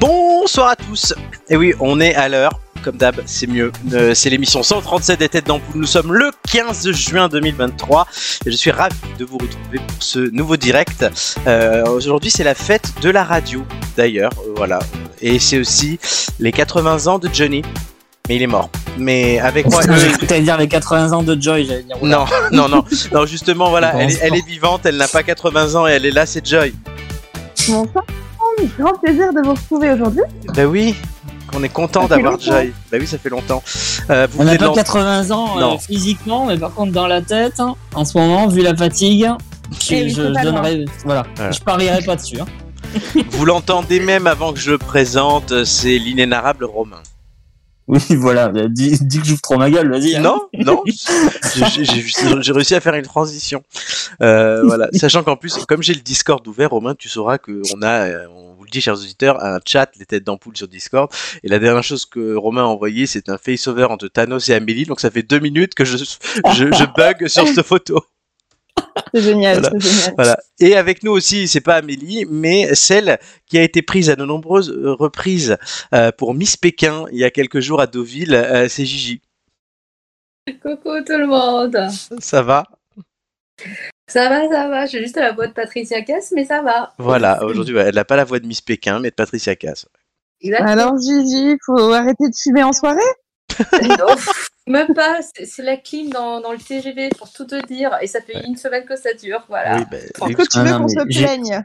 Bonsoir à tous. Et oui, on est à l'heure. Comme d'hab, c'est mieux. Euh, c'est l'émission 137 des Têtes d'Ampoule. Nous sommes le 15 juin 2023. Et je suis ravi de vous retrouver pour ce nouveau direct. Euh, Aujourd'hui, c'est la fête de la radio, d'ailleurs. euh, Voilà. Et c'est aussi les 80 ans de Johnny. Mais il est mort. Mais avec moi. Putain, J'ai cru que t'allais dire les 80 ans de Joy, j'allais dire. oula. Non, non, non, non, justement, voilà, Bon, elle, est- c'est elle bon. est vivante, elle n'a pas 80 ans et elle est là, c'est Joy. Bonsoir, grand plaisir de vous retrouver aujourd'hui. Bah oui, qu'on est content Ça fait d'avoir longtemps. Joy. Bah oui, ça fait longtemps. Euh, vous On n'a venez de pas lan- 80 ans euh, Non. physiquement, mais par contre dans la tête, hein, en ce moment, vu la fatigue, je, Eh oui, je- c'est je pas donnerai, voilà, Voilà. je parierai pas dessus. hein. vous l'entendez même avant que je le présente, euh, c'est l'inénarrable Romain. Oui, voilà, bah, dis, dis que j'ouvre trop ma gueule, vas-y. hein. Non, non, j'ai j'ai- j'ai réussi à faire une transition. Euh, voilà, sachant qu'en plus, comme j'ai le Discord ouvert, Romain, tu sauras qu'on a, euh, on vous le dit, chers auditeurs, un chat, les têtes d'ampoule sur Discord. Et la dernière chose que Romain a envoyé, c'est un face-over entre Thanos et Amélie. Donc ça fait deux minutes que je, je, je bug sur cette photo. C'est génial, Voilà. c'est génial. Voilà. Et avec nous aussi, c'est pas Amélie, mais celle qui a été prise à de nombreuses euh, reprises euh, pour Miss Pékin il y a quelques jours à Deauville, euh, c'est Gigi. Coucou tout le monde. Ça va Ça va, ça va. J'ai juste la voix de Patricia Cass, mais ça va. Voilà, aujourd'hui, ouais, elle n'a pas la voix de Miss Pékin, mais de Patricia Cass. Exactement. Alors Gigi, faut arrêter de fumer en soirée Non, Même pas. C'est c'est la clim dans, dans le TGV pour tout te dire. Et ça fait une semaine que ça dure. Voilà. Oui, ben, Est-ce que tu Ah veux non, qu'on mais se j'ai- plaigne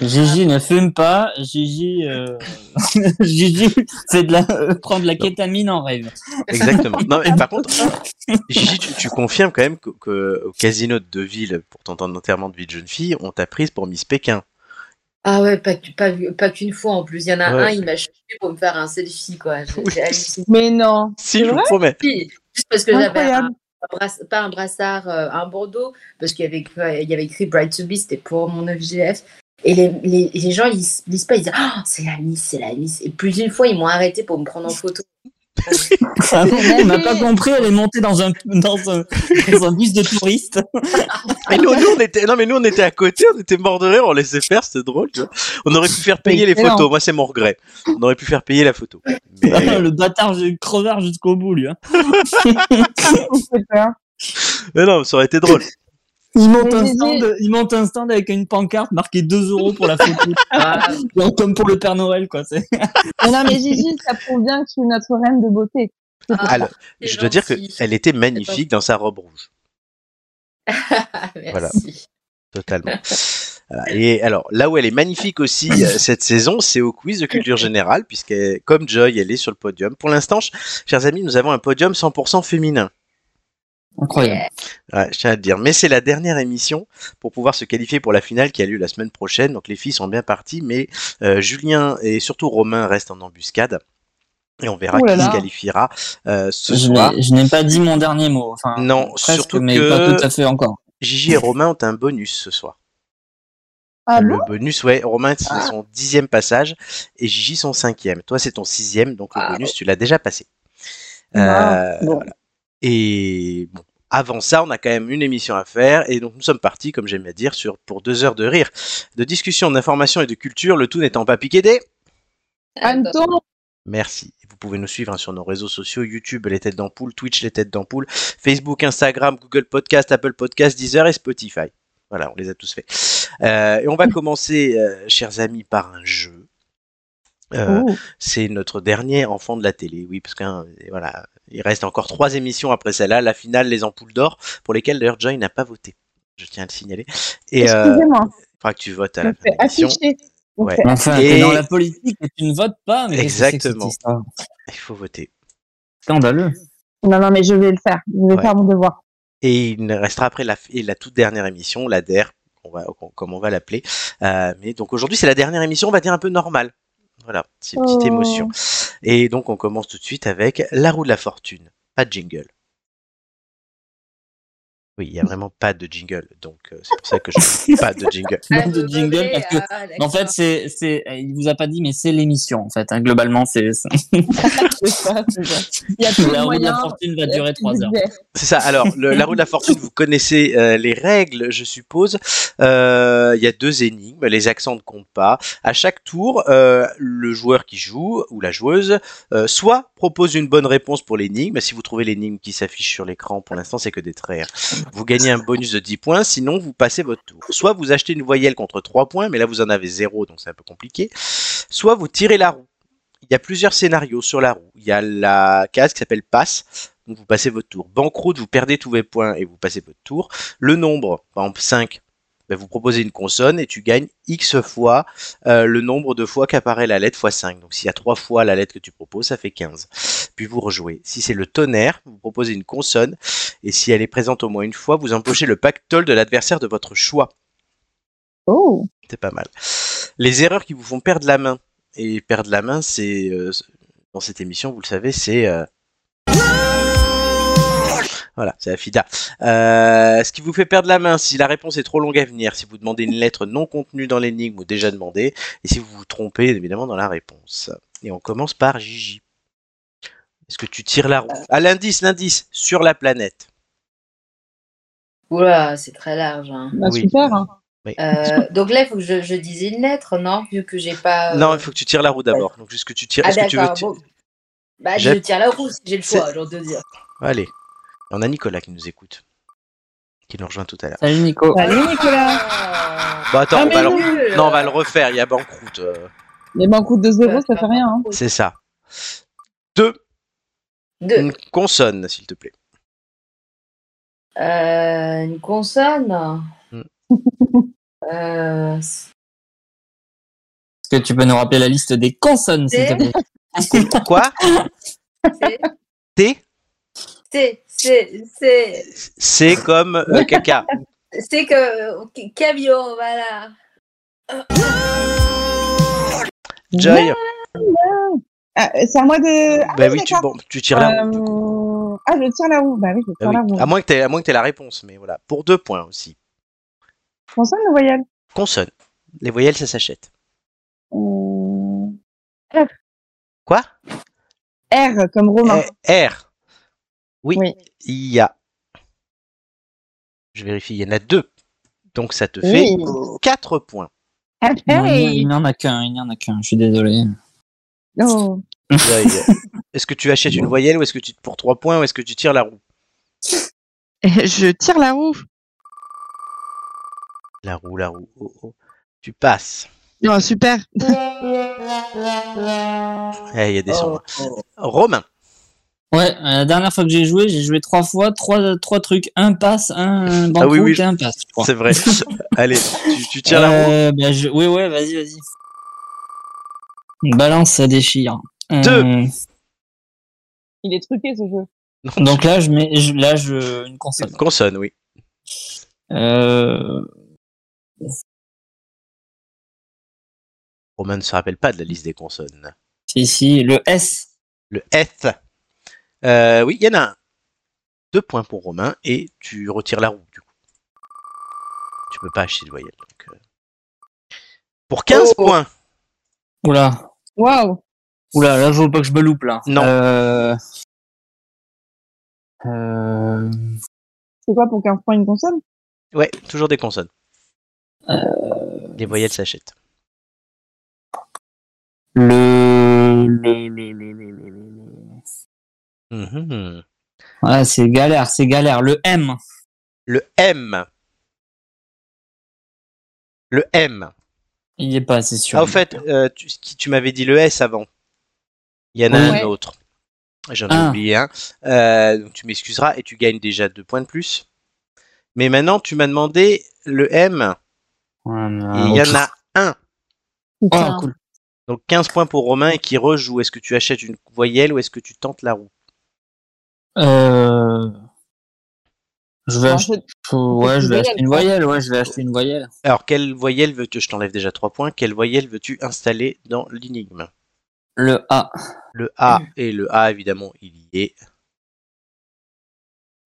Gigi ne fume pas, Gigi, euh, Gigi fait de la, euh, prend de la kétamine en rêve. exactement. Non, mais par contre, Gigi, tu, tu confirmes quand même qu'au que, au casino de Deauville, pour ton temps d'enterrement de vie de jeune fille, on t'a prise pour Miss Pékin. Ah ouais, pas, que- pas, pas qu'une fois en plus. Il y en a Ouais. un, il m'a chopé pour me faire un selfie, quoi. J'ai j'ai halluciné. Mais non. Si, je vous vrai promets. Juste parce que j'avais un, Incroyable. un brass- pas un brassard, euh, un bandeau, parce qu'il y avait, il y avait écrit Bright to Be, c'était pour mon E FGF. Et les, les, les gens, ils se lisent pas, ils disent Ah, c'est la Miss, c'est la Miss. Et plus d'une fois, ils m'ont arrêté pour me prendre en photo. Ah bon, on n'a pas compris, elle est montée dans un, dans un, dans un bus de touristes. Mais nous, nous, on était, non, mais nous, on était à côté, on était mort de rire, on laissait faire, c'était drôle, tu vois. On aurait pu faire payer les Excellent. photos, moi, c'est mon regret. On aurait pu faire payer la photo. Mais- Le bâtard, le crevard jusqu'au bout, lui. hein. C'est peur. mais non, ça aurait été drôle. Il monte, Mais un Gigi- stand, il monte un stand avec une pancarte marquée 2 euros pour la photo. Ah, Ah, Genre comme pour le Père Noël, quoi. c'est- Mais non, mais Gigi, ça prouve bien que tu es notre reine de beauté. ah, Alors, c'est je dois dire gentil. qu'elle était magnifique dans sa robe rouge. Ah, merci. Voilà. Totalement. Voilà. Et alors, là où elle est magnifique aussi euh, cette saison, c'est au quiz de culture générale, puisque comme Joy, elle est sur le podium. Pour l'instant, ch- chers amis, nous avons un podium 100% féminin. Incroyable. Ouais, je tiens à le dire. Mais c'est la dernière émission pour pouvoir se qualifier pour la finale qui a lieu la semaine prochaine. Donc les filles sont bien parties, mais euh, Julien et surtout Romain restent en embuscade. Et on verra Ouh Oh là qui là. se qualifiera euh, ce Je soir. n'ai- je n'ai pas dit mon dernier mot. Enfin, Non, presque, surtout mais que- pas tout à fait encore. Gigi et Romain ont un bonus ce soir. Ah le bon Ah. bonus, ouais. Romain, c'est son dixième passage et Gigi son cinquième. Toi, c'est ton sixième, donc le Wow. bonus, tu l'as déjà passé. Ah, Euh, bon. voilà. Et bon, avant ça, on a quand même une émission à faire et donc nous sommes partis, comme j'aime à dire, sur, pour deux heures de rire, de discussion, d'information et de culture, le tout n'étant pas piqué des. Ah, Anton, Merci. Et Vous pouvez nous suivre hein, sur nos réseaux sociaux YouTube Les Têtes d'Ampoule, Twitch Les Têtes d'Ampoule, Facebook, Instagram, Google Podcast, Apple Podcast, Deezer et Spotify. Voilà, on les a tous faits. Euh, et on va commencer, euh, chers amis, par un jeu. Euh, Ouh. c'est notre dernier enfant de la télé, oui, parce qu'un, voilà, il reste encore trois émissions après celle-là, la finale, les ampoules d'or, pour lesquelles d'ailleurs Joy n'a pas voté. Je tiens à le signaler. Et euh, excusez-moi, faudra que tu votes à je la me fin de fais l'émission. afficher. Ouais. Ok. Enfin, Et- t'es dans la politique et tu ne votes pas. Mais qu'est-ce que c'est que cette Exactement. histoire Il faut voter. Scandaleux. Non, non, mais je vais le faire. Je vais Ouais. faire mon devoir. Et il ne restera après la, et la toute dernière émission, la DER, on va, qu'on- comme on va l'appeler. Euh, mais donc aujourd'hui, c'est la dernière émission, on va dire un peu normale. Voilà, c'est une petite Oh. émotion. Et donc, on commence tout de suite avec la roue de la fortune. Pas de jingle. Oui, il n'y a vraiment pas de jingle, donc euh, c'est pour ça que je n'ai pas de jingle. Nom Ah, de désolé, jingle, parce que, ah, d'accord. En fait, c'est, c'est, euh, il vous a pas dit, mais c'est l'émission, en fait. hein. Globalement, c'est ça. C'est ça, c'est ça. Il y a plus de La roue de la moyens. fortune va durer trois heures. C'est ça, alors, le- la roue de la fortune, vous connaissez euh, les règles, je suppose. Euh, Il y a deux énigmes, les accents ne comptent pas. À chaque tour, euh, le joueur qui joue, ou la joueuse, euh, soit propose une bonne réponse pour l'énigme. Si vous trouvez l'énigme qui s'affiche sur l'écran, pour l'instant, c'est que des traits. Vous gagnez un bonus de 10 points, sinon vous passez votre tour. Soit vous achetez une voyelle contre 3 points, mais là vous en avez 0, donc c'est un peu compliqué. Soit vous tirez la roue. Il y a plusieurs scénarios sur la roue. Il y a la case qui s'appelle passe, donc vous passez votre tour. Banqueroute, vous perdez tous vos points et vous passez votre tour. Le nombre, par exemple 5, ben, vous proposez une consonne et tu gagnes X fois euh, le nombre de fois qu'apparaît la lettre fois 5. Donc s'il y a 3 fois la lettre que tu proposes, ça fait 15. Puis vous rejouez. Si c'est le tonnerre, vous proposez une consonne et si elle est présente au moins une fois, vous empochez le pactole de l'adversaire de votre choix. Oh, C'est pas mal. Les erreurs qui vous font perdre la main. Et perdre la main, c'est. euh, dans cette émission, vous le savez, c'est. euh, Voilà, c'est la FIDA. Euh, ce qui vous fait perdre la main, si la réponse est trop longue à venir, si vous demandez une lettre non contenue dans l'énigme ou déjà demandée, et si vous vous trompez, évidemment, dans la réponse. Et on commence par Gigi. Est-ce que tu tires la roue Ah, l'indice, l'indice, sur la planète. Oula, c'est très large. hein. bah, Oui. super. hein. Euh, donc là, il faut que je, je dise une lettre, non Vu que j'ai pas. euh, Non, il faut que tu tires la roue d'abord. Donc, juste que tu tires. Ah, Est-ce que tu veux d'accord. ti- bon. Bah, J'ai- je tiens la roue si j'ai le C'est- choix, j'ai envie de dire. Allez, on a Nicolas qui nous écoute, qui nous rejoint tout à l'heure. Salut, Nico. Salut Nicolas. Ah. Bah attends, Ah, on mais va le... non. Nul. non, on va le refaire, il y a banqueroute. euh, Les bancs coûtent 2 euros, ça fait rien. hein. c'est ça. Deux, Euh. Deux. une consonne, s'il te plaît. Euh, une consonne. Hmm. Euh, Est-ce que tu peux nous rappeler la liste des consonnes, s'il te plaît Quoi c'est, T c'est, c'est, c'est, C'est comme euh, caca. c'est que euh, ok, camion, voilà. Joy, Ah, euh, c'est à moi de. Ah, bah oui, tu, d'accord. bon, tu tires la roue. du coup. Euh, Ah, je tire la roue. Bah oui, je Bah tire oui. la roue. À moins que t'aies- à moins que tu aies la réponse, mais voilà. Pour deux points aussi. Consonne ou voyelle Consonne. Les voyelles, ça s'achète. Euh, Quoi R comme Romain. Eh, R. Oui, Oui. il y a. Je vérifie, il y en a deux. Donc ça te fait oui. quatre points. Ah, Non, il- Hey. Il n'y en a qu'un, il n'y en a qu'un. Je suis désolé. Oh. Aïe. est-ce que tu achètes une voyelle ou est-ce que tu pour 3 points ou est-ce que tu tires la roue Je tire la roue. La roue, la roue. oh, oh. Tu passes. Oh, super. Bah, Eh, Il y a des Oh, sombres. oh. Romain, Ouais, euh, la dernière fois que j'ai joué, j'ai joué trois fois, trois, trois trucs, un passe, un banc Ah oui, oui, et un passe, je crois. c'est vrai. Allez, tu, tu tires la roue. Euh, bah, je- Oui, ouais, vas-y, vas-y. Balance, ça déchire. Euh, Deux. Il est truqué ce jeu. Non, donc là, je mets, je- là, je une console. une consonne, oui. Euh, Romain ne se rappelle pas de la liste des consonnes. ici, le S. Le F. Euh, oui, il y en a un. Deux points pour Romain et tu retires la roue du coup. Tu peux pas acheter de voyelle. donc, euh. Pour 15 Oh. points. Oula, Waouh. oula, là, faut pas que je me loupe là. Non. Euh, euh, C'est quoi pour 15 points une consonne Ouais, toujours des consonnes. Euh, Les voyelles s'achètent. le, le, le, le, le, le, le- le- Mhm. Ouais, c'est galère, c'est galère. Le M. Le M. Le M. Il est pas assez sûr. Ah, au fait, euh, tu, qui- tu m'avais dit le S avant. Il y en a Ouais. un autre. J'en ai Ah. oublié un. Euh, donc tu m'excuseras et tu gagnes déjà deux points de plus. Mais maintenant, tu m'as demandé le M. et Voilà, il y ok. en a un. Ah, Oh, cool. Donc 15 points pour Romain et qui rejoue. Est-ce que tu achètes une voyelle ou est-ce que tu tentes la roue Euh... Je vais Non, acheter. je- Ouais, je vais voyelle, acheter une quoi. voyelle. Ouais, je vais acheter une voyelle. Alors, quelle voyelle veux-tu Je t'enlève déjà trois points. Quelle voyelle veux-tu installer dans l'énigme Le A. Le A et le A, évidemment, il y est.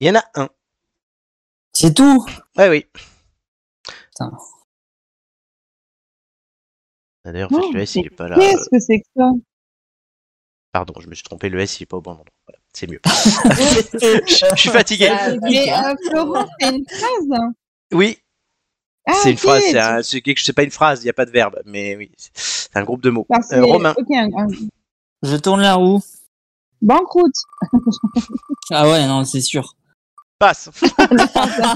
Il y en a un. C'est tout Ouais, oui. Putain. Ah, D'ailleurs, en fait, Non, le S, il est pas là. Qu'est-ce que c'est que ça Pardon, je me suis trompé, le S, il est pas au bon endroit. Voilà, c'est mieux. je, je suis fatigué. Ah, Mais euh, Florent, c'est une phrase. hein. Oui, Ah, c'est une ok, phrase, c'est tu- un- c'est quelque- c'est pas une phrase, il n'y a pas de verbe, mais oui, c'est un groupe de mots. parce que- Euh, Romain, ok, un- un- Je tourne la roue. Banqueroute. Ah ouais, non, c'est sûr. passe. Oh,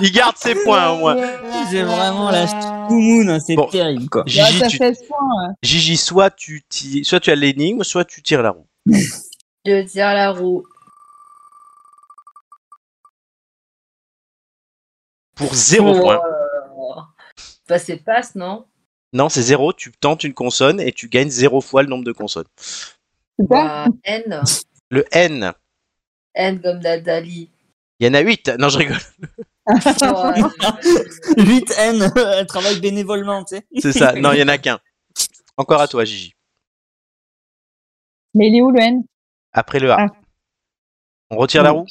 il garde ses points au Bah, moins. J'ai vraiment la choumoune, hein, c'est Bon. terrible, quoi. Ah, Gigi, ça tu, fait ce point. Gigi, soit tu, ti- soit tu as l'énigme, soit tu tires la roue. Je tire la roue. Pour zéro point. Oh. Bah, c'est passe, non Non, c'est zéro, tu tentes une consonne et tu gagnes zéro fois le nombre de consonnes. Super. Bah, N. Le N, N comme Dadali. il y en a 8. Non, je rigole, Oh, 8 N, elle travaille bénévolement, tu sais. c'est ça. Non, il y en a qu'un. Encore à toi, Gigi. Mais il est où le N Après le A. Ah. On retire la roue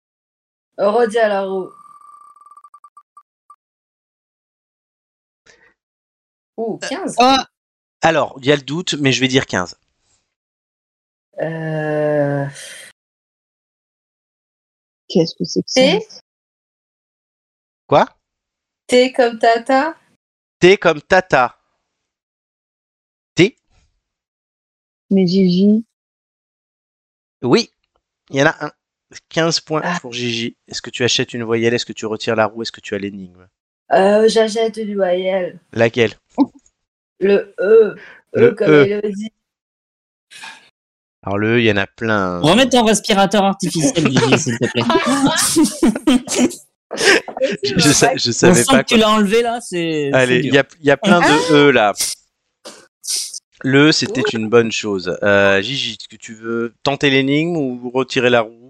Redire la roue. Oh, 15. Oh, Alors, il y a le doute, mais je vais dire 15. Euh, qu'est-ce que c'est que ça T, Quoi T comme Tata. T comme Tata. Mais Gigi. Oui, il y en a un. 15 points Ah. pour Gigi. Est-ce que tu achètes une voyelle Est-ce que tu retires la roue Est-ce que tu as l'énigme Euh, J'achète du YL. Laquelle Le E. E Le comme E. Elodie. Alors le E, il y en a plein. Remets ton respirateur artificiel, Gigi, s'il te plaît. Je, je sa- je On savais sent pas. que tu l'as enlevé, là, c'est. c'est Allez, dur. il y a, il y a plein Ah. de E là. Le E, c'était une bonne chose. Euh, Gigi, est-ce que tu veux tenter l'énigme ou retirer la roue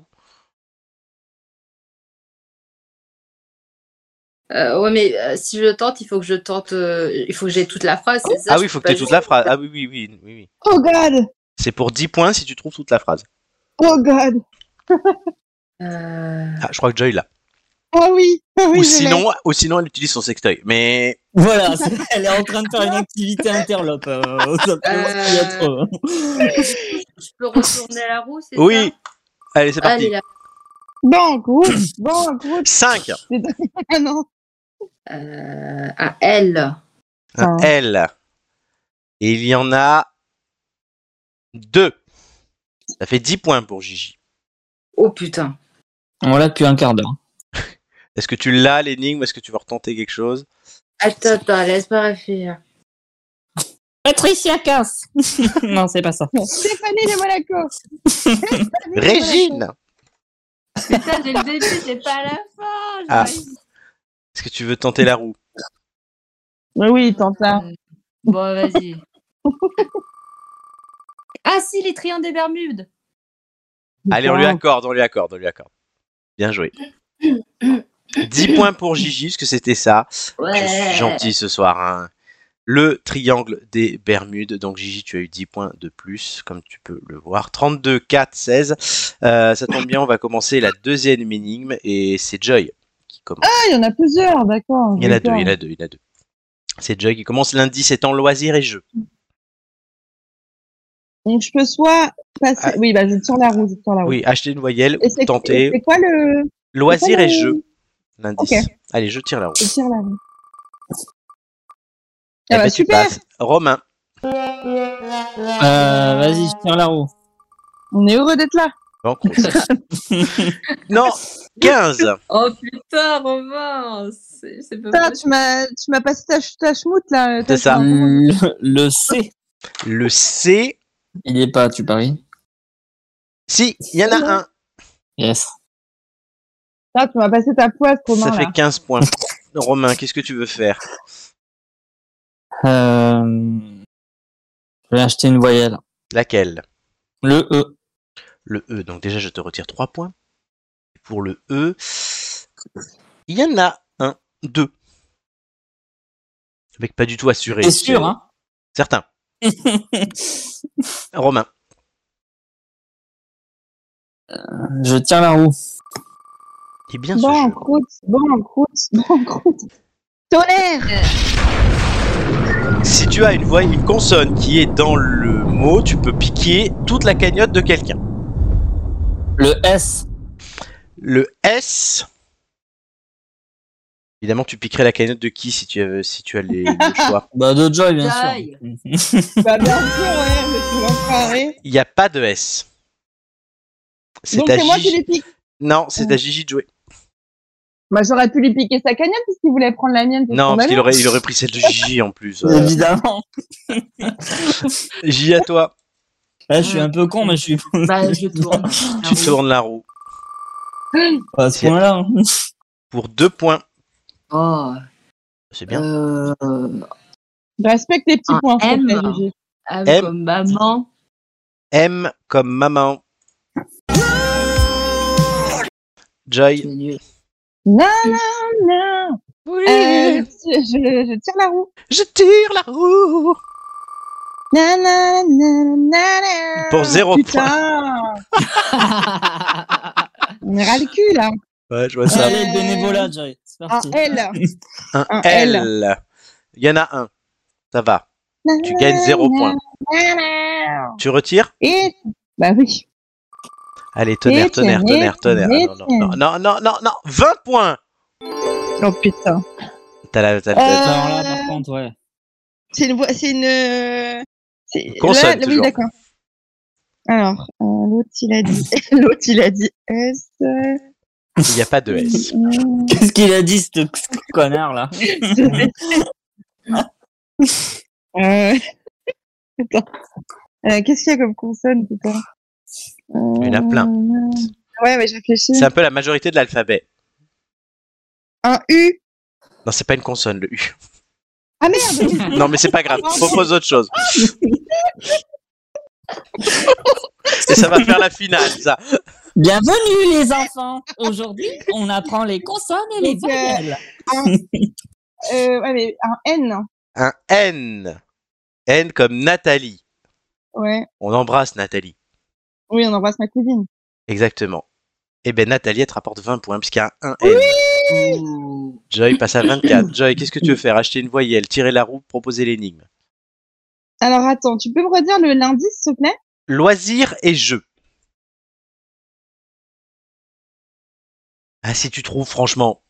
Euh, ouais, mais euh, si je tente, il faut que je tente. euh, il faut que j'ai toute la phrase, c'est ça Ah je oui, il peux faut que pas tu aies toute juste- la phrase. Ah oui, oui, oui. oui, oui. Oh God C'est pour 10 points si tu trouves toute la phrase. Oh God Euh, Ah, je crois que Joy l'a. Ah oui, ah oui ou, je l'ai. sinon, ou sinon, elle utilise son sextoy. Mais Voilà, c'est- elle est en train de faire une activité interlope. euh, au top, parce qu'il y a Euh, trop. je peux retourner la roue, c'est Oui, allez, c'est ça parti. Allez, là. Banqueroute, banqueroute. 5. Ah non. Euh, un L. Un Ah. L. Et il y en a 2. Ça fait 10 points pour Gigi. Oh putain. On l'a depuis un quart d'heure. Est-ce que tu l'as, l'énigme Est-ce que tu veux retenter quelque chose Attends, attends, laisse pas réfléchir. Patricia Cass Non, c'est pas ça. Stéphanie de Monaco. Stéphanie de Régine Putain, j'ai le début, j'ai pas la fin. Ah. Est-ce que tu veux tenter la roue Monaco. Oui, tente ça. Euh, Bon, vas-y. ah si, les triangles des Bermudes. Allez, on lui Ah, accorde, on lui accorde, on lui accorde. Bien joué. 10 points pour Gigi, parce que c'était ça. Je suis Eh, gentil ce soir. hein. Le triangle des Bermudes. Donc Gigi, tu as eu 10 points de plus, comme tu peux le voir. 32, 4, 16. Euh, ça tombe bien, on va commencer la deuxième énigme. Et c'est Joy qui commence. Ah, il y en a plusieurs, d'accord. il y en a deux, d'accord. il y en a deux, il y en a deux. C'est Joy qui commence lundi, c'est en loisirs et jeux. Donc je peux soit passer. Ah. Oui, bah je tire la roue, je tire la roue. Oui, acheter une voyelle Et ou c'est tenter. c'est quoi le. Loisirs c'est et quoi le- jeux, l'indice. Ok. Allez, je tire la roue. Je tire la roue. Eh Ah bah ben, tu super passes. Romain, Euh, Vas-y, je tire la roue. On est heureux d'être là. Bon. non, 15. Oh putain, Romain, c'est c'est pas Putain, possible. tu m'as tu m'as passé ta, ch- ta schmoute là. ta C'est ça. schmoute. Le, le C, Le C. il est pas, tu paries Si, il y en a un. Yes. Putain, tu m'as passé ta poisse, Romain. Ça fait là. 15 points. Romain, qu'est-ce que tu veux faire Euh, Je vais acheter une voyelle. Laquelle Le E. Le E. Donc déjà, je te retire 3 points. Et Pour le E, il y en a un, deux. Avec pas du tout assuré. T'es sûr, hein Certain. Romain, Je tire la roue. Il est bien Bon ce en jeu. croûte, bon en croûte, bon en croûte. Tonnerre Si tu as une, voix, une consonne qui est dans le mot, tu peux piquer toute la cagnotte de quelqu'un. Le S. Le S. Évidemment, tu piquerais la cagnotte de qui si tu, avais- si tu as les, le choix Bah, de Joy, bien Joy. sûr. Bah bien sûr, ouais, mais tu l'enfoiré. Il n'y a pas de S. C'est Donc à c'est moi Gigi- qui les pique. Non, c'est à Gigi de jouer. Bah j'aurais pu lui piquer sa cagnotte puisqu'il voulait prendre la mienne. Non, parce parce qu'il aurait, il aurait pris celle de Gigi en plus. Euh, Évidemment. Gigi à toi. Là, je suis un peu con, mais je suis. Bah, je tourne. Ah Ah Tu tournes la roue Pas à ce point-là. hein. pour deux points. Oh, C'est bien. euh, Respecte tes petits Un points. s'il te plaît, M. Gigi. ah, M M. comme maman. M comme maman. Je Joy, vais lui- Non, non, non. Eh, Euh, je, je- je tire la roue. je tire la roue Na, na, na, na, na. pour zéro point. Putain, on ira le cul là. Ouais, je vois ça. Allez, bénévolat, Joy. C'est En parti. L. Un Un L. L. Il y en a un. Ça va. Na, Tu gagnes zéro na, point. na, na. Tu retires Et bah oui. Allez, tonnerre, Et tonnerre, tonnerre, tonnerre, tonnerre. Ah, Non, tonnerre. non, non, non, non, non, non. 20 points Oh putain. T'as la, t'as- t'as- Euh, Alors là, par contre, ouais. C'est une voix, c'est une. euh, C'est Consonne, là, là, oui, toujours. d'accord. Alors, euh, l'autre il a dit, l'autre il a dit S. euh, Il n'y a pas de S. euh, Qu'est-ce qu'il a dit, ce ce connard, là euh, Attends. Euh, Qu'est-ce qu'il y a comme consonne, putain Euh, Il y en a plein. Ouais, mais je réfléchis. C'est un peu la majorité de l'alphabet. Un U. Non, c'est pas une consonne, le U. Ah merde Non, mais c'est pas grave. Propose autre chose. Et ça va faire la finale, ça. Bienvenue, les enfants. Aujourd'hui, on apprend les consonnes et les Donc, euh, voyelles. euh, Ouais, mais un N. Un N. N comme Nathalie. Ouais. On embrasse Nathalie. Oui, on embrasse ma cousine. Exactement. Eh ben Nathalie, elle te rapporte 20 points, puisqu'il y a un N. Ouh. Joy passe à 24. Joy, qu'est-ce que tu veux faire Acheter une voyelle, tirer la roue, proposer l'énigme. Alors attends, tu peux me redire le lundi, s'il te plaît Loisirs et jeux. Ah, si tu trouves, franchement.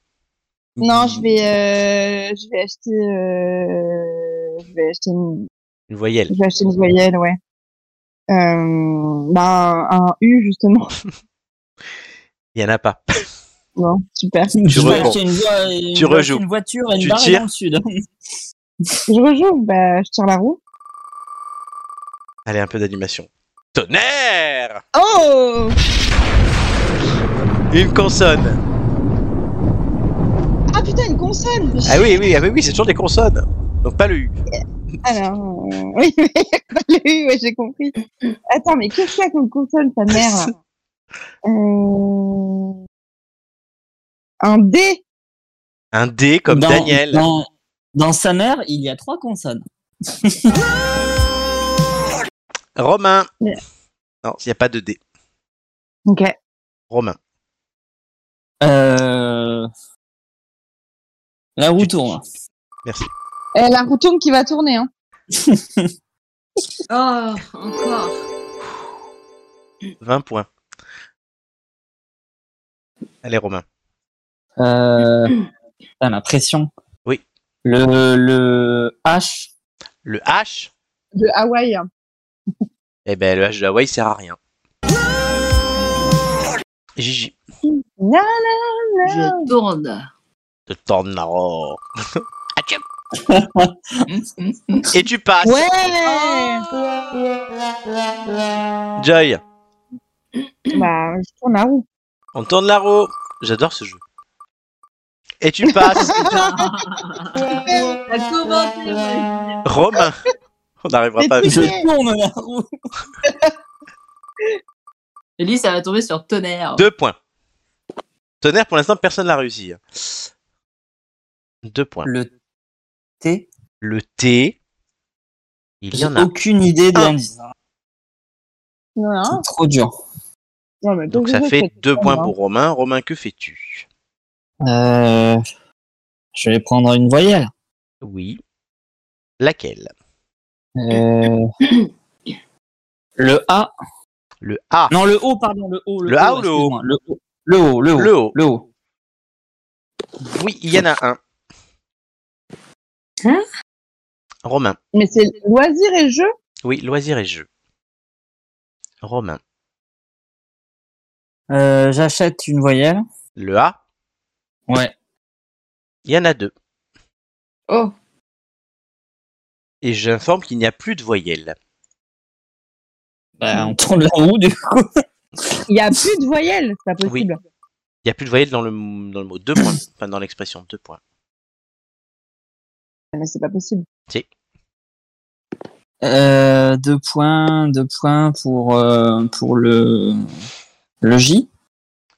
Non, je vais, euh, je vais acheter, euh, je vais acheter une, Une voyelle. je vais acheter une voyelle, ouais. Euh, bah, un U justement. Il n'y en a pas. Bon, super. tu Je vais rejoues. acheter une, euh, voie- une Tu voie- rejoues. une voiture et une Tu barre tires. dans le sud. Je rejoue, bah, je tire la roue. Allez, un peu d'animation. Tonnerre Oh Une consonne. Ah putain, une consonne. Ah oui, oui, ah oui, oui, c'est toujours des consonnes. Donc pas le U. Alors, euh, oui, mais pas le U, ouais, j'ai compris. Attends, mais qu'est-ce qu'il y a comme consonne, sa mère là Euh, Un D. Un D comme Dans- Daniel. Dans, dans sa mère, il y a trois consonnes. Romain. Ouais. Non, il n'y a pas de D. Ok. Eh, Romain. Euh... La roue tourne. Eh, la roue tourne qui va tourner, hein. Oh, encore. 20 points. Allez, Romain. Euh... Putain, la pression. Oui. Le, le H. Le H. De Hawaï. hein. Eh ben, le H de Hawaï sert à rien. Gigi. Na, Je tourne. De Tornaro. Atchou. Et tu passes. Ouais Joy. Bah, je tourne la roue. On tourne la roue. J'adore ce jeu. Et tu passes. T'as commencé, ouais. Romain. On n'arrivera Mais pas à tu- Je Ouais. tourne la roue. Et lui, ça va tomber sur tonnerre. Deux points. Tonnerre, pour l'instant, personne l'a réussi. hein. Deux points. Le T. Le T. Il y J'ai en a. aucune idée de Un. l'indice. Non, C'est trop dur. Non, mais Donc ça Dororo, fait c'est- deux points hein. pour Romain. Romain, que fais-tu Euh, je vais prendre une voyelle. Oui. Laquelle Euh, le A. Le A. Non, le O, pardon, le O. Le A ou le O excuse-moi, le O Le O, le O. Le O. le O. Oui, il y en a un. Hein Romain. Mais c'est loisirs et jeux Oui, loisirs et jeux. Romain. Euh, J'achète une voyelle. Le A, Ouais. il y en a deux. Oh, Et j'informe qu'il n'y a plus de voyelles. Bah, on tourne la roue du coup. il n'y a plus de voyelles, c'est pas possible. Il n'y a plus de voyelles dans le, dans le mot. Deux points. Enfin, dans l'expression, deux points. Ah, Mais c'est pas possible. Euh, deux points, deux points pour euh, pour le le J.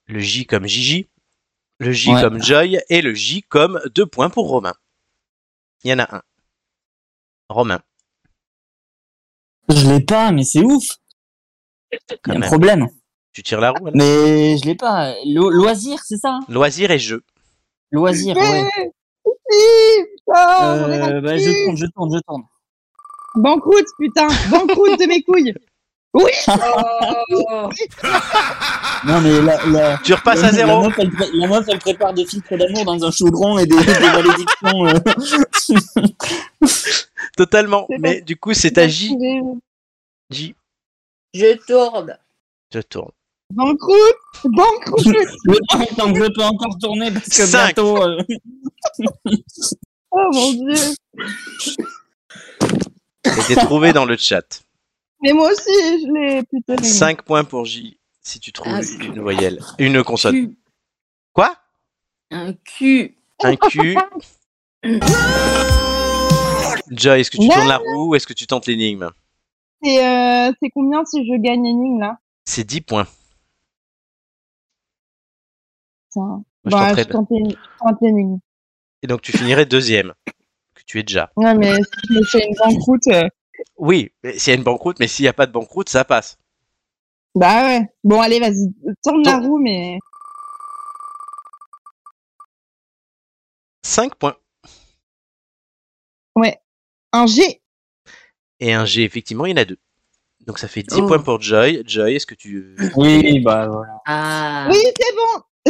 Le J comme Gigi, le J Ouais. comme Joy et le J comme deux points pour Romain. Il y en a un. Romain, Je l'ai pas, mais c'est ouf. Il Quand y a un même. problème. tu tires la roue. Alain Mais je l'ai pas. Lo- loisir, c'est ça. hein Loisirs et jeux. Ah, Loisir. bah Ouais. Si, Ah, putain, j'en ai Euh, bah, je tourne, je tourne, je tourne. Banqueroute, putain, banqueroute de mes couilles. Oh. Non mais la, la, Tu repasses à la- La zéro. meuf, elle, pré- la meuf, elle prépare des filtres d'amour dans un chaudron et des, des malédictions. euh. Totalement. C'est Mais du coup, c'est à J. J. Je tourne. Je tourne. Banqueroute, banqueroute. Le temps tant que je peux encore tourner parce que Cinq. bientôt. euh, Oh mon dieu. C'était trouvé dans le chat. Mais moi aussi, je l'ai putain. mais- 5 points pour J si tu trouves Ah, c'est- une voyelle. Une consonne. Q. Quoi Un cul. Un Q. Joy, est-ce que tu Non, tournes la roue ou est-ce que tu tentes l'énigme C'est euh, c'est combien si je gagne l'énigme là C'est 10 points. Putain. Moi, je Bah, tenterai je tente l'éni- je tente l'énigme. Et donc tu finirais deuxième, que tu es déjà. Ouais, mais si je me fais une banqueroute. euh, Oui, mais s'il y a une banqueroute, mais s'il n'y a pas de banqueroute, ça passe. Bah ouais. Bon, allez, vas-y, tourne la Tourne. roue, mais. 5 points. Un G. Et un G, effectivement, il y en a deux. Donc ça fait 10 Oh. points pour Joy. Joy, est-ce que tu... euh, Oui, bah voilà. Ah. Oui, c'est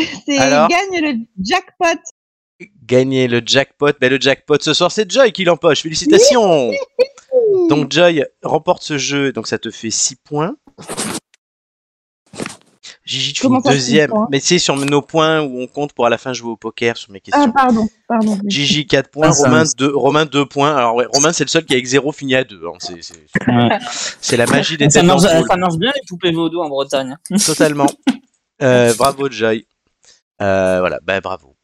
bon. C'est Alors gagne le jackpot. gagner le jackpot. Ben, le jackpot ce soir, c'est Joy qui l'empoche. Félicitations Donc Joy remporte ce jeu, donc ça te fait 6 points. Gigi, tu Comment finis ça, six deuxième. points Mais tu sais, sur nos points où on compte pour à la fin jouer au poker sur mes Ah questions. pardon, pardon. Gigi 4 points, Ah, ça, Romain oui. 2 Romain deux points. Alors ouais, Romain c'est le seul qui avec 0 finit à 2. C'est c'est- Ouais. c'est la magie des Ça têtes marche, euh, d'ampoule. ça marche bien les poupées vaudou en Bretagne. hein. Totalement. Euh, bravo Joy. Euh, voilà, ben bravo.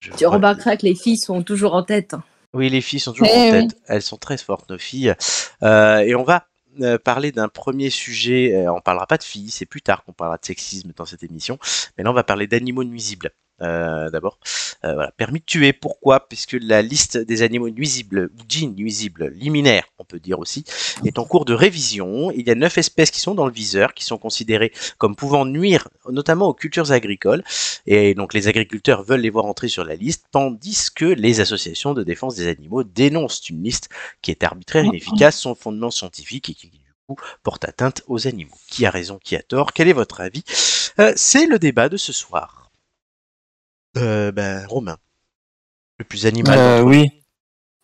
Je Tu vois- remarqueras que les filles sont toujours en tête. Oui, les filles sont toujours Eh en oui. tête. Elles sont très fortes, nos filles. Euh, et on va euh, parler d'un premier sujet. Euh, on parlera pas de filles, c'est plus tard qu'on parlera de sexisme dans cette émission. Mais là, on va parler d'animaux nuisibles. Euh, D'abord, Euh, voilà. permis de tuer. Pourquoi Puisque la liste des animaux nuisibles, ou dits nuisibles, liminaires, on peut dire aussi, est en cours de révision. Il y a neuf espèces qui sont dans le viseur, qui sont considérées comme pouvant nuire, notamment aux cultures agricoles. Et donc les agriculteurs veulent les voir entrer sur la liste, tandis que les associations de défense des animaux dénoncent une liste qui est arbitraire, inefficace, sans fondement scientifique et qui du coup porte atteinte aux animaux. Qui a raison, qui a tort Quel est votre avis Euh, C'est le débat de ce soir. Euh, ben, Romain, le plus animal. Euh, oui.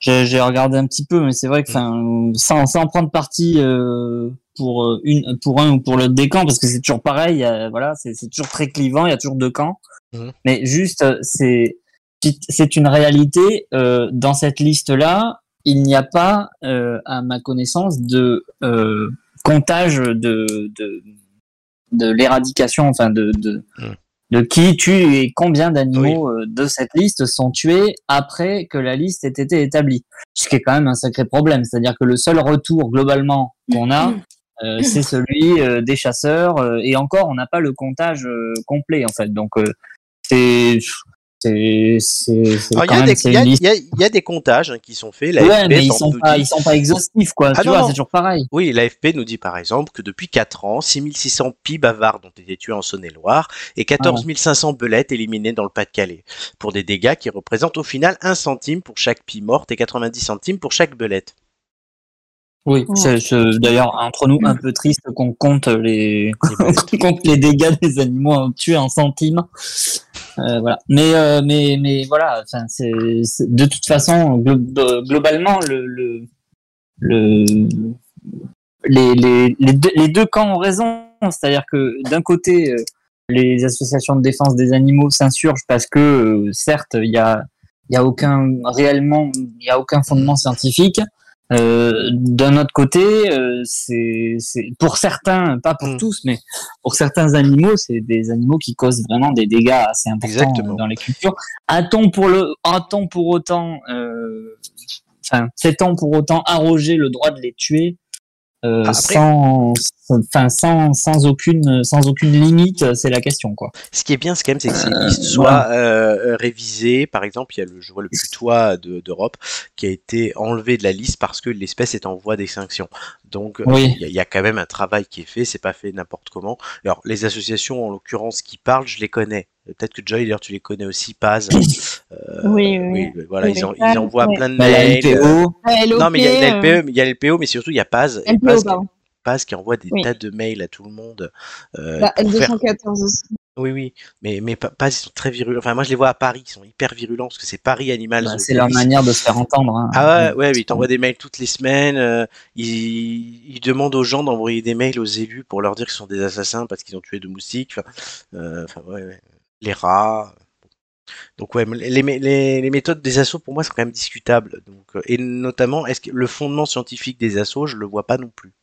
J'ai j'ai regardé un petit peu, mais c'est vrai que enfin, sans, sans prendre parti euh, pour euh, une pour un ou pour l'autre des camps, parce que c'est toujours pareil, euh, voilà, c'est c'est toujours très clivant, il y a toujours deux camps. Mhm. Mais juste, euh, c'est c'est une réalité. euh, dans cette liste-là, il n'y a pas, euh, à ma connaissance, de euh, comptage de de, de l'éradication, enfin de, de Hmm. de qui tue et combien d'animaux euh, de cette liste sont tués après que la liste ait été établie. Ce qui est quand même un sacré problème. C'est-à-dire que le seul retour globalement qu'on a, euh, c'est celui euh, des chasseurs. euh, et encore, on n'a pas le comptage euh, complet, en fait. Donc, euh, c'est C'est c'est- c'est Alors, quand Ah, Il y, a même des- c'est il y a- une liste. il y a- il y a des comptages hein, qui sont faits. La Ouais, FP mais ils t'en sont peut- pas ils sont pas exhaustifs quoi. Ah tu non, vois, non. c'est toujours pareil. Oui, l'AFP nous dit par exemple que depuis 4 ans, 6600 pies bavardes ont été tués en Saône-et-Loire et 14 500 belettes éliminées dans le Pas-de-Calais, pour des dégâts qui représentent au final 1 centime pour chaque pie morte et 90 centimes pour chaque belette. Oui, Ouais. c'est c'est Euh, d'ailleurs entre nous un peu triste qu'on compte les qu'on compte les dégâts des animaux hein, tués en centimes. Euh, voilà. Mais euh, mais mais voilà. Enfin, c'est c'est- de toute façon glo- de- globalement le le, le les, les, les, deux, les deux camps ont raison. C'est-à-dire que d'un côté euh, les associations de défense des animaux s'insurgent parce que euh, certes il y a il y a aucun réellement il y a aucun fondement scientifique. Euh, d'un autre côté, euh, c'est c'est- pour certains, pas pour Mm. tous, mais pour certains animaux, c'est des animaux qui causent vraiment des dégâts assez importants Exactement. euh, dans les cultures. A-t-on pour le, a-t-on pour autant, euh, enfin, sait-on pour autant arroger le droit de les tuer euh, Bah, Après- sans, enfin, sans, sans aucune, sans aucune limite, c'est la question, quoi. Ce qui est bien, c'est quand même, c'est que ces listes soient euh, euh, révisées. Par exemple, il y a le, je vois le putois de- d'Europe qui a été enlevé de la liste parce que l'espèce est en voie d'extinction. Donc, euh, il Oui. y, a- il y a quand même un travail qui est fait. C'est pas fait n'importe comment. Alors, les associations, en l'occurrence, qui parlent, je les connais. Peut-être que Joy, d'ailleurs, tu les connais aussi, Paz. Euh, Oui, oui. oui, voilà, Oui, ils, en- oui. ils envoient Oui. plein de Bah, la mails. LPO, Non, mais il y a E, une E, LPE, mais il y a LPO, mais surtout il y a Paz. Et LPO, Paz, qui- E, pardon. Paz qui envoie des Oui. Bah, tas de mails à tout le monde. euh, La pour faire- L214 aussi. oui, oui, mais, mais pas, pas, ils sont très virulents. Enfin, moi, je les vois à Paris, ils sont hyper virulents parce que c'est Paris Animal. bah, Zoo c'est leur Police. manière de se faire entendre. hein. Ah ouais, ouais, mais ils t'envoient des mails toutes les semaines. euh, ils, ils demandent aux gens d'envoyer des mails aux élus pour leur dire qu'ils sont des assassins parce qu'ils ont tué deux moustiques. Enfin, euh, enfin, ouais, ouais. les rats. euh, Donc ouais, mais les, mé- les- les méthodes des assos pour moi sont quand même discutables. Donc, euh, et notamment, est-ce que le fondement scientifique des assos, je le vois pas non plus.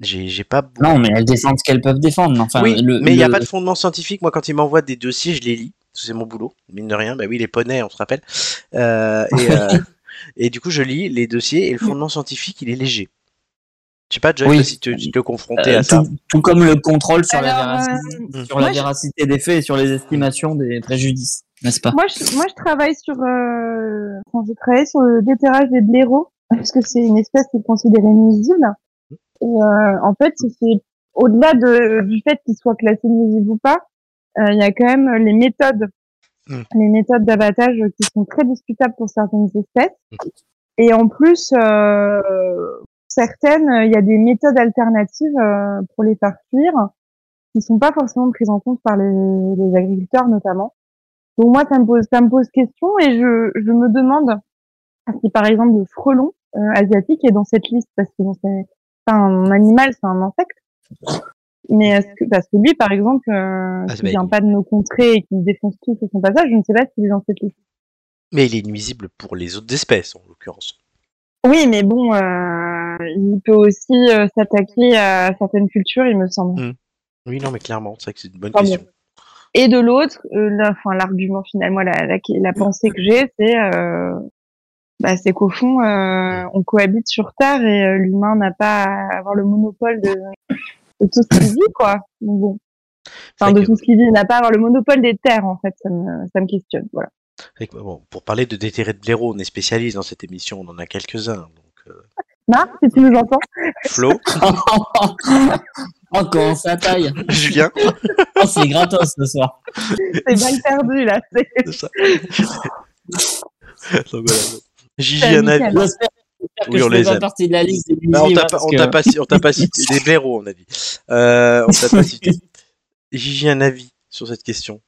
J'ai j'ai pas. beaucoup- Non, mais elles défendent ce qu'elles peuvent défendre. mais Enfin, oui, le- mais il n'y a le- pas de fondement scientifique. Moi, quand ils m'envoient des dossiers, je les lis. C'est mon boulot, mine de rien. Bah oui, les poneys, on se rappelle. Euh, et, euh, et du coup, je lis les dossiers et le fondement scientifique, il est léger. Je sais pas, Joy, Oui. toi, si tu tu te confrontais Euh, à ça. tout, tout comme le contrôle sur, la, Alors, véracité, euh, sur la moi, je- véracité des faits et sur les estimations des préjudices, n'est-ce pas Moi, je, moi, je travaille sur, euh, enfin, je travaille sur le déterrage des blaireaux, parce que c'est une espèce qui est considérée nuisible. Et, euh, en fait, c'est au-delà de, du fait qu'ils soient classés nuisibles ou pas, euh, il y a quand même les méthodes, Mm. les méthodes d'abattage qui sont très discutables pour certaines espèces. Et en plus, euh, certaines, euh, il y a des méthodes alternatives euh, pour les faire fuir, qui sont pas forcément prises en compte par les, les agriculteurs notamment. Donc moi, ça me pose, ça me pose question et je, je me demande si par exemple le frelon euh, asiatique est dans cette liste parce que bon, c'est pas un animal, c'est un insecte. Mais est-ce que parce que lui, par exemple, euh, Ah, c'est qui vient bête. pas de nos contrées et qui défonce tout sur son passage, je ne sais pas s'il est dans cette liste. Mais il est nuisible pour les autres espèces, en l'occurrence. Oui, mais bon, euh, il peut aussi euh, s'attaquer à certaines cultures, il me semble. Oui, non, mais clairement, c'est vrai que c'est une bonne Ah bon. question. Et de l'autre, euh, la- enfin l'argument finalement, la, la, Mm. la pensée que j'ai, c'est euh, bah, c'est qu'au fond, Mm. euh, on cohabite sur Terre et euh, l'humain n'a pas à avoir le monopole de, de tout ce qui vit, quoi. Donc bon. C'est Enfin, vrai de que- tout ce qui vit, il n'a pas à avoir le monopole des terres, en fait. Ça me, ça me questionne, voilà. C'est vrai que, bon, pour parler de déterré de blaireau, on est spécialiste dans cette émission, on en a quelques-uns. Donc, euh, Marc, si tu nous entends. Flo, Oh, comment ça taille Julien, Oh, C'est gratos ce soir. C'est mal perdu, là. C'est- c'est ça. Donc, voilà. Gigi, Salut, un avis. Calme. J'espère j'espère que Oui, on je les fais pas aime. partie de la liste des Bah, on nuisibles, t'a hein, pas, parce on que- t'a pas, ci- on t'a pas cité des blaireaux, on a dit. Euh, on t'a pas cité. Gigi, un avis sur cette question.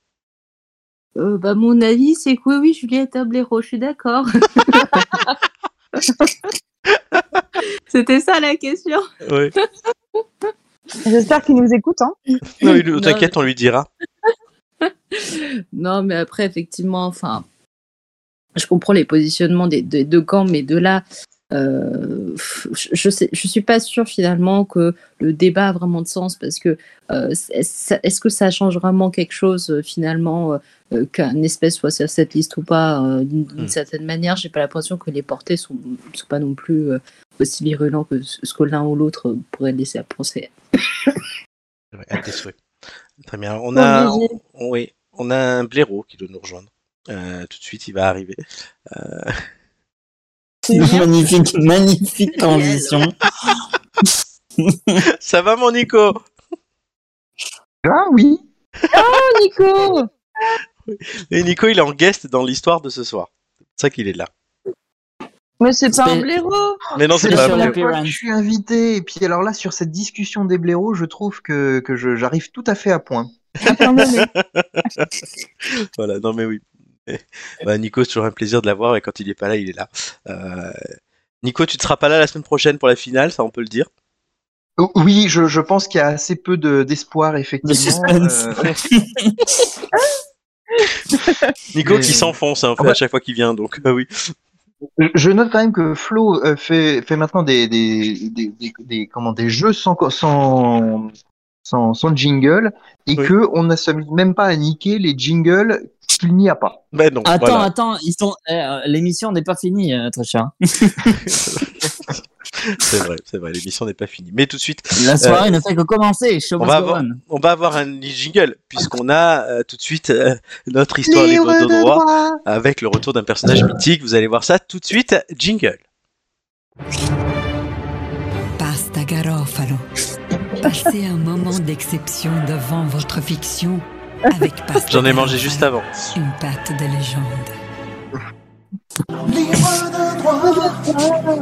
Euh, bah, mon avis, c'est que oui, oui, Juliette Ablero, je suis d'accord. C'était ça la question. Ouais. J'espère qu'il nous écoute, hein. Non, il- Non, T'inquiète, on lui dira. Non, mais après, effectivement, enfin, je comprends les positionnements des, des deux camps, mais de là, euh, pff, je- je sais, je suis pas sûre finalement que le débat a vraiment de sens parce que euh, est-ce est-ce que ça change vraiment quelque chose euh, finalement euh, euh, qu'un espèce soit sur cette liste ou pas euh, d'une d'une Hmm. certaine manière J'ai pas l'impression que les portées sont, sont pas non plus euh, aussi virulents que ce ce que l'un ou l'autre euh, pourrait laisser à penser. Ouais, à tes souhaits. Très bien. On a, Bon, Gigi. on- oui, on a un blaireau qui doit nous rejoindre. Euh, tout de suite, il va arriver. magnifique, magnifique transition. Ça va, mon Nico Ah oui Nico Et Nico, il est en guest dans l'histoire de ce soir. C'est pour ça qu'il est là. Mais c'est pas C'est- un blaireau Mais non, c'est C'est pas sur la vrai. première fois l'appearance. que je suis invité. Et puis alors là, sur cette discussion des blaireaux, je trouve que, que je- j'arrive tout à fait à point. Voilà, non, mais oui. Bah, Nico, c'est toujours un plaisir de l'avoir et quand il est pas là, il est là. Euh, Nico, tu ne seras pas là la semaine prochaine pour la finale, ça on peut le dire. O- Oh, Oui, je, je pense qu'il y a assez peu de- d'espoir, effectivement. De suspense. Euh, Nico Mais- qui s'enfonce hein, en fait, Ah bah- à chaque fois qu'il vient, donc euh, oui. je- je note quand même que Flo euh, fait, fait maintenant des, des, des, des- des- comment, des jeux sans, co- sans, sans, sans jingle et Oui. que on ne se met même pas à niquer les jingles qu'il n'y a pas. Ben non, Attends, voilà. attends, ils sont... eh, euh, l'émission n'est pas finie, euh, très cher. c'est vrai, c'est vrai, l'émission n'est pas finie. Mais tout de suite, La soirée ne fait que commencer. Show on must va go avoir- on. on va avoir un jingle, puisqu'on a euh, tout de suite euh, notre histoire libre de droit, avec le retour d'un personnage mythique. Vous allez voir ça tout de suite, jingle. Pasta Garofalo. Passez un moment d'exception devant votre fiction avec Pasta J'en ai Garofalo, mangé juste avant. Une pâte de légende. Libre de droit.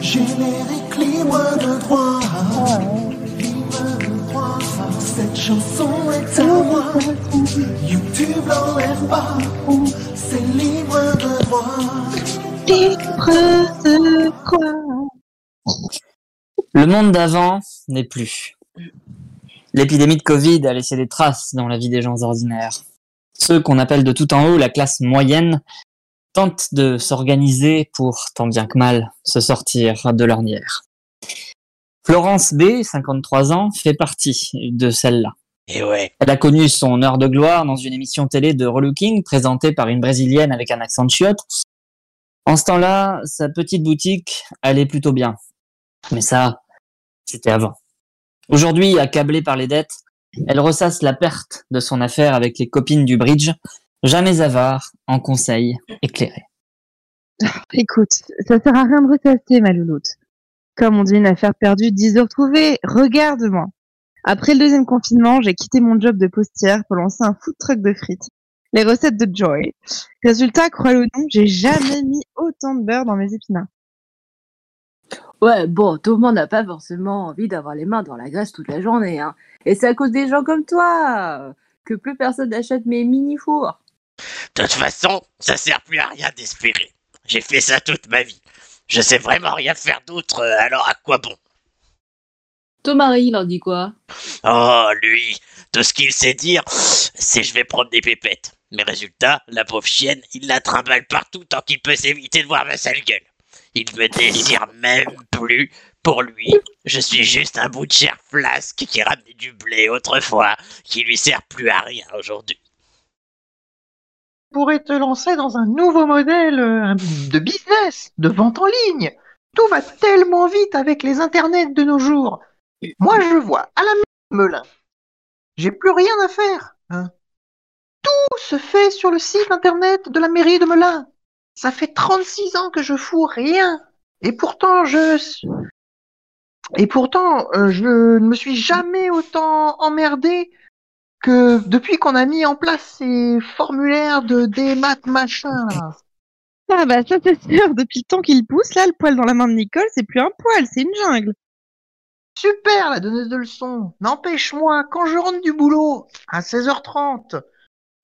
Générique libre de droit. Libre de droit. Cette chanson est à moi. YouTube l'enlève pas. C'est libre de droit. Le monde d'avant n'est plus. L'épidémie de Covid a laissé des traces dans la vie des gens ordinaires. Ceux qu'on appelle de tout en haut la classe moyenne tentent de s'organiser pour, tant bien que mal, se sortir de l'ornière. Florence B, 53 ans, fait partie de celle-là. Et ouais. Elle a connu son heure de gloire dans une émission télé de Relooking présentée par une Brésilienne avec un accent de chiotte. En ce temps-là, sa petite boutique allait plutôt bien. Mais ça, c'était avant. Aujourd'hui, accablée par les dettes, elle ressasse la perte de son affaire avec les copines du bridge, jamais avare, en conseil éclairé. Écoute, ça sert à rien de ressasser, ma louloute. Comme on dit, une affaire perdue, 10 heures trouvées, regarde-moi. Après le deuxième confinement, j'ai quitté mon job de postière pour lancer un food truck de frites. Les recettes de Joy. Résultat, crois-le ou non, j'ai jamais mis autant de beurre dans mes épinards. Ouais, bon, tout le monde n'a pas forcément envie d'avoir les mains dans la graisse toute la journée. Hein. Et c'est à cause des gens comme toi euh, que plus personne n'achète mes mini-fours. De toute façon, ça sert plus à rien d'espérer. J'ai fait ça toute ma vie. Je sais vraiment rien faire d'autre, euh, alors à quoi bon Ton mari, il en dit quoi Oh, lui, tout ce qu'il sait dire, c'est je vais prendre des pépettes. Mais résultat, la pauvre chienne, il la trimballe partout tant qu'il peut s'éviter de voir ma sale gueule. Il me désire même plus. Pour lui, je suis juste un bout de chair flasque qui ramenait du blé autrefois, qui lui sert plus à rien aujourd'hui. pourrait te lancer dans un nouveau modèle euh, un- de business, de vente en ligne. Tout va tellement vite avec les internets de nos jours. Moi, je vois à la me- Melun. J'ai plus rien à faire. hein. Tout se fait sur le site internet de la mairie de Melun. Ça fait 36 ans que je fous rien. Et pourtant, je. s- Et pourtant, euh, je ne me suis jamais autant emmerdé que depuis qu'on a mis en place ces formulaires de démat machin, là, Ah bah ça c'est sûr, depuis le temps qu'il pousse, là, le poil dans la main de Nicole, c'est plus un poil, c'est une jungle. super la donneuse de leçons, n'empêche-moi, quand je rentre du boulot à 16h30,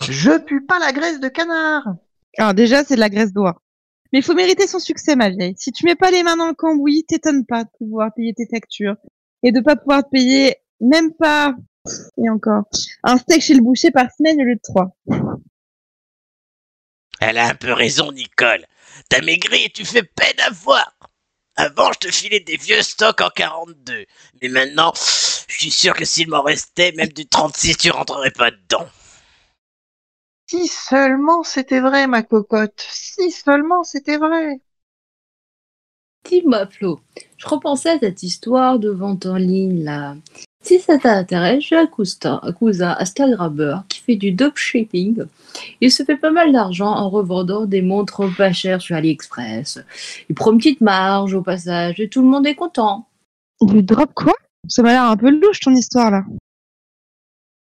je pue pas la graisse de canard. Alors déjà, c'est de la graisse d'oie. Mais il faut mériter son succès, ma vieille. Si tu mets pas les mains dans le cambouis, t'étonnes pas de pouvoir payer tes factures et de pas pouvoir te payer même pas et encore un steak chez le boucher par semaine au lieu de trois. Elle a un peu raison, Nicole. T'as maigri et tu fais peine à voir. Avant, je te filais des vieux stocks en 42. Mais maintenant, je suis sûr que s'il m'en restait, même du 36, tu rentrerais pas dedans. Si seulement c'était vrai, ma cocotte, si seulement c'était vrai. Dis-moi, Flo, je repensais à cette histoire de vente en ligne, là. Si ça t'intéresse, j'ai un cousin, un cousin Instagrammeur qui fait du dropshipping. Il se fait pas mal d'argent en revendant des montres pas chères sur AliExpress. Il prend une petite marge au passage et tout le monde est content. Du drop quoi Ça m'a l'air un peu louche ton histoire là.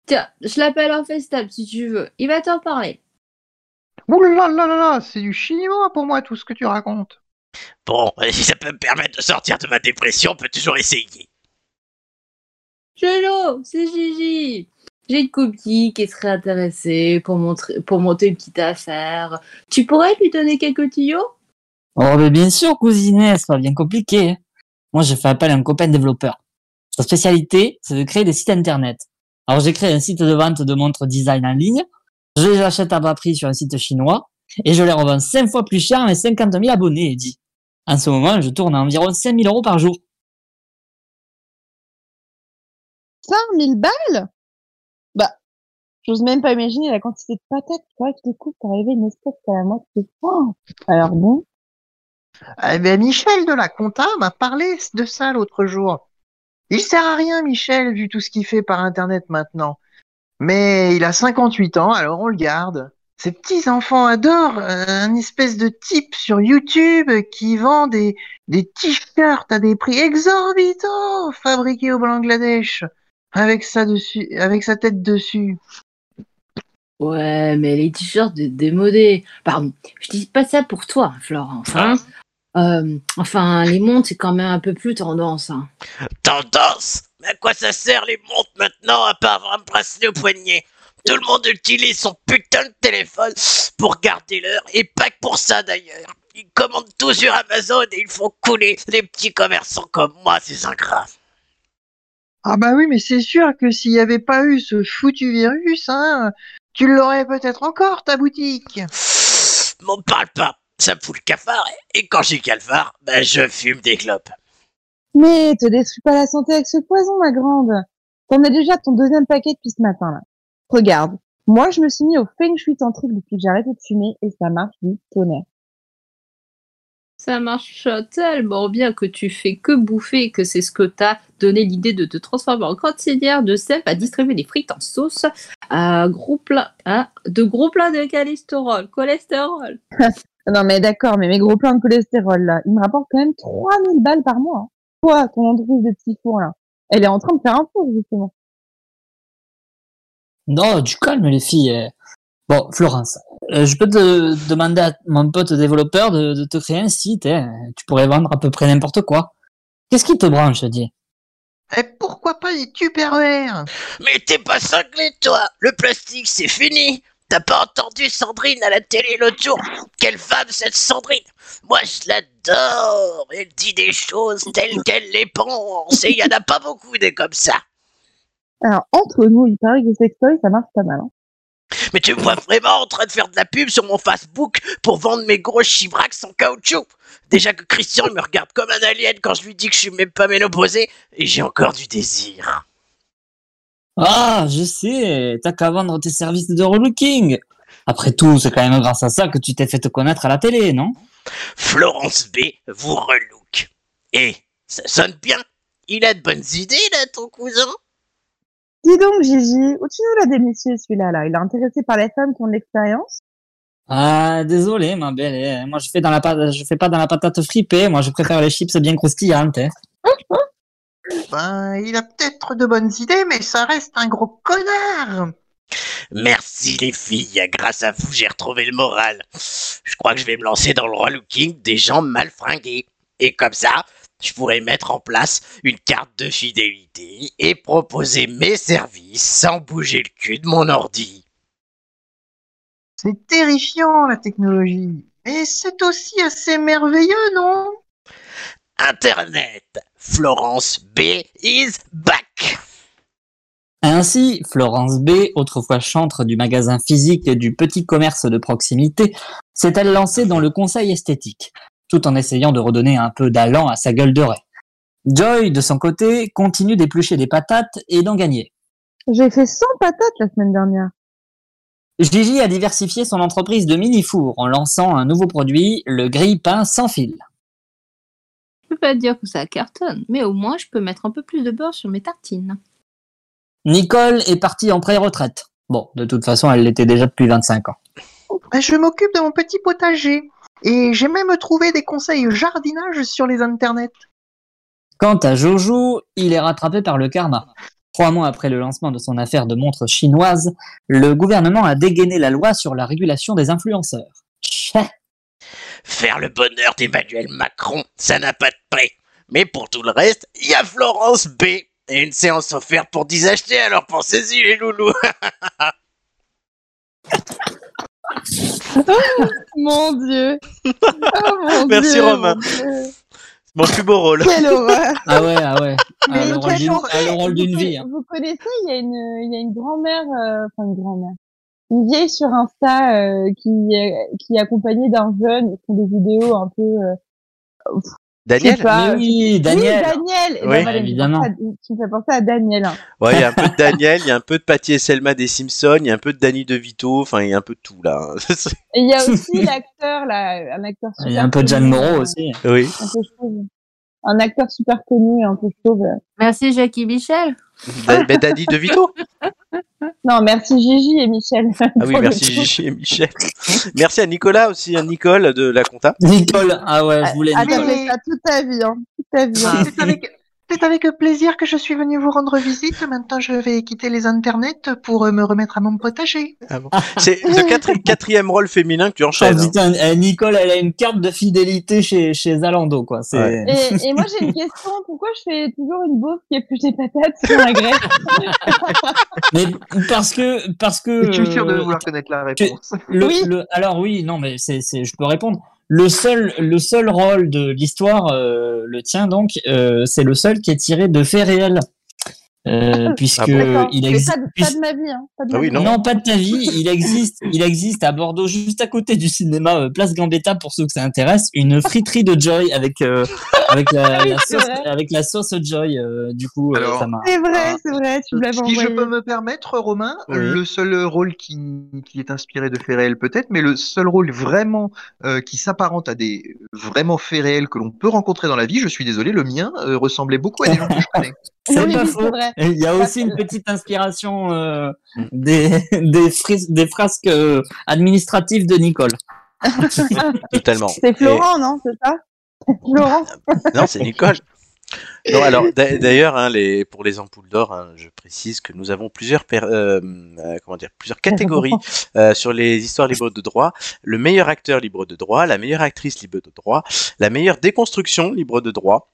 Tiens, je l'appelle en FaceTime si tu veux. Il va t'en parler. Ouh là là là là, c'est du chinois pour moi tout ce que tu racontes. Bon, et si ça peut me permettre de sortir de ma dépression, on peut toujours essayer. Hello, c'est Gigi. J'ai une copine qui serait intéressée pour, montrer, pour monter une petite affaire. Tu pourrais lui donner quelques tuyaux Oh, mais bien sûr, cousine, c'est pas bien compliqué. Moi, j'ai fait appel à un copain développeur. Sa spécialité, c'est de créer des sites internet. Alors, j'ai créé un site de vente de montres design en ligne. Je les achète à bas prix sur un site chinois et je les revends 5 fois plus cher à mes 50 000 abonnés, dit. En ce moment, je tourne à environ 5 000 euros par jour. 5000 balles Bah, j'ose même pas imaginer la quantité de patates quoi, qui découpent pour arriver à une espèce à la moitié. Oh, alors bon. Eh bien, Michel de la compta m'a parlé de ça l'autre jour. Il sert à rien, Michel, vu tout ce qu'il fait par Internet maintenant. Mais il a 58 ans, alors on le garde. Ses petits-enfants adorent euh, un espèce de type sur YouTube qui vend des, des t-shirts à des prix exorbitants fabriqués au Bangladesh avec sa, dessus, avec sa tête dessus. Ouais, mais les t-shirts de- démodés. Pardon, je dis pas ça pour toi, Florence. hein. Euh, enfin, les montres, c'est quand même un peu plus tendance. hein. Tendance Mais à quoi ça sert les montres maintenant à part avoir un bracelet au poignet Tout le monde utilise son putain de téléphone pour garder l'heure et pas que pour ça d'ailleurs. Ils commandent tout sur Amazon et ils font couler les petits commerçants comme moi, ces ingrats. Ah bah oui, mais c'est sûr que s'il n'y avait pas eu ce foutu virus, hein, tu l'aurais peut-être encore, ta boutique. M'en parle pas, ça me fout le cafard et quand j'ai calfard, ben je fume des clopes. Mais te détruis pas la santé avec ce poison, ma grande. T'en as déjà ton deuxième paquet depuis ce matin là. Regarde, moi je me suis mis au feng shui tantrique depuis que j'ai arrêté de fumer et ça marche du tonnerre. Ça marche tellement bien que tu fais que bouffer et que c'est ce que t'as donné l'idée de te transformer en cantinière de chef à distribuer des frites en sauce à gros plein, hein, de gros plein de cholestérol. cholestérol. Ah Non mais d'accord, mais mes gros plans de cholestérol là, ils me rapportent quand même 3000 balles par mois. hein. Toi, ton entreprise de petits fours là, elle est en train de faire un four justement. Non, du calme, les filles. euh. Bon, Florence, euh, je peux te demander à mon pote développeur de, de te créer un site. hein. Tu pourrais vendre à peu près n'importe quoi. Qu'est-ce qui te branche, dis Et Eh, pourquoi pas des tupperwares Mais t'es pas cinglé, toi Le plastique, c'est fini T'as pas entendu Sandrine à la télé l'autre jour Quelle femme, cette Sandrine Moi, je l'adore Elle dit des choses telles qu'elle les pense Et il y en a pas beaucoup des comme ça Alors entre nous, il paraît que les sextoys ça marche pas mal. hein. Mais tu me vois vraiment en train de faire de la pub sur mon Facebook pour vendre mes gros chibracs en caoutchouc Déjà que Christian il me regarde comme un alien quand je lui dis que je suis même pas ménopausé et j'ai encore du désir. Ah, je sais, t'as qu'à vendre tes services de relooking. Après tout, c'est quand même grâce à ça que tu t'es fait te connaître à la télé, non Florence B vous relook. Et ça sonne bien. Il a de bonnes idées, là, ton cousin. Dis donc Gigi, où tu nous l'as déniché celui-là là Il est intéressé par les femmes qui ont de l'expérience Ah, désolé, ma belle. hein. Moi, je fais, dans la pat- je fais pas dans la patate fripée. Moi, je préfère les chips bien croustillantes. hein. Ben, il a peut-être de bonnes idées, mais ça reste un gros connard. Merci, les filles. Grâce à vous, j'ai retrouvé le moral. Je crois que je vais me lancer dans le relooking des gens mal fringués. Et comme ça, je pourrais mettre en place une carte de fidélité et proposer mes services sans bouger le cul de mon ordi. C'est terrifiant, la technologie. Mais c'est aussi assez merveilleux, non Internet. Florence B is back. Ainsi, Florence B., autrefois chantre du magasin physique et du petit commerce de proximité, s'est-elle lancée dans le conseil esthétique, tout en essayant de redonner un peu d'allant à sa gueule de raie. Joy, de son côté, continue d'éplucher des patates et d'en gagner. J'ai fait 100 patates la semaine dernière. Gigi a diversifié son entreprise de mini-four en lançant un nouveau produit, le grille-pain sans fil. Je peux pas dire que ça cartonne, mais au moins je peux mettre un peu plus de beurre sur mes tartines. Nicole est partie en pré-retraite. Bon, de toute façon, elle l'était déjà depuis 25 ans. Ben, Je m'occupe de mon petit potager. Et j'ai même trouvé des conseils jardinage sur les internets. Quant à Jojo, il est rattrapé par le karma. Trois mois après le lancement de son affaire de montre chinoise, le gouvernement a dégainé la loi sur la régulation des influenceurs. Tchè. Faire le bonheur d'Emmanuel Macron, ça n'a pas de prix. Mais pour tout le reste, il y a Florence B. Et une séance offerte pour 10 achetés, alors pensez-y les loulous. Mon Dieu. Oh, Merci, Romain. Euh, Mon plus beau rôle. Quelle horreur. Ah ouais, ah ouais. Ah, Mais le rôle quelle d'une- horreur. ah, le rôle d'une Vous vie. conna- hein. Vous connaissez, il y a une, il y a une grand-mère, euh, enfin une grand-mère, une vieille sur Insta euh, qui, est- qui est accompagnée d'un jeune, ils font des vidéos un peu. euh, je sais Daniel pas, Mais oui, Daniel. Bah, Oui, Daniel. Eh ben Oui. voilà, il me Évidemment. fait penser à- Tu me fais penser à Daniel. hein. Ouais, il y a un peu de Daniel, il y a un peu de Patty et Selma des Simpsons, il y a un peu de Danny DeVito, enfin, il y a un peu de tout là. Et il y a aussi l'acteur, là, un acteur super. Il y a un peu de Jeanne connu, Moreau euh, aussi. oui. Un peu chauve. Un acteur super connu, un peu chauve. Merci Jackie Michel. Da- mais Danny DeVito Non, merci Gigi et Michel. Ah oui, merci Gigi et Michel. Merci à Nicolas aussi, à Nicole de la compta. Nicole. Ah ouais, je voulais Ah, Attends, Nicole. mais ça toute ta vie, hein. Toute ta vie. hein. C'est avec, c'est avec plaisir que je suis venue vous rendre visite. Maintenant, je vais quitter les internets pour euh, me remettre à mon potager. C'est le quatri- quatrième rôle féminin que tu Ah, enchaînes. hein. putain, eh, Nicole, elle a une carte de fidélité chez, chez Zalando, quoi. C'est... Ouais. Et, et moi, j'ai une question. Pourquoi je fais toujours une bouffe qui épluche des patates sur Euh, la graisse Mais parce que, parce que. Je suis sûr de euh, vouloir connaître la tu- réponse. le- Oui. le- alors oui, non, mais c'est, c'est, je peux répondre. Le seul, le seul rôle de l'histoire, euh, le tien donc, euh, c'est le seul qui est tiré de faits réels, euh, puisque Ah, D'accord. il Mais existe. pas, de, pas de ma vie. Hein. Pas de Ah ma oui, vie. non. non. pas de ta vie. Il existe, il existe à Bordeaux, juste à côté du cinéma euh, Place Gambetta, pour ceux que ça intéresse, une friterie de Joy avec euh, avec la, la c'est sauce, vrai. avec la sauce Joy. euh, du coup, euh, Alors, ça m'a. C'est vrai, Ah. c'est vrai. Tu me l'avais Si je envoyé. peux me permettre, Romain, euh, Oui. le seul rôle qui, qui est inspiré de faits réels peut-être, mais le seul rôle vraiment euh, qui s'apparente à des vraiment faits réels que l'on peut rencontrer dans la vie, je suis désolé, le mien euh, ressemblait beaucoup à des gens que je connais. C'est Oui, pas oui, faux. c'est vrai. Il y a aussi une petite inspiration euh, Mm. des, des, fris- des frasques euh, administratives de Nicole. Totalement. Ah, C'est Florent, non C'est ça Florent. Et- Non, c'est Nicole. Non, alors d'a- d'ailleurs, hein, les, pour les ampoules d'or, hein, je précise que nous avons plusieurs, per- euh, euh, comment dire, plusieurs catégories euh, sur les histoires libres de droit. Le meilleur acteur libre de droit, la meilleure actrice libre de droit, la meilleure déconstruction libre de droit,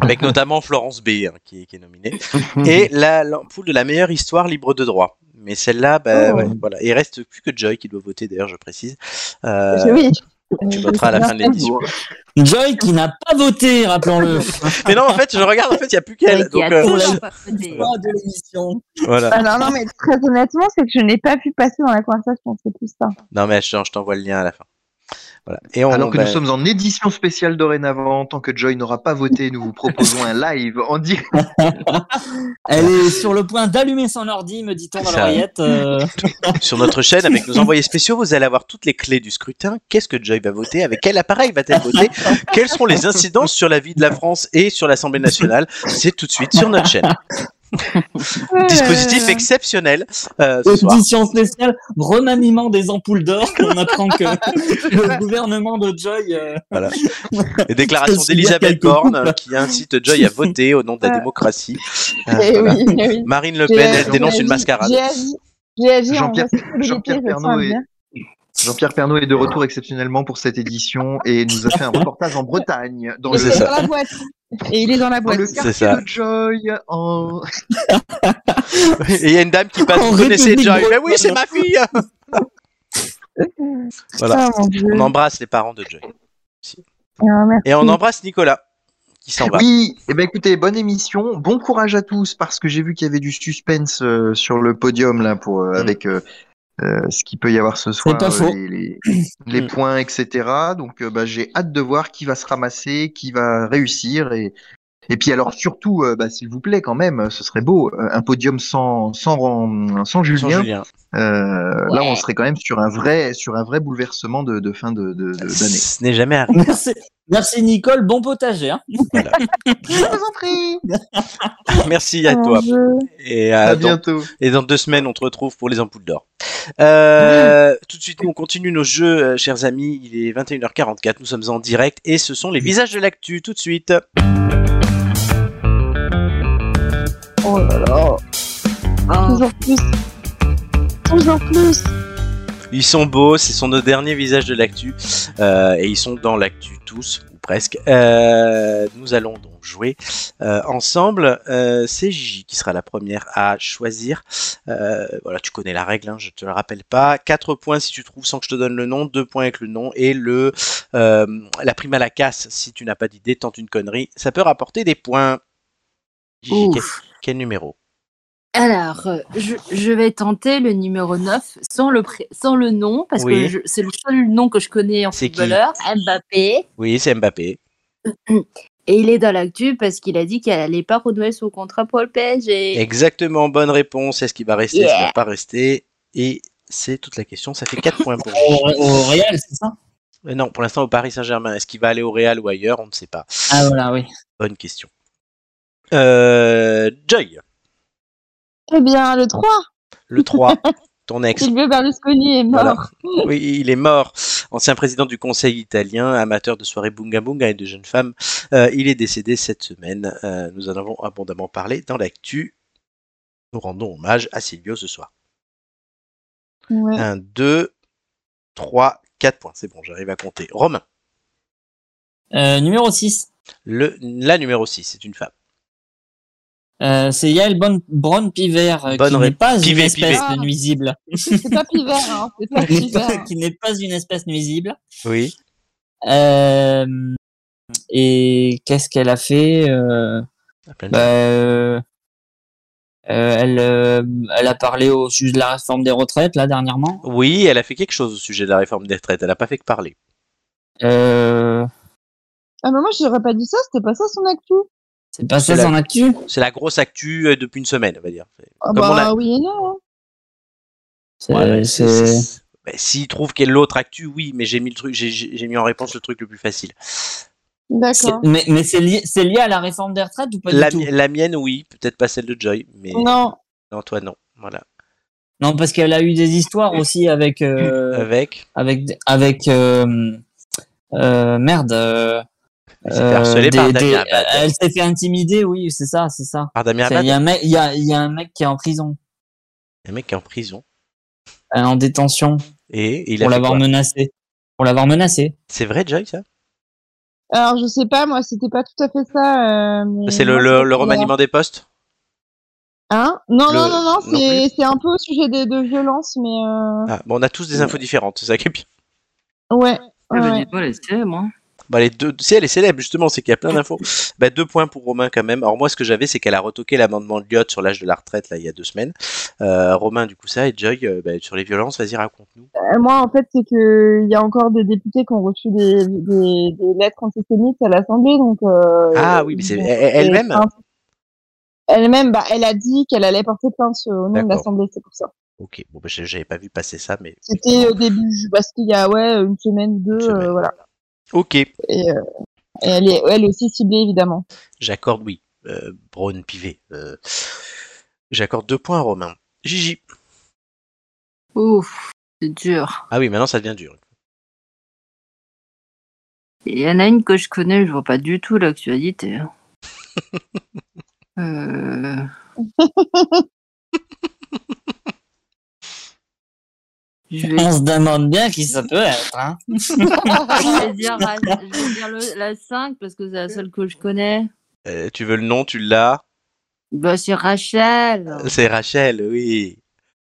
avec notamment Florence B hein, qui, est- qui est nominée, et la- l'ampoule de la meilleure histoire libre de droit. Mais celle-là, bah, Oh. ouais, voilà. Et il reste plus que Joy qui doit voter, d'ailleurs, je précise. Euh, Oui. tu voteras à la fin de l'édition. Joy qui n'a pas voté, rappelons-le. Mais non, en fait, je regarde, en fait, il n'y a plus qu'elle. Qui a Donc, euh, toujours pas voté. Pas de l'émission. voilà. Alors, Ah, non, mais très honnêtement, c'est que je n'ai pas pu passer dans la conversation. C'est plus ça. Non, mais je, je t'envoie le lien à la fin. Voilà. Et on, Alors que bah, nous sommes en édition spéciale dorénavant, tant que Joy n'aura pas voté, nous vous proposons un live en direct. Elle est sur le point d'allumer son ordi, me dit-on dans Ça- l'oreillette. euh, sur notre chaîne, avec nos envoyés spéciaux, vous allez avoir toutes les clés du scrutin. Qu'est-ce que Joy va voter Avec quel appareil va-t-elle voter Quelles sont les incidences sur la vie de la France et sur l'Assemblée nationale C'est tout de suite sur notre chaîne. Euh, Dispositif exceptionnel euh, ce soir. édition spéciale, remaniement des ampoules d'or. On apprend que le gouvernement de Joy. euh, Voilà. Les déclarations Parce qu'il y a d'Elisabeth quelques Borne coupes, euh, là. qui incite Joy à voter au nom de la Ouais. démocratie. Euh, Eh voilà. oui, eh oui. Marine Le J'ai- Pen, elle j'ai dénonce une agi- mascarade. J'ai agi. J'ai agi en Jean-Pierre- responsabilité, Jean-Pierre je tiens à Pernaut le dire. Jean-Pierre Pernaut est de retour exceptionnellement pour cette édition et nous a fait un reportage en Bretagne, dans Et le, C'est il est ça. dans la boîte. Et il est dans la dans boîte. le C'est quartier ça. de Joy. En... Et il y a une dame qui passe, En vous connaissez République Joy Mais oui, c'est bretonne. ma fille Voilà, Ah, mon Dieu. on embrasse les parents de Joy. Ah, merci. Et on embrasse Nicolas, qui s'en va. Oui, eh ben écoutez, bonne émission, bon courage à tous parce que j'ai vu qu'il y avait du suspense euh, sur le podium là pour euh, Mm. avec euh, euh, ce qu'il peut y avoir ce soir, pas euh, faux. les, les- les Mm. points, etc. Donc euh, bah, j'ai hâte de voir qui va se ramasser, qui va réussir et et puis alors surtout, euh, bah, s'il vous plaît quand même, ce serait beau euh, un podium sans sans sans, Sans Julien. Julien. Euh, Là, on serait quand même sur un vrai sur un vrai bouleversement de, de fin de de- de- d'année. Ce n'est jamais arrivé. Merci, Merci Nicole, bon potager. hein. Je vous en prie. Merci à Alors, toi. je- Et À euh, dans- bientôt. Et dans deux semaines, on te retrouve pour les ampoules d'or. Euh, Tout de suite, nous, on continue nos jeux, euh, chers amis. Il est 21h44, nous sommes en direct et ce sont les visages de l'actu. Tout de suite. Oh là là. Toujours plus. Toujours plus. Ils sont beaux, ce sont nos derniers visages de l'actu euh, et ils sont dans l'actu tous ou presque. Euh, nous allons donc jouer euh, ensemble. Euh, C'est Gigi qui sera la première à choisir. Euh, voilà, tu connais la règle, hein, je te la rappelle pas. 4 points si tu trouves sans que je te donne le nom, 2 points avec le nom et le euh, la prime à la casse si tu n'as pas d'idée, tente une connerie. Ça peut rapporter des points. Gigi, quel, Ouf. quel numéro Alors, euh, je, je vais tenter le numéro 9 sans le, pré- sans le nom, parce Oui. que je- c'est le seul nom que je connais en C'est qui footballeur, Mbappé. Oui, c'est Mbappé. Et il est dans l'actu parce qu'il a dit qu'il n'allait pas renouveler son contrat pour le Eh PSG. Exactement, bonne réponse. Est-ce qu'il va rester, est-ce qu'il va Yeah. pas rester Et c'est toute la question. Ça fait 4 points pour Au, Gigi. Euh, au Real, c'est ça Mais non, pour l'instant au Paris Saint-Germain. Est-ce qu'il va aller au Real ou ailleurs On ne sait pas. Ah voilà, oui. Bonne question. Euh, Joy, Eh bien, le 3, le 3, ton ex. Silvio Berlusconi est mort. Voilà. Oui, il est mort. Ancien président du Conseil italien, amateur de soirées bunga bunga et de jeunes femmes, euh, il est décédé cette semaine. Euh, nous en avons abondamment parlé dans l'actu. Nous rendons hommage à Silvio ce soir. Ouais. 1, 2, 3, 4 points. C'est bon, j'arrive à compter. Romain, Euh, numéro 6, le, la numéro 6, c'est une femme. euh, c'est Yael Bon- Braun Piver, euh, Bonne qui ré- n'est pas une Pivet, espèce Pivet. nuisible. C'est pas Piver, hein. C'est pas Qui n'est Piver. pas- qui n'est pas une espèce nuisible. Oui. Euh, et qu'est-ce qu'elle a fait euh, bah, euh, euh, elle, euh, elle a parlé au sujet de la réforme des retraites, là, dernièrement. Oui, elle a fait quelque chose au sujet de la réforme des retraites. Elle n'a pas fait que parler. Euh, Ah, mais moi, j'aurais pas dit ça, c'était pas ça son actu. c'est pas C'est ça la- son actu C'est la grosse actu euh, depuis une semaine, on va dire. C'est- Euh, Ah, Comme on bah a- oui et non. C'est- Ouais, bah, c'est- c'est- c'est- bah, S'il trouve quelle l'autre actu, oui, mais j'ai mis le truc, j'ai- j'ai j'ai mis en réponse le truc le plus facile. hein. D'accord. c'est- Mais, mais c'est lié, c'est lié à la réforme des retraites ou pas La, du tout mi- la mienne, oui, peut-être pas celle de Joy, mais Non. non, toi non. Voilà. Non, parce qu'elle a eu des histoires aussi avec euh, Avec, avec avec euh, euh, merde. euh, elle s'est fait harceler par des- Damien des- Abad. elle s'est fait intimider, oui, c'est ça, c'est ça. Par Damien C'est- Il Abad, y a un mec, il y a, il y a un mec qui est en prison, un mec qui est en prison euh, en détention et il a pour fait l'avoir quoi menacé, pour l'avoir menacé. C'est vrai, Joy, ça Alors, je sais pas, moi, c'était pas tout à fait ça. euh, mais C'est le, moi, le- c'était- le remaniement des postes Hein non, Le- non, non, non, non c'est c'est un peu au sujet des- de, violence, mais euh, Ah, bon, on a tous des infos différentes, c'est ça qui est bien. ouais. Ah Ah, ouais, ouais. Bah, les deux, si elle est célèbre, justement, c'est qu'il y a plein d'infos. Bah, deux points pour Romain quand même. Alors moi, ce que j'avais, c'est qu'elle a retoqué l'amendement de Lyotte sur l'âge de la retraite, là, il y a deux semaines. Euh, Romain, du coup, ça, et Joy, euh, bah, sur les violences, vas-y, raconte-nous. Euh, Moi, en fait, c'est que il y a encore des députés qui ont reçu des, des, des lettres antisémites à l'Assemblée, donc. euh, Ah oui, mais c'est bon, elle- elle-même c'est un- Elle-même, bah, elle a dit qu'elle allait porter plainte euh, au nom de D'accord. l'Assemblée, c'est pour ça. Ok, bon, bah, j'ai- j'avais pas vu passer ça, mais... C'était euh, au début, ju- parce qu'il y a ouais une semaine ou deux, Une semaine. euh, voilà. Ok, Et, euh, et elle est elle aussi ciblée évidemment. j'accorde, oui, euh, Braun Pivet. euh, j'accorde deux points à Romain. Gigi. Ouf, c'est dur. Ah oui, maintenant, ça devient dur. Il y en a une que je connais, je vois pas du tout l'actualité. hein. Euh, Je vais On se demande bien qui ça peut être. Hein. je vais dire, la, je vais dire le- la 5 parce que c'est la seule que je connais. Euh, tu veux le nom, tu l'as Bah, c'est Rachel. C'est Rachel, oui.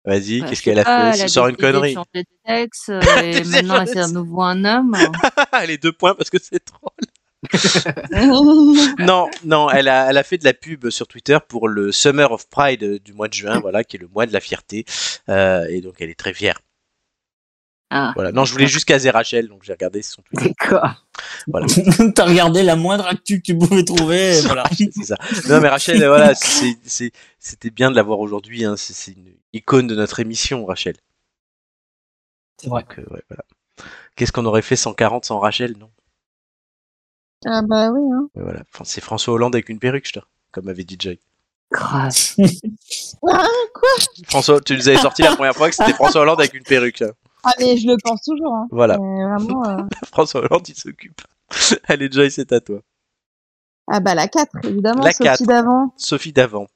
Vas-y, Bah, je qu'est-ce sais qu'elle a pas, fait elle a C'est sort une décidé de connerie. changer de sexe euh, et Déjà maintenant elle changé c'est de à sexe. nouveau un homme. les deux points parce que c'est trop. Non, non, elle a, elle a fait de la pub sur Twitter pour le Summer of Pride euh, du mois de juin, voilà, qui est le mois de la fierté. Euh, et donc, elle est très fière. Ah, Voilà. Non, je voulais juste caser Rachel, donc j'ai regardé son Twitter. d'accord. Voilà. T'as regardé la moindre actu que tu pouvais trouver. et voilà. c'est ça. Non, mais Rachel, euh, voilà, c'est- c'est- c'était bien de la voir aujourd'hui. hein. C'est c'est une icône de notre émission, Rachel. C'est vrai. Donc, euh, ouais, voilà. Qu'est-ce qu'on aurait fait 140 sans Rachel, non Ah bah oui, hein. Mais voilà, Fran- c'est François Hollande avec une perruque, je te- comme avait dit Jack. Grâce. Ah, quoi François, tu nous avais sorti la première fois que c'était François Hollande avec une perruque. là. Ah mais je le pense toujours. Hein. Voilà, Mais vraiment. euh, François Hollande, il s'occupe. Allez, Joy, c'est à toi. Ah bah la 4, évidemment, La Sophie 4. d'avant. Sophie d'avant.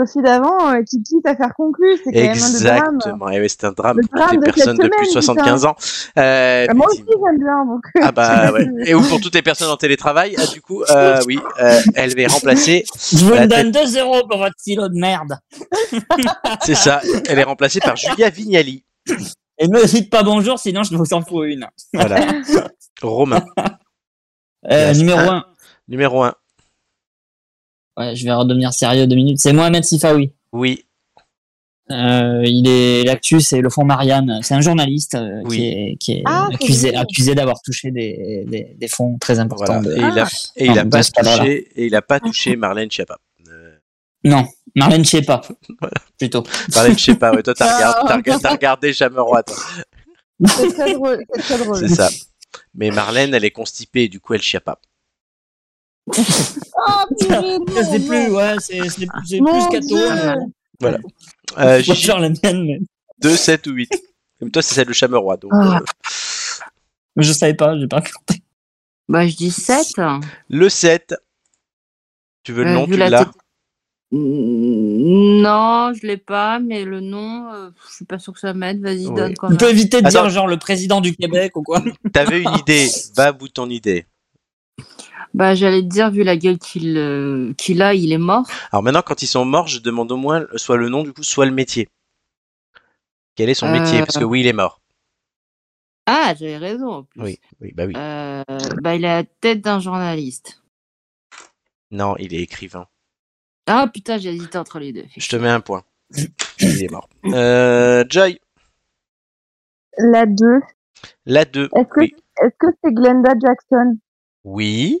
Sophie d'avant euh, qui quitte à faire conclue, c'est quand même un drame. Exactement. Et ouais, c'est un drame Le pour drame des de cette personnes depuis semaine, 75 ans. Euh, Ah, moi aussi effectivement. j'aime bien, donc euh, Ah bah ouais. Et ou pour toutes les personnes en télétravail, ah, du coup, euh, oui, euh, elle va remplacer. Je vous la le tête- donne 2 euros pour votre stylo de merde. C'est ça. Elle est remplacée par Julia Vignali. Et ne me dites pas bonjour, sinon je vous en fous une. Voilà. Romain, Euh, Yes. Ah. numéro 1. numéro 1. Ouais, je vais redevenir sérieux deux minutes. C'est Mohamed Sifawi. Oui, Euh, il est l'actu, c'est le fonds Marianne. C'est un journaliste euh, Oui. qui est, qui est Ah, c'est accusé, lui. accusé d'avoir touché des, des, des fonds très voilà. importants. de- Et il a, et il dans- a dans pas ce cadre-là. touché, et il a pas touché Marlène Schiappa. Euh, Non, Marlène Schiappa, Voilà. plutôt. Marlène Schiappa, ouais, toi, t'as regardé, t'as regardé, t'as regardé Chameroy, toi. c'est très drôle. C'est très drôle. C'est ça. Mais Marlène, elle est constipée, et du coup, elle Schiappa. Ah purée, non, Je sais non. plus, ouais, c'est c'est- c'est Mon plus qu'à Dieu. toi. Euh, Je Gigi, genre la mienne, mais 2, 7 ou 8. Comme toi, c'est celle de Chameroy. Donc, Ah. euh, mais je savais pas, j'ai pas compris. Bah, je dis 7. le 7. Tu veux le Euh, nom, vu tu la l'as. tête- Mm, Non, je l'ai pas, mais le nom, euh, je suis pas sûre que ça m'aide. Vas-y, Ouais. donne quand On même. peut éviter de Attends. dire genre le président du Québec ou quoi. T'avais une idée. Va bout ton idée. Bah, j'allais te dire, vu la gueule qu'il euh, qu'il a, il est mort. Alors maintenant, quand ils sont morts, je demande au moins euh, soit le nom, du coup, soit le métier. Quel est son métier Euh. Parce que oui, il est mort. Ah, j'avais raison. en plus. Oui, oui, bah oui. Euh, bah, il a la tête d'un journaliste. Non, il est écrivain. Ah putain, j'ai hésité entre les deux. Je te mets un point. Il est mort. Euh, Joy, La 2. la 2. Est-ce que Oui. est-ce que c'est Glenda Jackson Oui,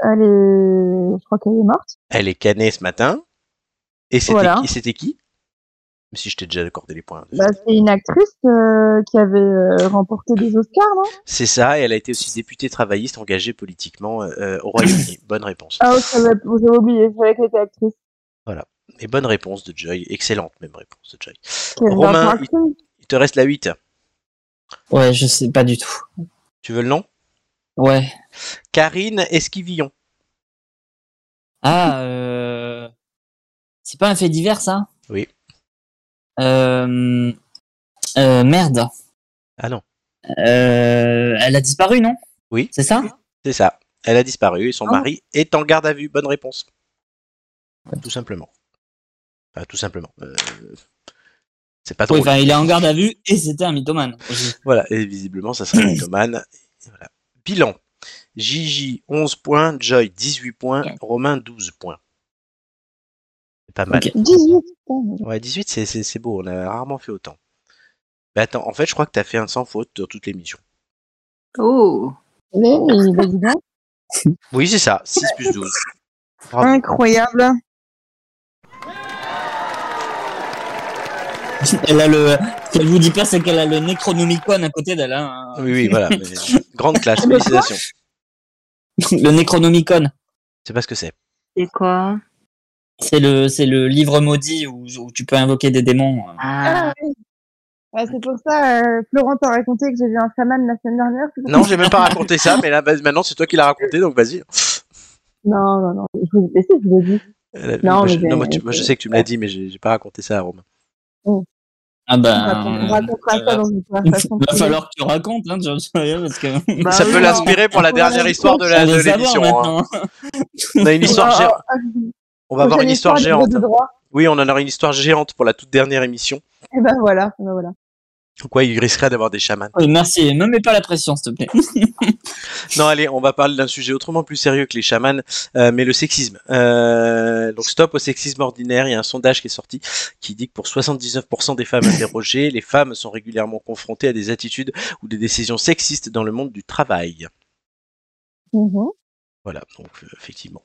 Elle est, je crois qu'elle est morte. elle est canée ce matin. Et c'était Voilà. qui, c'était qui Mais si je t'ai déjà accordé les points. Bah, c'est une actrice euh, qui avait euh, remporté des Oscars, non C'est ça, et elle a été aussi députée travailliste engagée politiquement euh, au Royaume-Uni. bonne réponse. Ah, ok, ouais, j'ai oublié, je savais qu'elle était actrice. Et bonne réponse de Joy. Excellente même réponse de Joy. Qu'elle est Romain, dans Parking. Il te reste la 8. Ouais, je sais pas du tout. Tu veux le nom Ouais. Karine Esquivillon. Ah, euh... c'est pas un fait divers, ça Oui. Euh... euh, merde. Ah non, Euh... Elle a disparu, non Oui. C'est ça c'est ça. Elle a disparu et son Ah. mari est en garde à vue. Bonne réponse. Tout simplement. Enfin, tout simplement. Euh, C'est pas Oui, drôle. enfin, il est en garde à vue et c'était un mythomane. Voilà, et visiblement, ça serait Mythoman. Voilà. Bilan. Gigi, 11 points. Joy, 18 points. Yeah. Romain, 12 points. C'est pas mal. Ok. 18 putain. Ouais, 18, c'est- c'est c'est beau. On a rarement fait autant. Mais attends, en fait, je crois que t'as fait un sans faute dans toute l'émission. Oh, Mais il est vivant. Oui, c'est ça. 6 plus 12. Bravo. Incroyable. Elle a le... Ce qu'elle vous dit pas, c'est qu'elle a le Necronomicon à côté d'elle. hein. Oui, oui, voilà. mais- Grande classe, félicitations. Le Necronomicon, C'est pas ce que c'est. c'est quoi c'est le... c'est le livre maudit où... où tu peux invoquer des démons. Ah, oui. Ouais, c'est pour ça, euh, Florent t'a raconté que j'ai vu un chaman la semaine dernière. c'est pour ça- Non, j'ai même pas raconté ça, mais là, vas- maintenant, c'est toi qui l'as raconté, donc vas-y. Non, non, non, je vous, mais si, je vous l'ai dit. Euh, Non, moi, mais je, j'ai- non, moi, tu- moi, je sais que tu me l'as dit, mais j'ai j'ai pas raconté ça à Romain. Ah Bah, On raconte- on ben... racontera euh, ça dans une conversation. Va falloir que tu racontes, hein, George, parce que... Bah ça peut oui, l'inspirer pour la on- dernière on- histoire de la- Elle de veut savoir l'émission. hein. maintenant. On a une histoire Oh, géante. oh, On va avoir prochaine une histoire histoire, niveau géante. de droit. Oui, on en aura une histoire géante pour la toute dernière émission. Et ben voilà, ben voilà. Pourquoi il risquerait d'avoir des chamans Oui, merci. Ne mets pas la pression, s'il te plaît. Non, allez, on va parler d'un sujet autrement plus sérieux que les chamans, euh, mais le sexisme. Euh, donc stop au sexisme ordinaire. Il y a un sondage qui est sorti qui dit que pour 79% des femmes interrogées, les femmes sont régulièrement confrontées à des attitudes ou des décisions sexistes dans le monde du travail. Mhm. Voilà, donc euh, effectivement.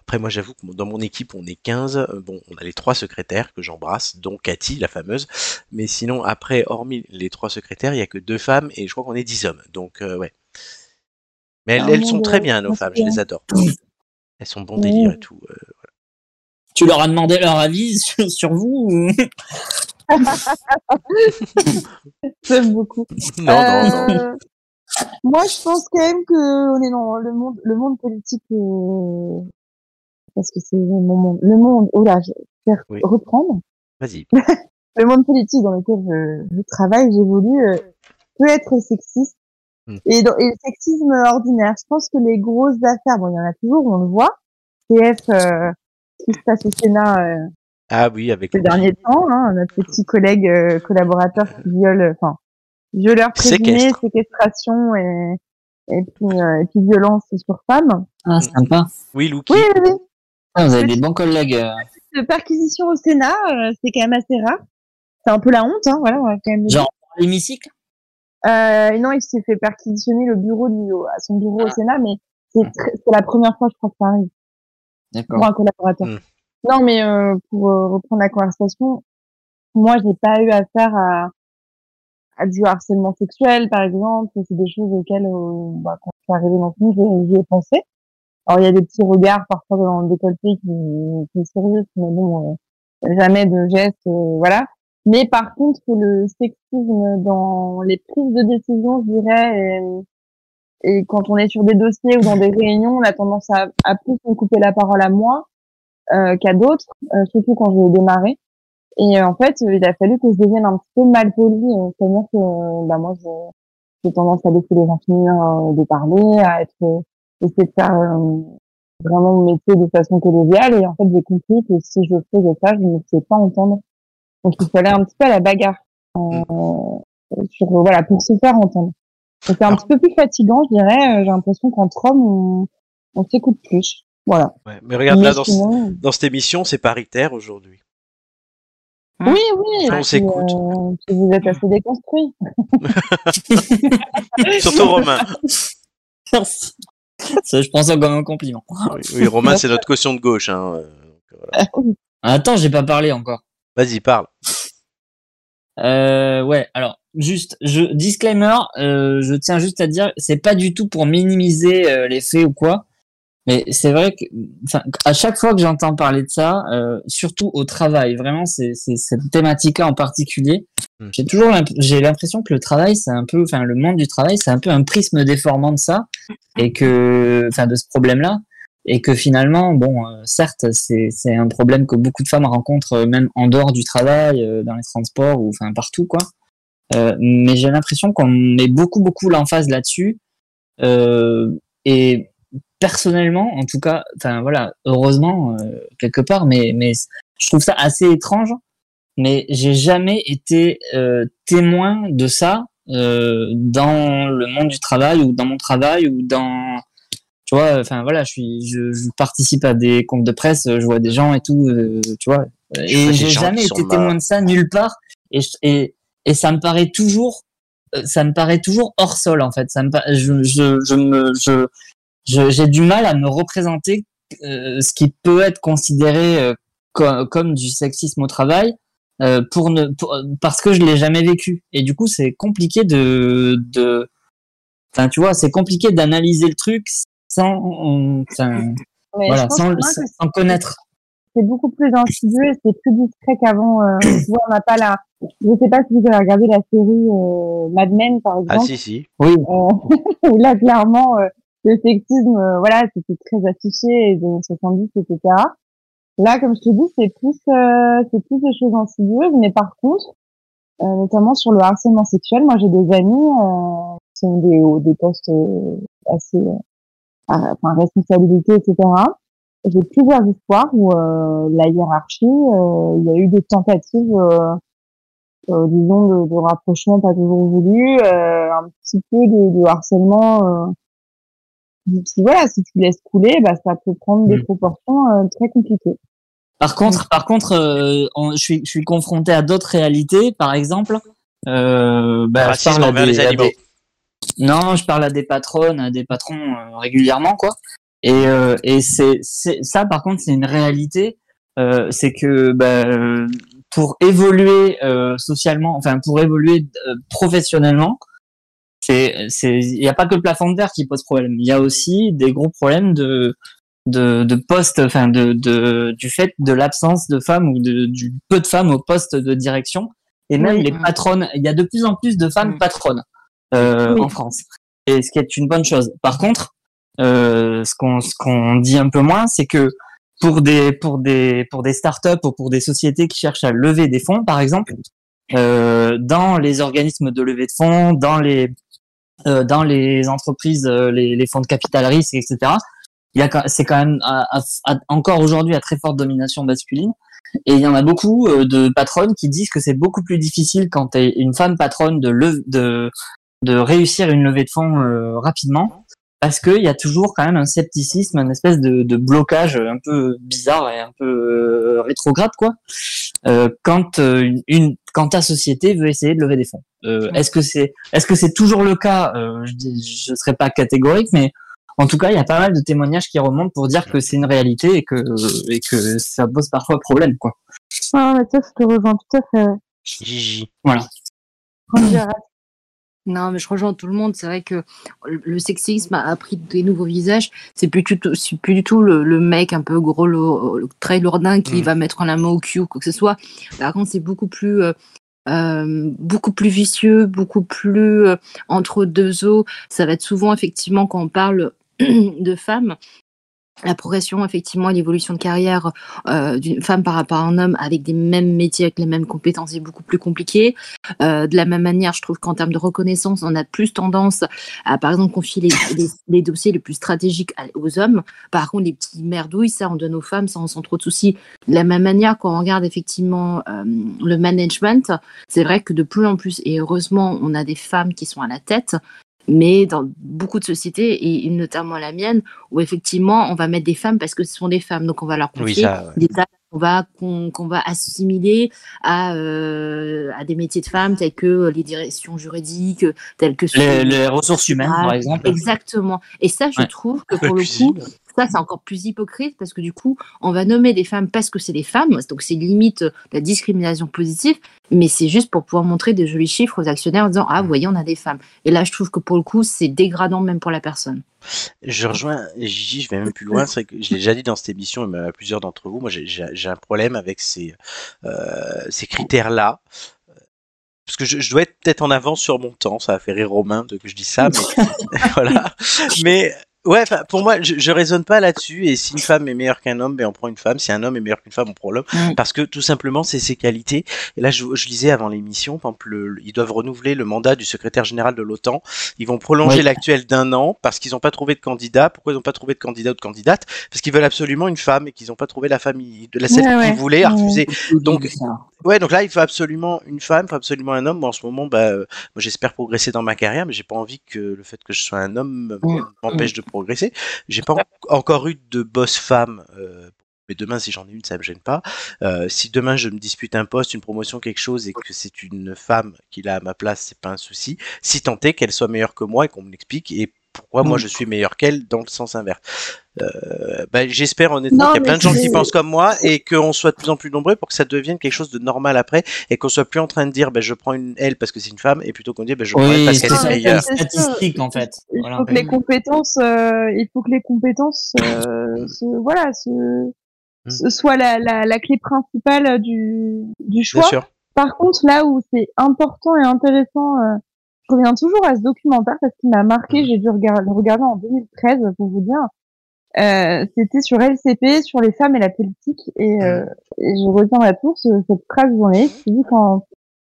Après, moi, j'avoue que mon- dans mon équipe, on est 15. Euh, Bon, on a les trois secrétaires que j'embrasse, dont Cathy, la fameuse. Mais sinon, après, hormis les trois secrétaires, il y a que deux femmes et je crois qu'on est 10 hommes. Donc, euh, ouais. Mais elles, Ah, elles mon sont Dieu, très bien, nos merci, femmes, je les adore. Elles sont bon délire et tout. euh. Tu leur as demandé leur avis sur, sur vous ou- J'aime beaucoup. Non, non, non. Euh, Moi, je pense quand même que on est dans le monde, le monde politique, euh, parce que c'est mon monde, le monde. Oh là, je vais faire- Oui. reprendre. Vas-y. Le monde politique dans lequel je, je travaille, j'évolue, euh, peut être sexiste. Mm. Et, dans, et le sexisme ordinaire, je pense que les grosses affaires, bon, il y en a toujours, on le voit. CF, euh, ce qui se passe au Sénat euh, Ah oui, avec ces le- derniers temps, hein, notre petit collègue euh, collaborateur qui viole, euh, enfin, violeur présumé, Séquestre. séquestration et, et, puis, euh, et puis violence sur femme. Ah, sympa. Oui, Louki. Oui, oui, oui. Ah, vous avez des bons collègues. euh. De perquisition au Sénat, euh, c'est quand même assez rare. C'est un peu la honte, hein, voilà, on va quand même. le dire. Genre, dans l'hémicycle Euh, non, il s'est fait perquisitionner le bureau de Lio, à son bureau au Sénat, mais c'est tr- c'est la première fois, je crois, que ça arrive pour D'accord. un collaborateur. Mm. Non, mais euh, pour euh, reprendre la conversation, moi, je n'ai pas eu affaire à, à du harcèlement sexuel, par exemple. C'est des choses auxquelles, euh, bah, quand je suis arrivée dans le film, j'y j'y ai pensé. Alors, il y a des petits regards parfois dans le décolleté qui, qui est sérieux, mais bon, euh, jamais de gestes, euh, voilà. Mais par contre, le sexisme dans les prises de décision, je dirais, et, et quand on est sur des dossiers ou dans des réunions, on a tendance à, à plus me couper la parole à moi euh, qu'à d'autres, euh, surtout quand j'ai démarré. Et euh, en fait, euh, il a fallu que je devienne un petit peu malpolie, euh, c'est-à-dire que euh, bah, moi, je- j'ai tendance à laisser les gens finir euh, de parler, à être essayer de faire euh, vraiment mon métier de façon collégiale. Et en fait, j'ai compris que si je faisais ça, je ne me faisais pas entendre. Donc, il fallait un petit peu à la bagarre euh, sur, voilà, pour se faire entendre. Et C'est un Alors- petit peu plus fatigant, je dirais. Euh, J'ai l'impression qu'entre hommes, on, on s'écoute plus. Voilà. Ouais, Mais regarde, là, Mais dans, ce- sinon, dans cette émission, c'est paritaire aujourd'hui. Hein Oui, oui. On puis, s'écoute. euh, puis vous êtes assez déconstruit. Surtout Romain. Merci. Ça, je prends ça comme un compliment. Oui, oui, Romain, c'est notre caution de gauche. hein, euh, donc, voilà. Attends, j'ai pas parlé encore. Vas-y, parle. Euh, ouais, alors juste, je disclaimer, euh, je tiens juste à dire, c'est pas du tout pour minimiser euh, les faits ou quoi, mais c'est vrai que, enfin, à chaque fois que j'entends parler de ça, euh, surtout au travail, vraiment, c'est c'est- cette thématique-là en particulier, Hmm. j'ai toujours l'imp- j'ai l'impression que le travail, c'est un peu, enfin, le monde du travail, c'est un peu un prisme déformant de ça et que, enfin, de ce problème-là. Et que finalement, bon, euh, certes, c'est c'est un problème que beaucoup de femmes rencontrent euh, même en dehors du travail, euh, dans les transports ou enfin partout, quoi. Euh, mais j'ai l'impression qu'on met beaucoup, beaucoup l'emphase là-dessus. Euh, et personnellement, en tout cas, enfin voilà, heureusement euh, quelque part, mais mais je trouve ça assez étrange. Mais j'ai jamais été euh, témoin de ça euh, dans le monde du travail ou dans mon travail ou dans tu vois enfin voilà je suis je, je participe à des comptes de presse je vois des gens et tout euh, tu vois vois et des j'ai gens jamais qui sont été morts. témoin de ça nulle part et je- et et ça me paraît toujours euh, ça me paraît toujours hors sol en fait ça me pa- je je je me je je- j'ai du mal à me représenter euh, ce qui peut être considéré euh, co- comme du sexisme au travail euh, pour ne pour- euh, parce que je l'ai jamais vécu et du coup c'est compliqué de de enfin tu vois c'est compliqué d'analyser le truc sans on- enfin Mais je voilà pense sans, vraiment que sans connaître c'est beaucoup plus insidieux et c'est plus discret qu'avant. euh, tu vois, on n'a pas la. Je sais pas si vous avez regardé la série euh, Mad Men, par exemple. Ah si, si. oui euh, où là clairement euh, le sexisme euh, voilà c'était très affiché les années 70 etc là comme je te dis c'est plus euh, c'est plus des choses insidieuses mais par contre euh, notamment sur le harcèlement sexuel moi j'ai des amis euh, qui ont des au- des postes euh, assez euh, à- enfin responsabilité etc j'ai plusieurs histoires où euh, la hiérarchie euh, il y a eu des tentatives euh, euh, disons de, de rapprochement pas toujours voulu, euh, un petit peu de, de harcèlement. Euh, si voilà, si tu laisses couler, bah ça peut prendre des Mm. proportions euh, très compliquées. Par contre, par contre, euh, on- je suis je suis confronté à d'autres réalités. Par exemple, euh, bah, je Racisme parle à envers des- les à animaux. des- non, je parle à des patronnes, à des patrons euh, régulièrement, quoi. Et euh, et c'est c'est ça. Par contre, c'est une réalité. Euh, c'est que bah, euh, pour évoluer euh, socialement, enfin pour évoluer euh, professionnellement, C'est, c'est, il n'y a pas que le plafond de verre qui pose problème. Il y a aussi des gros problèmes de, de, de poste, enfin de, de, du fait de l'absence de femmes ou de, du peu de femmes au poste de direction. Et même Oui. les patronnes, il y a de plus en plus de femmes patronnes euh, en France. Et ce qui est une bonne chose. Par contre, euh, ce qu'on ce qu'on dit un peu moins, c'est que pour des pour des pour des startups ou pour des sociétés qui cherchent à lever des fonds, par exemple, euh, dans les organismes de levée de fonds, dans les euh, dans les entreprises, euh, les, les fonds de capital risque, etc. Il y a quand- c'est quand même à- à- à- encore aujourd'hui à très forte domination masculine. Et il y en a beaucoup euh, de patronnes qui disent que c'est beaucoup plus difficile quand t'es une femme patronne de leve- de de réussir une levée de fonds euh, rapidement parce qu'il y a toujours quand même un scepticisme, une espèce de, de blocage un peu bizarre et un peu euh, rétrograde quoi. Euh, quand euh, une, une- quand ta société veut essayer de lever des fonds, Euh, est-ce que c'est est-ce que c'est toujours le cas Euh, Je dis- je serais pas catégorique, mais en tout cas, il y a pas mal de témoignages qui remontent pour dire que c'est une réalité et que et que ça pose parfois problème quoi. Ah, mais ça, je te rejoins tout à fait. ouais. Gigi. Voilà. Non, mais je rejoins tout le monde. C'est vrai que le le sexisme a a pris des nouveaux visages. C'est plus, du tout- c'est plus du tout le, le mec un peu gros, lo- lo- très lourdin qui va mettre la main au cul ou quoi que ce soit. Par contre, c'est beaucoup plus, euh, euh, beaucoup plus vicieux, beaucoup plus euh, entre deux eaux. Ça va être souvent, effectivement, quand on parle de femmes, la progression, effectivement, et l'évolution de carrière euh, d'une femme par rapport à un homme avec des mêmes métiers, avec les mêmes compétences, est beaucoup plus compliquée. Euh, de la même manière, je trouve qu'en termes de reconnaissance, on a plus tendance à, par exemple, confier les, les- les dossiers les plus stratégiques à- aux hommes. Par contre, les petites merdouilles, ça, on donne aux femmes sans, sans trop de soucis. De la même manière, quand on regarde effectivement euh, le management, c'est vrai que de plus en plus, et heureusement, on a des femmes qui sont à la tête, mais dans beaucoup de sociétés, et notamment la mienne, où effectivement on va mettre des femmes parce que ce sont des femmes, donc on va leur Oui, confier ça, ouais. des tâches qu'on va, qu'on qu'on va assimiler à, euh, à des métiers de femmes tels que les directions juridiques, tels que... Les, les ressources humaines par Ah, exemple. Exactement. Et ça, je Ouais. trouve que La pour le cuisine. coup, ça, c'est encore plus hypocrite parce que du coup, on va nommer des femmes parce que c'est des femmes, donc c'est limite euh, la discrimination positive, mais c'est juste pour pouvoir montrer des jolis chiffres aux actionnaires en disant Ah, vous voyez, on a des femmes. Et là, je trouve que pour le coup, c'est dégradant même pour la personne. Je rejoins Gigi, je vais même plus loin. C'est vrai que je l'ai déjà dit dans cette émission et même à plusieurs d'entre vous. Moi, j'ai- j'ai j'ai un problème avec ces, euh, ces critères-là. Parce que je, je dois être peut-être en avance sur mon temps. Ça va faire rire Romain de que je dis ça, mais voilà. Mais ouais, enfin, pour moi, je, je raisonne pas là-dessus. Et si une femme est meilleure qu'un homme, ben on prend une femme. Si un homme est meilleur qu'une femme, on prend l'homme. Parce que tout simplement, c'est ses qualités. Et là, je, je lisais avant l'émission, par exemple, le- ils doivent renouveler le mandat du secrétaire général de l'OTAN. Ils vont prolonger Oui. l'actuel d'un an parce qu'ils n'ont pas trouvé de candidat. Pourquoi ils n'ont pas trouvé de candidat ou de candidate Parce qu'ils veulent absolument une femme et qu'ils n'ont pas trouvé la famille de la celle Ouais, qu'ils ouais. voulaient à Ouais. refuser. Donc, Ça. Ouais, donc là, il faut absolument une femme, il faut absolument un homme. Moi, en ce moment, bah, euh, moi, j'espère progresser dans ma carrière, mais j'ai pas envie que le fait que je sois un homme Mm. m'empêche de progresser. J'ai pas en- encore eu de boss femme. euh, mais demain, si j'en ai une, ça me gêne pas. Euh, si demain je me dispute un poste, une promotion, quelque chose, et que c'est une femme qui l'a à ma place, c'est pas un souci. Si tant est qu'elle soit meilleure que moi et qu'on me l'explique, et pourquoi moi Mm. je suis meilleur qu'elle dans le sens inverse. Euh, bah, J'espère honnêtement Non, qu'il y a mais plein de gens qui c'est- pensent comme moi et qu'on soit de plus en plus nombreux pour que ça devienne quelque chose de normal après et qu'on soit plus en train de dire bah, je prends une elle parce que c'est une femme et plutôt qu'on dit bah, je prends elle Oui, parce qu'elle c'est Non, est mais meilleure. c'est sûr. statistique en fait. Il Voilà. faut que les Mm. compétences, euh, il faut que les compétences, Mm. euh, se, voilà, se, se- soient la, la, la clé principale du, du Bien choix. sûr. Par contre, là où c'est important et intéressant, euh, je reviens toujours à ce documentaire parce qu'il m'a marqué, j'ai dû regar- le regarder en 2013 pour vous dire. Euh, C'était sur LCP, sur les femmes et la politique, et, euh, et je retiendrai toujours ce- euh, cette phrase du journaliste qui dit quand,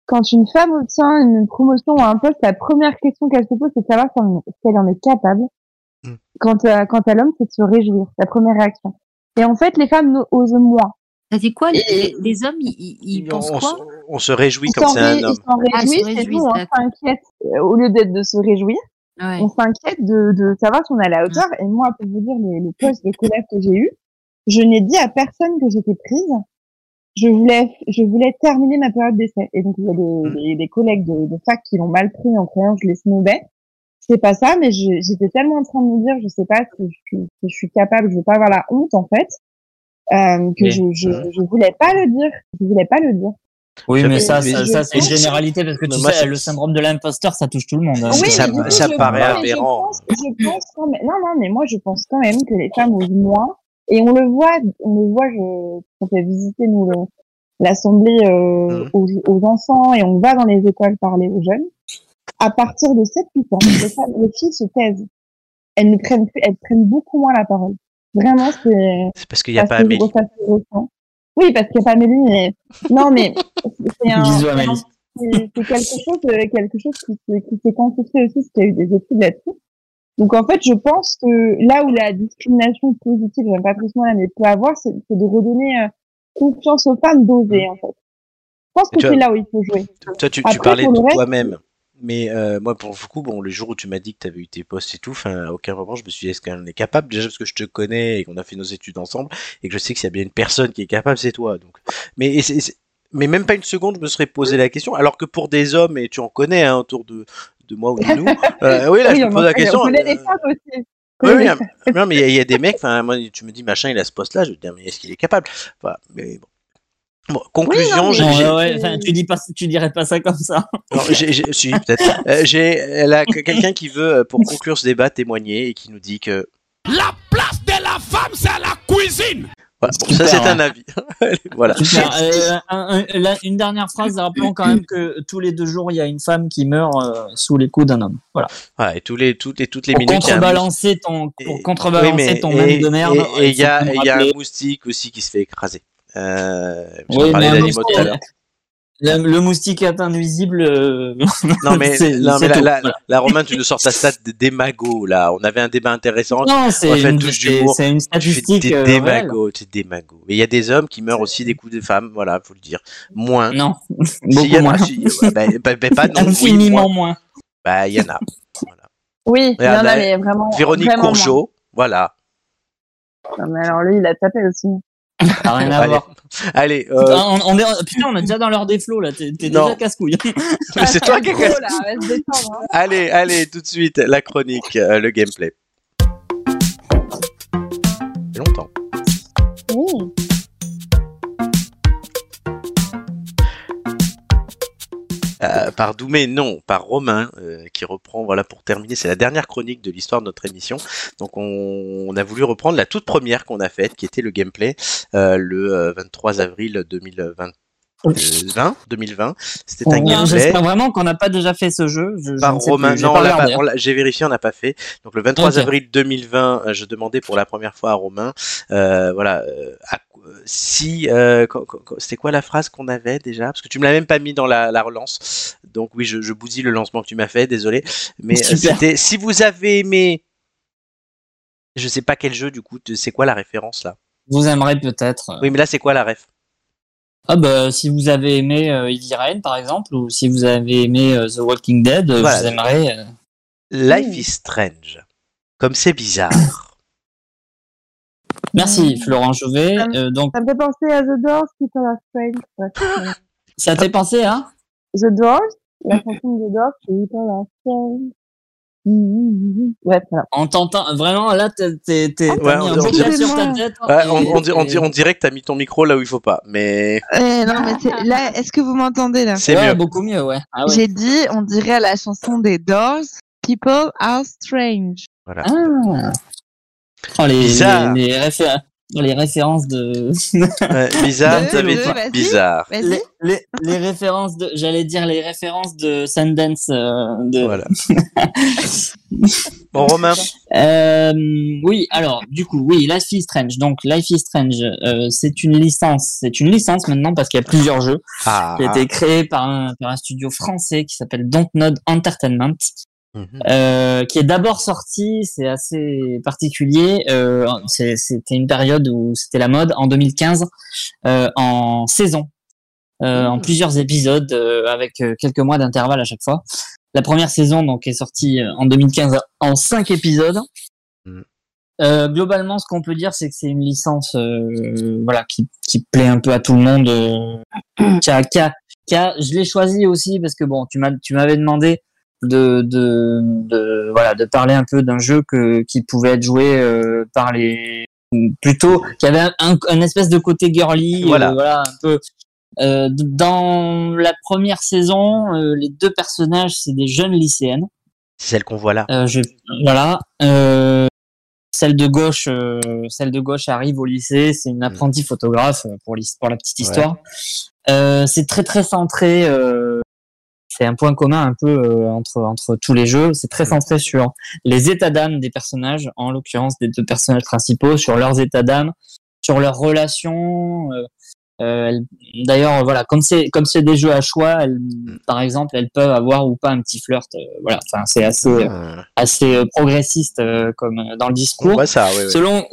quand une femme obtient une promotion ou un poste, la première question qu'elle se pose, c'est de savoir si elle- si elle en est capable. euh, Mm. Quant à, quant à l'homme, c'est de se réjouir, la première réaction. Et en fait, les femmes osent moins. Ça dit quoi les, Et- les hommes, ils, ils- ils On, pensent on quoi se- on se réjouit Ils quand s'en c'est ré- un ils homme. s'en Ah, ils se réjouissent, et nous, réjouissent, on d'accord. s'inquiète. Euh, Au lieu d'être de se réjouir, Ouais. on s'inquiète de, de savoir si on est à la hauteur. Et moi, pour vous dire le, le poste de collègue que j'ai eu, je n'ai dit à personne que j'étais prise. Je voulais, je voulais terminer ma période d'essai. Et donc, il y a Mmh. des, des- des collègues de, de fac qui l'ont mal pris en croyant que je les snobais. C'est pas ça, mais je- j'étais tellement en train de me dire, je sais pas si je, suis- si je suis capable, je veux pas avoir la honte, en fait, euh, que Mais- mmh. je, je, je voulais pas le dire. Je voulais pas le dire. Oui, J'avais mais ça, oublié. ça, ça, c'est une Et- généralité parce que Mais tu moi, sais, c'est- le syndrome de l'imposteur, ça touche tout le monde. hein. Oui, Ça- mais du coup, ça je paraît pense- mais aberrant. Je pense, je pense quand même- non, non, mais moi, je pense quand même que les femmes osent moins. Et on le voit, on le voit, je, on fait visiter, nous, le- l'assemblée euh, Mmh. aux, aux enfants et on va dans les écoles parler aux jeunes. À partir de 7-8 ans, les, femmes- les filles se taisent. Elles ne prennent plus, elles prennent beaucoup moins la parole. Vraiment, c'est. C'est parce qu'il n'y a pas que je Amélie. ressens ce ressent. Oui, parce qu'il n'y a pas Amélie, mais. Non, mais. C'est un- Bisous, c'est un- Amélie. c'est c'est quelque chose, euh, quelque chose qui, se- qui s'est constitué aussi, parce qu'il y a eu des études là-dessus. Donc en fait, je pense que là où la discrimination positive, j'aime pas plus ce mot-là, mais peut avoir, c'est c'est de redonner euh, confiance aux femmes d'oser, en fait. Je pense Et que tu c'est as- là où il faut jouer. Toi, tu, tu Après, parlais pour le de reste- toi-même. Mais euh, moi, pour le coup, bon, le jour où tu m'as dit que tu avais eu tes postes et tout, enfin, à aucun moment, je me suis dit, est-ce qu'elle est capable Déjà parce que je te connais et qu'on a fait nos études ensemble et que je sais que s'il y a bien une personne qui est capable, c'est toi. Donc, mais, et c'est- c'est- mais même pas une seconde, je me serais posé la question. Alors que pour des hommes, et tu en connais hein, autour de, de moi ou de nous, euh, oui, là, je on me pose en- la question. On connaît euh, les femmes aussi. oui, oui, hein. Oui, mais- non, mais il y a- il y, a des mecs, enfin, moi, tu me dis, machin, il a ce poste-là, je vais te dire, mais est-ce qu'il est capable Enfin, mais bon. Bon, conclusion, mais- j'ai- Non, j'ai- ouais, ouais, enfin, tu dis pas, tu dirais pas ça comme ça. non, j'ai- j'ai- si, peut-être. Euh, j'ai elle a que- quelqu'un qui veut, euh, pour conclure ce débat, témoigner et qui nous dit que. La place de la femme, c'est à la cuisine. Voilà, bon, Super, ça, c'est hein. un avis. Allez, voilà. Super. Euh, un- un- la- une dernière phrase, rappelons quand même que tous les deux jours, il y a une femme qui meurt euh, sous les coups d'un homme. Voilà. Voilà, et tous les, toutes les, toutes les Pour minutes, il y a un contrebalancer ton, Et- pour contrebalancer oui, mais- ton et- même de merde. et- Et il y, a- faut quand même et il y a un rappeler- moustique aussi qui se fait écraser. Euh, Oui, J'en mais parlais un d'animaux tout à moustique- l'heure. le, le moustique est nuisible. euh, Non, mais, c'est- non, mais c'est là, tout. là, Voilà. là, Romain, tu nous sors ta stat des démagos, là. On avait un débat intéressant. Non, c'est fait une, tous c'est- d'humour. c'est une Tu fais statistique. des euh, réelle. démagos, tu démagos. Mais il y a des hommes qui meurent aussi des coups de femmes, voilà, faut le dire. Moins. Non, S'il y beaucoup en moins. a, si, ouais, bah, bah, bah, pas non, oui, Infiniment moi, moins. bah, il y en a. Voilà. oui, il y en Regarde, a, elle- mais vraiment. Véronique vraiment moins. Courgeot, voilà. Non, mais alors lui, il a tapé aussi. Ça a Ah, rien à Allez. voir. Allez, euh, Ah, on, on est- putain, on est déjà dans l'heure des flots là. T'es t'es Non. déjà casse-couille. c'est toi qui Oh là, va se détendre. hein. Allez, allez, tout de suite, la chronique, euh, le gameplay. Longtemps. hein. Oui. Euh, par Doumé, non, par Romain, euh, qui reprend, voilà, pour terminer, c'est la dernière chronique de l'histoire de notre émission. Donc on, on a voulu reprendre la toute première qu'on a faite, qui était le gameplay, euh, le euh, 23 avril 2020. euh, 2020, c'était un Non, gameplay J'espère vraiment qu'on n'a pas déjà fait ce jeu. Je, je par ne Bah, sais Romain. plus, j'ai Non, pas on l'a pas- regardé. hein. on l'a- j'ai vérifié, on n'a pas fait. Donc le 23 Ok. avril 2020, euh, je demandais pour la première fois à Romain, euh, voilà, euh, à quoi- si euh, co- co- co- c'était quoi la phrase qu'on avait déjà Parce que tu me l'as même pas mis dans la, la relance. Donc oui, je, je bousille le lancement que tu m'as fait, désolé. Mais euh, Super. c'était si vous avez aimé, je sais pas quel jeu du coup. tu- C'est quoi la référence là Vous aimerez peut-être. euh, Oui, mais là c'est quoi la ref Ah bah, si vous avez aimé euh, Heavy Rain, par exemple, ou si vous avez aimé euh, The Walking Dead, euh, Voilà. vous aimerez. euh, Life is strange. Comme c'est bizarre. Merci, Florent Chauvet. Ça me- Euh, donc, Ça me fait penser à The Doors, People Are Strange. Bref, ça t'est pensé, hein The Doors, Mm-hmm. la chanson de The Doors, c'est People Are Strange. Mhm. Bref, voilà. En t'entend vraiment là, t'es- t'es- t'es- Ouais, t'as mis on- un on bouclier dirait- sur ta tête. hein, Ouais, et- on, on di- on di- et- on dirait que t'as mis ton micro là où il faut pas, mais Ouais, Eh, non, mais c'est- là, est-ce que vous m'entendez là c'est ouais, mieux. beaucoup mieux, ouais. Ah ouais. J'ai dit, on dirait la chanson des Doors, People Are Strange. Voilà. Ah. Oh, les, Bizarre. les- les réfé- les références de Ouais, bizarre, Deux, t'avais deux, dit vas-y. bizarre. Vas-y. les, les- les références de j'allais dire les références de Sundance euh, de Voilà. Bon, Romain, Euh, oui, alors du coup, oui, Life is Strange. Donc Life is Strange, euh, c'est une licence, c'est une licence maintenant parce qu'il y a plusieurs jeux ah, qui a été créé par un, par un studio français qui s'appelle Dontnod Entertainment, mhm. euh, qui est d'abord sorti, c'est assez particulier. Euh, c'est- c'était une période où c'était la mode en 2015 euh, en saison, euh, en plusieurs épisodes euh, avec euh, quelques mois d'intervalle à chaque fois. La première saison donc est sortie euh, en 2015 en cinq épisodes. Mhm. Euh, globalement, ce qu'on peut dire, c'est que c'est une licence, euh, voilà, qui, qui plaît un peu à tout le monde. euh, qui a- qui a- qui a- je l'ai choisi aussi parce que bon, tu m'as, tu m'avais demandé de, de, de, voilà, de parler un peu d'un jeu que, qui pouvait être joué euh, par les, plutôt, qui avait un, un, un espèce de côté girly, euh, Voilà. voilà, un peu Euh, d- dans la première saison, euh, les deux personnages, c'est des jeunes lycéennes. C'est celle qu'on voit là. Euh, je- voilà. Euh, celle de gauche, euh, celle de gauche arrive au lycée. C'est une apprentie photographe euh, pour, l'his- pour la petite histoire. Euh, c'est très très centré. euh, c'est un point commun un peu euh, entre entre tous les jeux. C'est très centré sur les états d'âme des personnages, en l'occurrence des deux personnages principaux, sur leurs états d'âme, sur leurs relations. euh, euh, elles- D'ailleurs, voilà, comme c'est comme c'est des jeux à choix, elles- par exemple, elles peuvent avoir ou pas un petit flirt. euh, voilà, enfin, c'est assez Ah. assez euh, progressiste euh, comme euh, dans le discours. On voit ça, oui, oui. Selon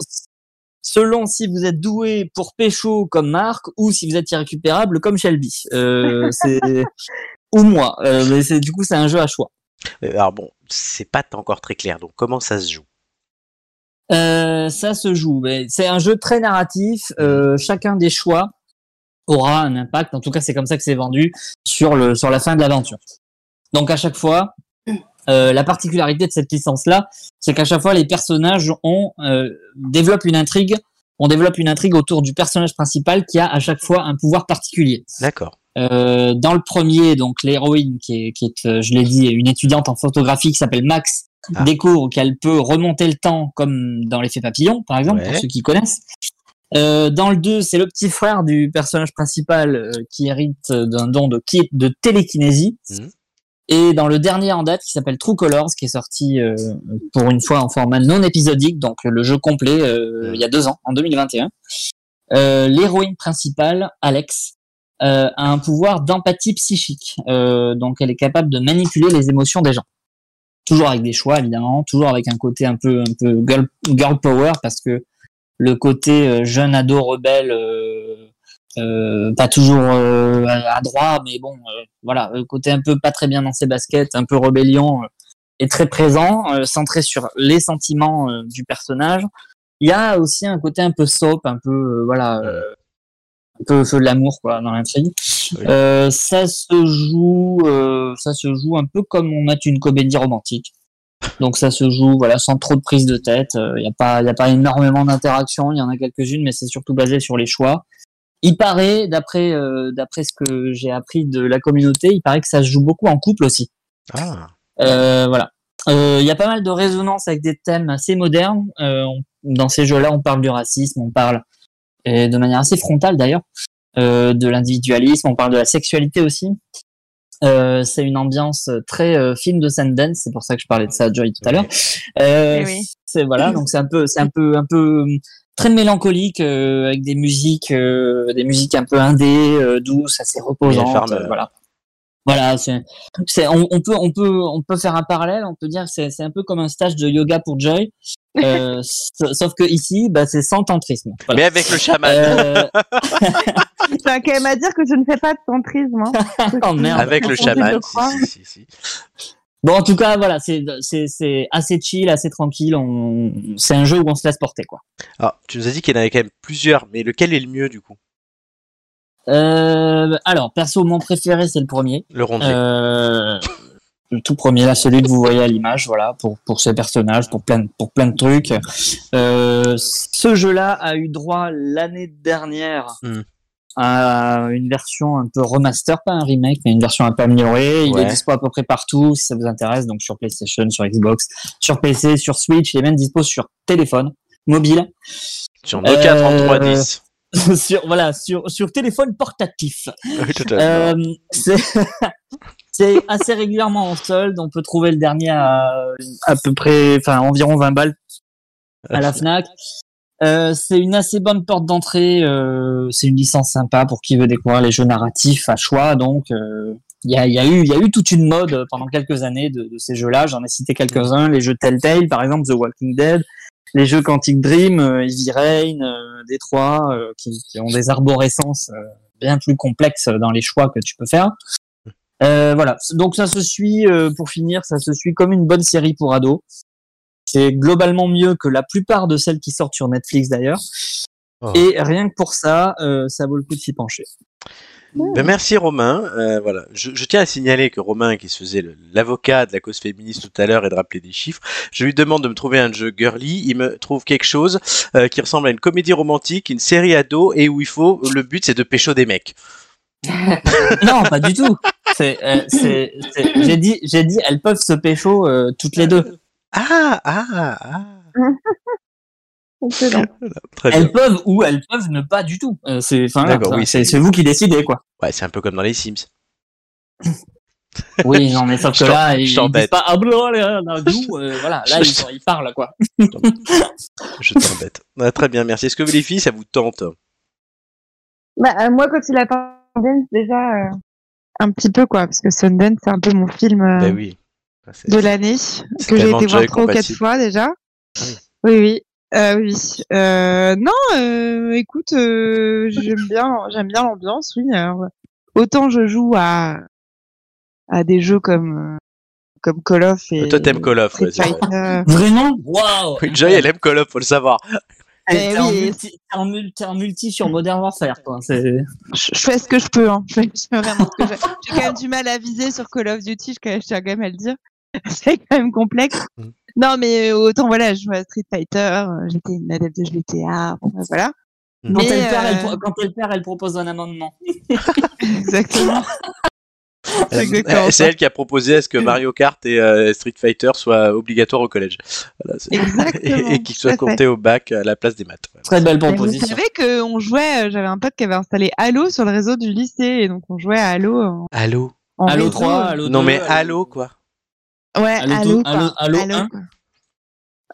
selon si vous êtes doué pour pécho comme Marc ou si vous êtes irrécupérable comme Shelby. Euh, c'est ou moi. Euh, mais c'est du coup c'est un jeu à choix. Euh, Alors bon, c'est pas encore très clair. Donc comment ça se joue Euh, ça se joue. mais C'est un jeu très narratif. euh, chacun des choix aura un impact. En tout cas, c'est comme ça que c'est vendu sur le sur la fin de l'aventure. Donc à chaque fois, euh, la particularité de cette licence-là, c'est qu'à chaque fois les personnages ont euh, développent une intrigue. On développe une intrigue autour du personnage principal qui a à chaque fois un pouvoir particulier. D'accord. Euh, dans le premier, donc l'héroïne qui est, qui est, euh, je l'ai dit, une étudiante en photographie qui s'appelle Max Ah. découvre qu'elle peut remonter le temps comme dans l'effet papillon, par exemple, pour Ouais. ceux qui connaissent. Euh, dans le 2, c'est le petit frère du personnage principal euh, qui hérite d'un don de, ki- de télékinésie. Mhm. Et dans le dernier en date qui s'appelle True Colors, qui est sorti euh, pour une fois en format non épisodique, donc le jeu complet euh, Mhm. il y a deux ans, en 2021, euh, l'héroïne principale, Alex, euh, a un pouvoir d'empathie psychique. Euh, donc elle est capable de manipuler les émotions des gens. Toujours avec des choix, évidemment, toujours avec un côté un peu, un peu girl, girl power, parce que le côté euh, jeune ado rebelle, euh, euh, pas toujours euh, à à droit, mais bon, euh, voilà, le côté un peu pas très bien dans ses baskets, un peu rébellion, euh, est très présent, euh, centré sur les sentiments euh, du personnage. Il y a aussi un côté un peu soap, un peu euh, voilà, euh, un peu feu de l'amour quoi dans l'intrigue. Euh, ça se joue, euh, ça se joue un peu comme on mate une comédie romantique. Donc ça se joue voilà sans trop de prise de tête. Il n'y a pas, il a pas énormément d'interactions. Il y en a quelques-unes, mais c'est surtout basé sur les choix. Il paraît, d'après euh, d'après ce que j'ai appris de la communauté, il paraît que ça se joue beaucoup en couple aussi. Ah. Euh, voilà. Euh, Il y a pas mal de résonances avec des thèmes assez modernes. Euh, on- dans ces jeux-là, on parle du racisme, on parle et de manière assez frontale d'ailleurs euh, de l'individualisme. On parle de la sexualité aussi. Euh, c'est une ambiance très euh, film de Sundance, c'est pour ça que je parlais de ça à Joy tout à l'heure. Euh, Eh oui. C'est voilà, donc c'est un peu, c'est un peu, un peu hum, très mélancolique euh, avec des musiques, euh, des musiques un peu indé, euh, douces, assez reposantes. Farmer. euh, voilà, voilà, c'est, c'est- on, on peut, on peut, on peut faire un parallèle. On peut dire que c'est, c'est un peu comme un stage de yoga pour Joy, euh, sa- sauf que ici, bah, c'est sans tantrisme. Voilà. Mais avec le chaman. Euh, Je tiens quand même à dire que je ne fais pas de tantrisme. hein. Oh, merde. Avec le Personne ne chaman, le si, croit. Bon, en tout cas, voilà, c'est c'est- c'est assez chill, assez tranquille. On... C'est un jeu où on se laisse porter, quoi. Alors, Ah, tu nous as dit qu'il y en avait quand même plusieurs, mais lequel est le mieux du coup Euh, alors, perso, mon préféré, c'est le premier. Le rond Euh, le tout premier, là, celui que vous voyez à l'image, voilà, pour, pour ses personnages, pour plein, de- pour plein de trucs. Euh, ce jeu-là a eu droit l'année dernière à une version un peu remaster, pas un remake, mais une version un peu améliorée. Il Ouais. est dispo à peu près partout, si ça vous intéresse, donc sur PlayStation, sur Xbox, sur PC, sur Switch, il est même dispo sur téléphone, mobile. Sur Nokia 3310. sur, voilà, sur, sur téléphone portatif. tout à fait. Euh, c'est c'est assez régulièrement en solde. On peut trouver le dernier à à peu près, enfin environ 20 balles à la Fnac. Euh, c'est une assez bonne porte d'entrée. euh, c'est une licence sympa pour qui veut découvrir les jeux narratifs à choix. Donc, euh, il y, a, il y a eu, il y a eu toute une mode pendant quelques années de, de ces jeux-là. J'en ai cité quelques-uns. Les jeux Telltale, par exemple, The Walking Dead, les jeux Quantic Dream, euh, Heavy Rain, euh, Détroit, euh, qui, qui ont des arborescences euh, bien plus complexes dans les choix que tu peux faire. Euh, voilà. Donc ça se suit, euh, pour finir, ça se suit comme une bonne série pour ados. C'est globalement mieux que la plupart de celles qui sortent sur Netflix d'ailleurs. Oh. Et rien que pour ça, euh, ça vaut le coup de s'y pencher. Ben, merci Romain. Euh, voilà, je, je tiens à signaler que Romain, qui se faisait le- l'avocat de la cause féministe tout à l'heure et de rappeler des chiffres, je lui demande de me trouver un jeu girly. Il me trouve quelque chose euh, qui ressemble à une comédie romantique, une série ado et où il faut le but c'est de pécho des mecs. non, pas du tout. C'est, euh, c'est- c'est- j'ai dit, j'ai dit, elles peuvent se pécho euh, toutes les deux. Ah, ah, ah. Excellent. Très bien. Elles peuvent ou elles peuvent ne pas du tout. Euh, c'est, enfin, là, D'accord, ça- oui, c'est, c'est vous qui décidez, quoi. Ouais, c'est un peu comme dans les Sims. Oui, non, mais sauf Je que t'en- là, je ils, ils t'embête. disent pas ah blah, là, là, nous, euh, voilà, là Je- ils, ils parlent, quoi. Je t'embête. Ah, très bien, merci. Est-ce que vous, les filles, ça vous tente Bah, euh, moi, quand il a parlé de Sundance, déjà, euh, Un petit peu, quoi, parce que Sundance, c'est un peu mon film euh, Ben Bah oui. Ah, c'est- de l'année, c'est que j'ai tellement été voir Joy trois ou quatre compatible. Ah fois déjà. Oui, oui. Euh, oui. Euh, non, euh, écoute, euh, j'aime bien, j'aime bien l'ambiance. Oui. Alors, autant je joue à à des jeux comme euh, comme Call of et Euh, Toi, t'aimes Call of, Street ouais, c'est vrai. Fighter. Euh, Vraiment Waouh Oui, Joy, elle aime Call of, faut le savoir. Eh T'es en, oui, multi, t'es en mul- t'es en multi sur Modern Warfare, quoi. C'est... je, je fais ce que je peux. Hein. Je fais, je fais vraiment ce que je- J'ai quand même du mal à viser sur Call of Duty. Je, je tiens quand même à le dire. C'est quand même complexe. Mm. Non, mais euh, autant voilà, je joue à Street Fighter. euh, J'étais une adepte de GTA. bon, ben, voilà. Quand, Mais, elle perd, elle, pro- euh, quand elle perd, elle propose un amendement. Exactement. Euh, exactement euh, C'est ça. elle qui a proposé à ce que Mario Kart et euh, Street Fighter soient obligatoires au collège. Voilà, c'est- Exactement, et et qu'ils tout soient à fait. comptés au bac à la place des maths. Voilà. Très belle Mais Vous proposition. savez qu'on jouait, euh, j'avais un pote qui avait installé Halo sur le réseau du lycée, et donc on jouait à Halo en, euh, Allô en Halo réseau. 3, Halo 2. Non, mais Halo- allô, quoi. Ouais, Halo Halo, deux, quoi. Halo- Halo un. quoi.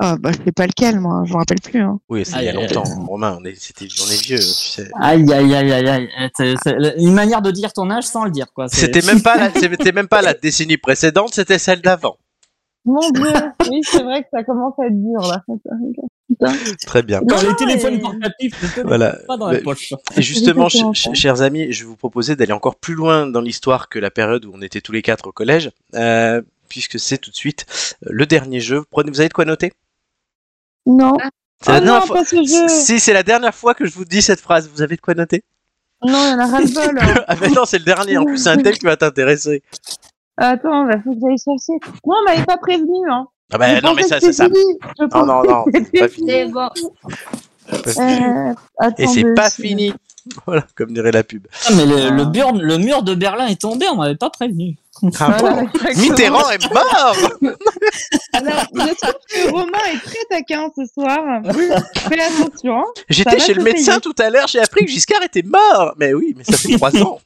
Ah, bah, je sais pas lequel, moi, je me rappelle plus. Hein. Oui, c'est il y a Aïe, aïe, longtemps. Romain, on est, c'était- on est vieux, tu sais. Aïe, aïe, aïe, aïe, aïe. Euh, C'est, c'est une manière de dire ton âge sans le dire, quoi. C'est- C'était même pas la, c'était même pas la décennie précédente, c'était celle d'avant. mon dieu, oui, c'est vrai que ça commence à être dur, là. Très bien. Quand Non, les téléphones mais- portatifs ne te Voilà. pas dans la Mais- poche. Et justement, ch- Exactement, ch- ça. chers amis, je vais vous proposer d'aller encore plus loin dans l'histoire que la période où on était tous les quatre au collège, euh, puisque c'est tout de suite euh, le dernier jeu. Prenez, vous avez de quoi noter Non. Ah C'est la Oh dernière non, fois- pas ce jeu. Si c'est la dernière fois que je vous dis cette phrase, vous avez de quoi noter Non, il y en a ras-le-bol. hein. Ah mais non, c'est le dernier. En plus, c'est un thème qui va t'intéresser. Attends, il faut que j'aille chercher. Moi, on m'avait pas prévenu. Hein. Ah bah Je non, mais ça, pensais que ça, ça. c'était fini. Je Non, non, non. pensais que c'est pas c'était fini. C'est bon. Euh, Et c'est attendez, pas je- fini. Voilà, comme dirait la pub. Ah, mais le, le mur, le mur de Berlin est tombé, on m'avait pas prévenu. Ah bon Mitterrand est mort. Alors, Je trouve que Romain est très taquin ce soir. Fais attention. hein. J'étais va chez le te payer. médecin tout à l'heure, j'ai appris que Giscard était mort. Mais oui, mais ça fait trois ans.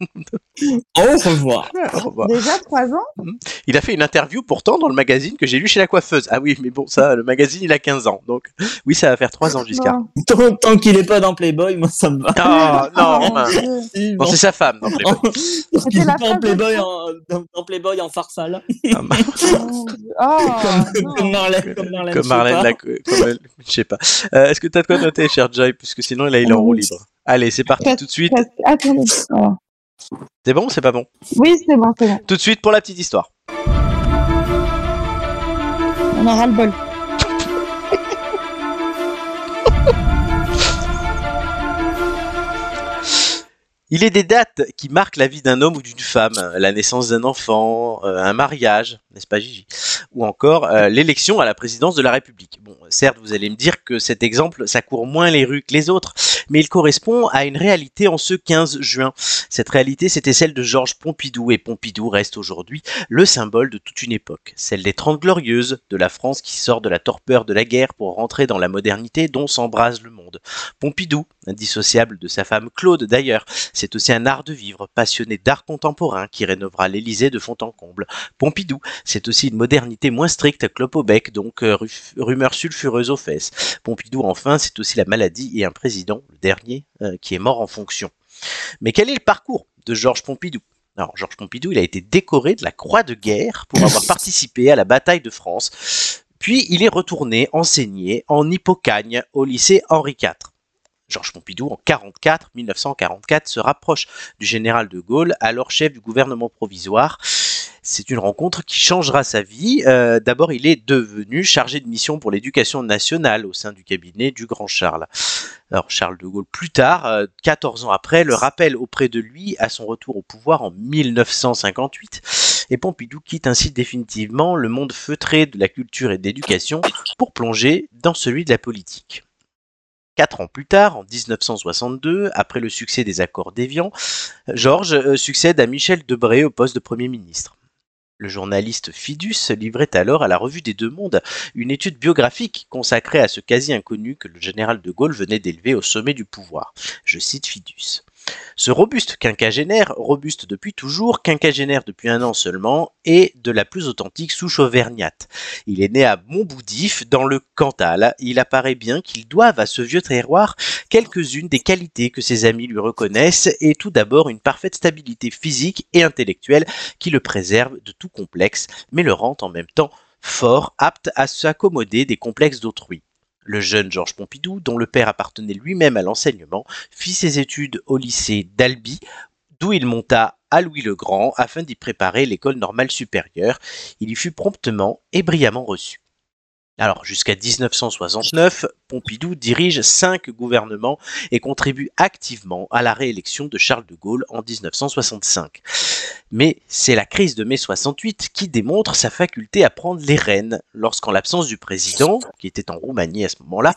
Au revoir. Au revoir. Déjà trois ans Il a fait une interview pourtant dans le magazine que j'ai lu chez la coiffeuse. Ah oui, mais bon, ça, le magazine, il a 15 ans. Donc, oui, ça va faire 3 ans, Giscard. Non. Tant, tant qu'il est pas dans Playboy, moi ça me va. Non, non, Oh, Romain. mon Dieu. Bon, c'est sa femme. Non, mais- C'était la phrase dans de Playboy, trop. en, dans, dans Playboy en farfalle. Ah, bah, Oh, non. Comme Marlène, comme Marlène. comme Marlène, Schiappa. la co- comme- je sais pas. Euh, Est-ce que t'as de quoi noter, cher Joy Puisque sinon, là, il est en roue libre. Allez, c'est parti tout de suite. Parce- Attendez. Oh. C'est bon ou c'est pas bon Oui, c'est bon, c'est bon. Tout de suite pour la petite histoire. On a ras-le-bol. Il est des dates qui marquent la vie d'un homme ou d'une femme, euh, la naissance d'un enfant, euh, un mariage, n'est-ce pas Gigi Ou encore euh, l'élection à la présidence de la République. Bon, certes, vous allez me dire que cet exemple, ça court moins les rues que les autres, mais il correspond à une réalité en ce 15 juin. Cette réalité, c'était celle de Georges Pompidou, et Pompidou reste aujourd'hui le symbole de toute une époque, celle des Trente Glorieuses, de la France qui sort de la torpeur de la guerre pour rentrer dans la modernité dont s'embrase le monde. Pompidou, indissociable de sa femme Claude d'ailleurs, c'est aussi un art de vivre, passionné d'art contemporain, qui rénovera l'Élysée de fond en comble. Pompidou, c'est aussi une modernité moins stricte, clope au bec, donc euh, ruf- rumeur sulfureuse aux fesses. Pompidou, enfin, c'est aussi la maladie et un président, le dernier, euh, qui est mort en fonction. Mais quel est le parcours de Georges Pompidou alors, Georges Pompidou, il a été décoré de la Croix de guerre pour avoir participé à la bataille de France. Puis, il est retourné enseigner en Hippocagne au lycée Henri IV. Georges Pompidou, en 44, 1944, se rapproche du général de Gaulle, alors chef du gouvernement provisoire. C'est une rencontre qui changera sa vie. Euh, D'abord, il est devenu chargé de mission pour l'éducation nationale au sein du cabinet du Grand Charles. Alors, Charles de Gaulle, plus tard, euh, 14 ans après, le rappelle auprès de lui à son retour au pouvoir en 1958. Et Pompidou quitte ainsi définitivement le monde feutré de la culture et de l'éducation pour plonger dans celui de la politique. Quatre ans plus tard, en 1962, après le succès des accords d'Évian, Georges euh, succède à Michel Debré au poste de Premier ministre. Le journaliste Fidus livrait alors à la revue des Deux Mondes une étude biographique consacrée à ce quasi-inconnu que le général de Gaulle venait d'élever au sommet du pouvoir. Je cite Fidus. Ce robuste quinquagénaire, robuste depuis toujours, quinquagénaire depuis un an seulement, est de la plus authentique souche auvergnate. Il est né à Montboudif, dans le Cantal. Il apparaît bien qu'il doive à ce vieux terroir quelques-unes des qualités que ses amis lui reconnaissent, et tout d'abord une parfaite stabilité physique et intellectuelle qui le préserve de tout complexe, mais le rend en même temps fort, apte à s'accommoder des complexes d'autrui. Le jeune Georges Pompidou, dont le père appartenait lui-même à l'enseignement, fit ses études au lycée d'Albi, d'où il monta à Louis-le-Grand afin d'y préparer l'école normale supérieure. Il y fut promptement et brillamment reçu. Alors, jusqu'à 1969, Pompidou dirige cinq gouvernements et contribue activement à la réélection de Charles de Gaulle en 1965. Mais c'est la crise de mai 68 qui démontre sa faculté à prendre les rênes lorsqu'en l'absence du président, qui était en Roumanie à ce moment-là,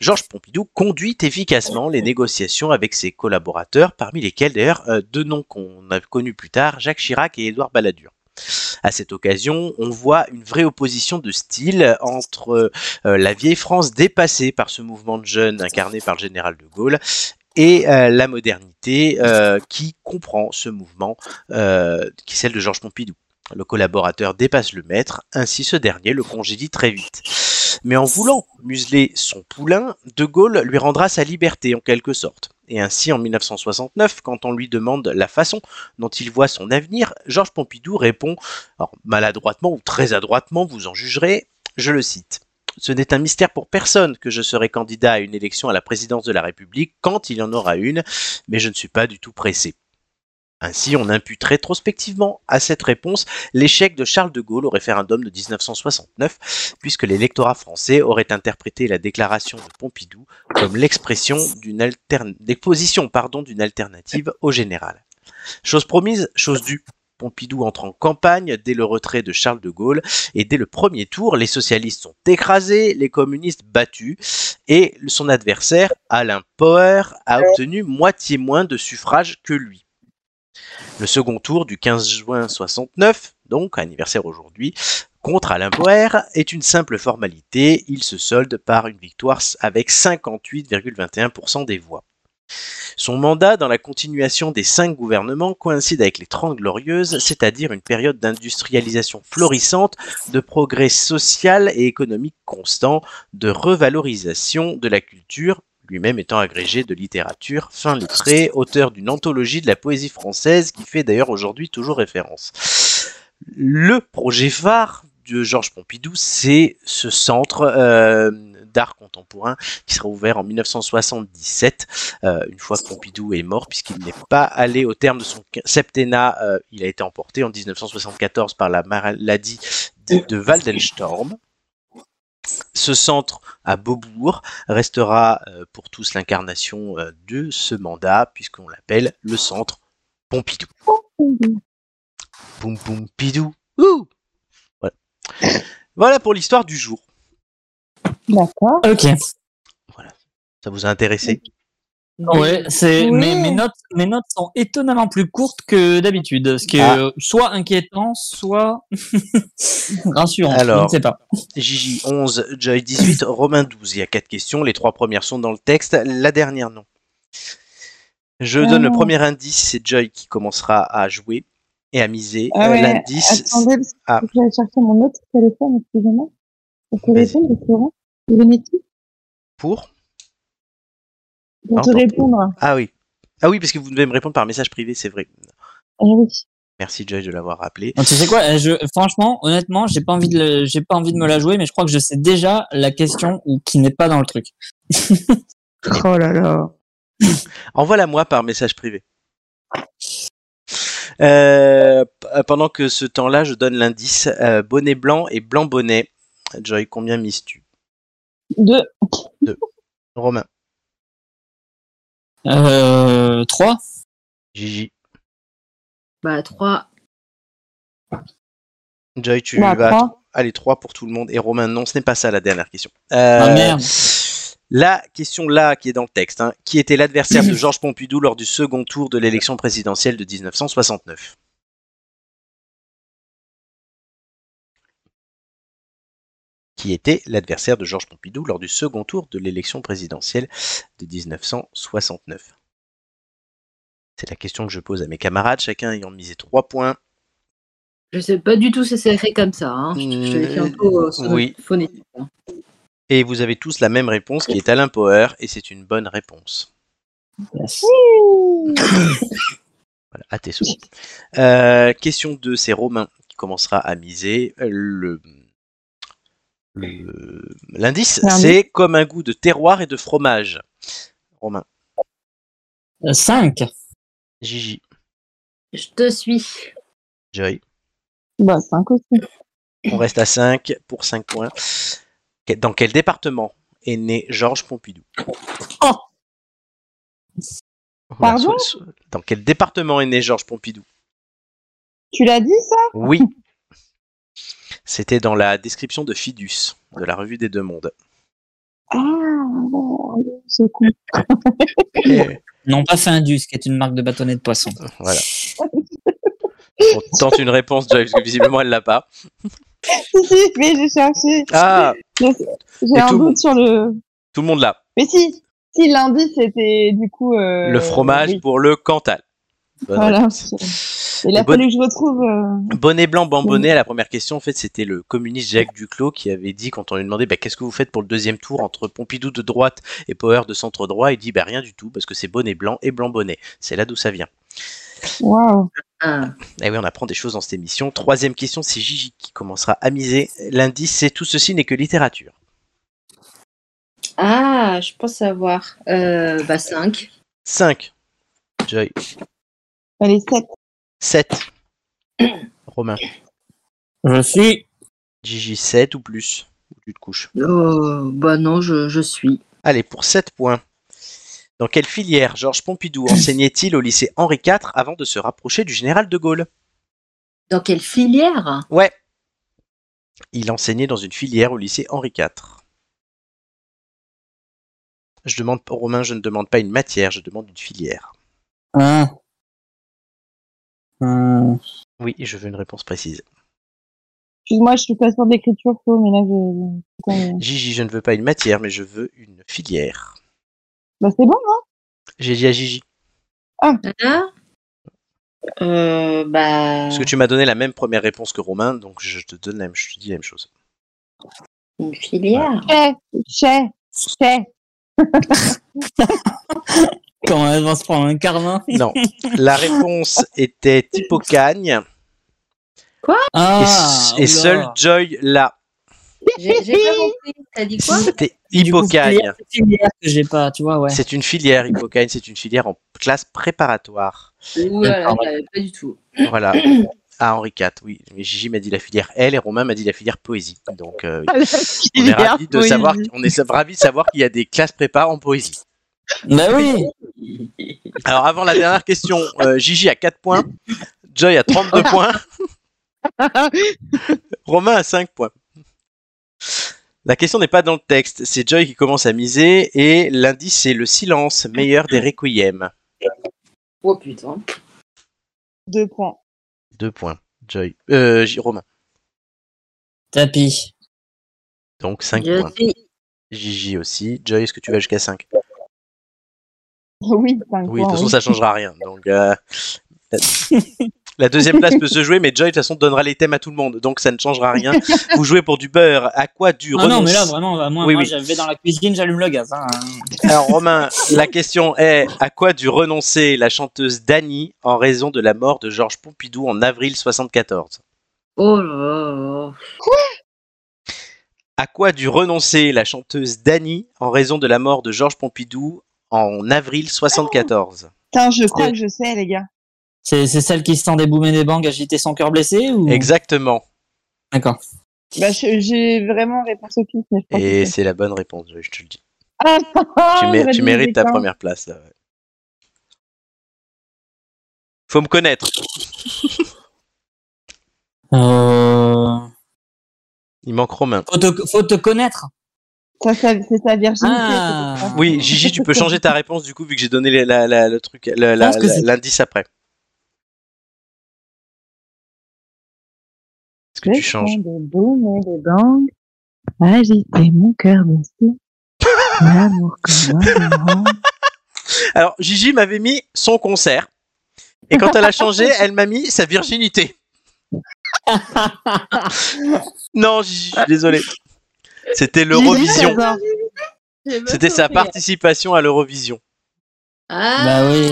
Georges Pompidou conduit efficacement les négociations avec ses collaborateurs, parmi lesquels d'ailleurs euh, deux noms qu'on a connus plus tard, Jacques Chirac et Édouard Balladur. À cette occasion, on voit une vraie opposition de style entre euh, la vieille France dépassée par ce mouvement de jeunes incarné par le général de Gaulle et euh, la modernité euh, qui comprend ce mouvement, euh, qui est celle de Georges Pompidou. Le collaborateur dépasse le maître, ainsi ce dernier le congédie très vite. Mais en voulant museler son poulain, De Gaulle lui rendra sa liberté en quelque sorte. Et ainsi, en 1969, quand on lui demande la façon dont il voit son avenir, Georges Pompidou répond, alors, maladroitement ou très adroitement, vous en jugerez, je le cite. Ce n'est un mystère pour personne que je serai candidat à une élection à la présidence de la République quand il y en aura une, mais je ne suis pas du tout pressé. Ainsi, on impute rétrospectivement à cette réponse l'échec de Charles de Gaulle au référendum de 1969, puisque l'électorat français aurait interprété la déclaration de Pompidou comme l'expression d'une alterne- l'exposition, pardon, d'une alternative au général. Chose promise, chose due. Pompidou entre en campagne dès le retrait de Charles de Gaulle et dès le premier tour, les socialistes sont écrasés, les communistes battus et son adversaire, Alain Poher, a obtenu moitié moins de suffrages que lui. Le second tour du 15 juin 69, donc anniversaire aujourd'hui, contre Alain Poher est une simple formalité. Il se solde par une victoire avec 58,21% des voix. Son mandat, dans la continuation des cinq gouvernements, coïncide avec les Trente Glorieuses, c'est-à-dire une période d'industrialisation florissante, de progrès social et économique constant, de revalorisation de la culture, lui-même étant agrégé de littérature, fin lettré, auteur d'une anthologie de la poésie française qui fait d'ailleurs aujourd'hui toujours référence. Le projet phare de Georges Pompidou, c'est ce centre euh, d'art contemporain qui sera ouvert en 1977, euh, une fois que Pompidou est mort, puisqu'il n'est pas allé au terme de son septennat. euh, il a été emporté en 1974 par la maladie de, de Waldenstorm. Ce centre à Beaubourg restera euh, pour tous l'incarnation euh, de ce mandat, puisqu'on l'appelle le centre Pompidou. Boum boum pidou. Ouh voilà. Voilà pour l'histoire du jour. D'accord. Ok. Ça vous a intéressé Ouais, c'est Oui. mes, mes notes mes notes sont étonnamment plus courtes que d'habitude, ce qui est Ah. euh, soit inquiétant, soit rassurant. je ne sais pas. Gigi 11, Joy 18, Romain 12. Il y a quatre questions. Les trois premières sont dans le texte, la dernière non. Je Ah. donne le premier indice, c'est Joy qui commencera à jouer et à miser. Ah Euh, ouais, L'indice, attendez, parce que Ah. j'allais chercher mon autre téléphone, excusez-moi. Mon téléphone, le courant. Il est métier. Pour Pour te Pardon. répondre. Ah oui. Ah oui, parce que vous devez me répondre par message privé, c'est vrai. Eh oui. Merci Joy de l'avoir rappelé. Donc, tu sais quoi euh, je, Franchement, honnêtement, j'ai pas envie de le- j'ai pas envie de me la jouer, mais je crois que je sais déjà la question ou qui n'est pas dans le truc. Oh là là. Envoie-la moi par message privé. Euh, p- pendant que ce temps-là, je donne l'indice euh, bonnet blanc et blanc bonnet. Joy, combien mises-tu Deux. Romain. Euh, 3 Gigi. Bah, 3. Joy, tu Bah, vas. trois. Allez, 3 pour tout le monde. Et Romain, non, ce n'est pas ça la dernière question. Ah, merde. Euh, La question là, qui est dans le texte, hein, qui était l'adversaire de Georges Pompidou lors du second tour de l'élection présidentielle de 1969 Qui était l'adversaire de Georges Pompidou lors du second tour de l'élection présidentielle de 1969 C'est la question que je pose à mes camarades, chacun ayant misé trois points. Je sais pas du tout si c'est fait comme ça. hein. Je te- je te l'ai fait un peu euh, sur- oui. phonétique, hein. Et vous avez tous la même réponse qui est Alain Poher, et c'est une bonne réponse. Voilà, à tes souhaits. Euh, question 2, c'est Romain qui commencera à miser. Euh, Le, le- l'indice, L'indice. c'est comme un goût de terroir et de fromage. Romain. 5. Gigi. Je te suis. Joy. Bah, 5 aussi. Oh, On reste à 5 pour 5 points. Que- Dans quel département est né Georges Pompidou Voilà, Pardon so- so- Dans quel département est né Georges Pompidou Tu l'as dit, ça Oui. C'était dans la description de Fidus, de la revue des deux mondes. Ah, merde, c'est con. Non, pas Findus, qui est une marque de bâtonnets de poisson. Voilà. On tente une réponse, Joy, parce que visiblement elle l'a pas. si, si, mais j'ai cherché. Ah Je- J'ai Et un tout le doute sur le. Tout le monde l'a. Mais si, si l'indice était du coup. euh, Le fromage oui. pour le Cantal. Bonne Voilà. réponse. Il a Et bonne- fallu que je retrouve. euh, Bonnet blanc, bambonnet, à la première question, en fait, c'était le communiste Jacques Duclos qui avait dit, quand on lui demandait, bah, qu'est-ce que vous faites pour le deuxième tour entre Pompidou de droite et Power de centre-droit, il dit, bah, rien du tout, parce que c'est bonnet blanc et blanc-bonnet. C'est là d'où ça vient. Waouh. Eh oui, on apprend des choses dans cette émission. Troisième question, c'est Gigi qui commencera à miser. L'indice, c'est tout ceci n'est que littérature. Ah, je pense savoir. Euh, bah 5. 5. Joy. Allez, 7. 7. Romain. Je suis. Gigi, 7 ou plus. Ou tu te couches. Oh, bah non, je, je suis. Allez, pour 7 points. Dans quelle filière Georges Pompidou enseignait-il au lycée Henri IV avant de se rapprocher du général de Gaulle Dans quelle filière Ouais. Il enseignait dans une filière au lycée Henri IV. Je demande, oh, Romain, je ne demande pas une matière, je demande une filière. Ah. Euh, Oui, je veux une réponse précise. Excuse-moi, je suis pas sûre d'écriture, Flo, mais là, je. putain, euh, Gigi, je ne veux pas une matière, mais je veux une filière. Bah, c'est bon, non J'ai dit à Gigi. Hein Euh, bah. Parce que tu m'as donné la même première réponse que Romain, donc je te donne la même, je te dis la même chose. Une filière Chez, chez, chez. Quand elle va se prendre un carvin. Non. La réponse était Hippocagne, et, Ah, s- et seul oula. Joy l'a. J'ai j'ai pas compris. T'as dit quoi C'était Du coup, Hippocagne. c'est filière que j'ai pas, tu vois, ouais. C'est une filière, Hippocagne, c'est une filière en classe préparatoire. Voilà, D'accord, ouais. j'avais euh, pas du tout. Voilà. À Henri IV, oui. Mais Gigi m'a dit la filière L et Romain m'a dit la filière poésie. Donc, euh, on est ravis de savoir, on est ravis de savoir qu'il y a des classes prépa en poésie. Bah oui. Alors avant la dernière question, euh, Gigi a 4 points, Joy a 32 points, Romain a 5 points. La question n'est pas dans le texte, c'est Joy qui commence à miser et l'indice c'est le silence, meilleur des requiem. Oh putain. Deux points. 2 points, Joy. Euh, J- Romain. Tapis. Donc 5 Je points. suis. Gigi aussi. Joy, est-ce que tu vas jusqu'à 5 Oh Oui, 5 Oui, de toute points. façon oui. ça changera rien. Donc euh, la- la deuxième place peut se jouer, mais Joy de toute façon donnera les thèmes à tout le monde, donc ça ne changera rien. Vous jouez pour du beurre, à quoi du Ah non, mais là, renonce- vraiment, bah, moi, Oui, moi oui. je vais dans la cuisine, j'allume le gaz. hein. Alors Romain, la question est à quoi dut renoncer la chanteuse Dany en raison de la mort de Georges Pompidou en avril 74 Oh là là. À quoi dut renoncer la chanteuse Dany en raison de la mort de Georges Pompidou en avril 74 Putain, je crois que je sais, les gars. C'est c'est celle qui se sent déboumer des bangs, agiter son cœur blessé ou... Exactement. D'accord. Bah, je- j'ai vraiment réponse au pif, mais je pense Et que c'est la bonne réponse, je te le dis. Ah, Tu, mé- j'aurais tu dû mérites ta dire ça. première place. là, ouais. Faut me connaître. Euh... Il manque Romain. Euh. Faut, te, faut te connaître. Ça, ça- c'est sa virginité. Ah. c'est pour ça. Oui, Gigi, tu peux changer ta réponse du coup, vu que j'ai donné la- la- la- le truc, la- Je la- pense Ah, que la- c'est- l'indice après. Est-ce que tu changes Des boum et des bangs, agiter mon cœur dessus. L'amour comme Alors, Gigi m'avait mis son concert. Et quand elle a changé, elle m'a mis sa virginité. non, Gigi, je suis désolé. C'était l'Eurovision. C'était sa participation à l'Eurovision. Bah Ah, oui.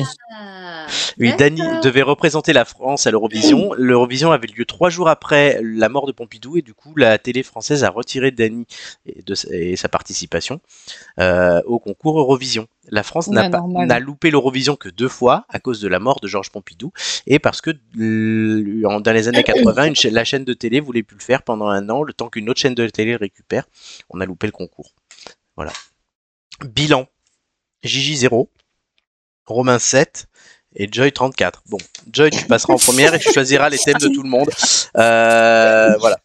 Oui, Dany devait représenter la France à l'Eurovision. L'Eurovision avait lieu trois jours après la mort de Pompidou et du coup, la télé française a retiré Dany et, de- et sa participation euh, au concours Eurovision. La France n'a Ouais, pas- normal. n'a loupé l'Eurovision que deux fois à cause de la mort de Georges Pompidou et parce que euh, en- dans les années 80, une cha- la chaîne de télé voulait plus le faire pendant un an, le temps qu'une autre chaîne de télé le récupère. On a loupé le concours. Voilà. Bilan. Gigi 0, Romain 7 et Joy 34. Bon, Joy, tu passeras en première et tu choisiras les thèmes de tout le monde. Euh, voilà.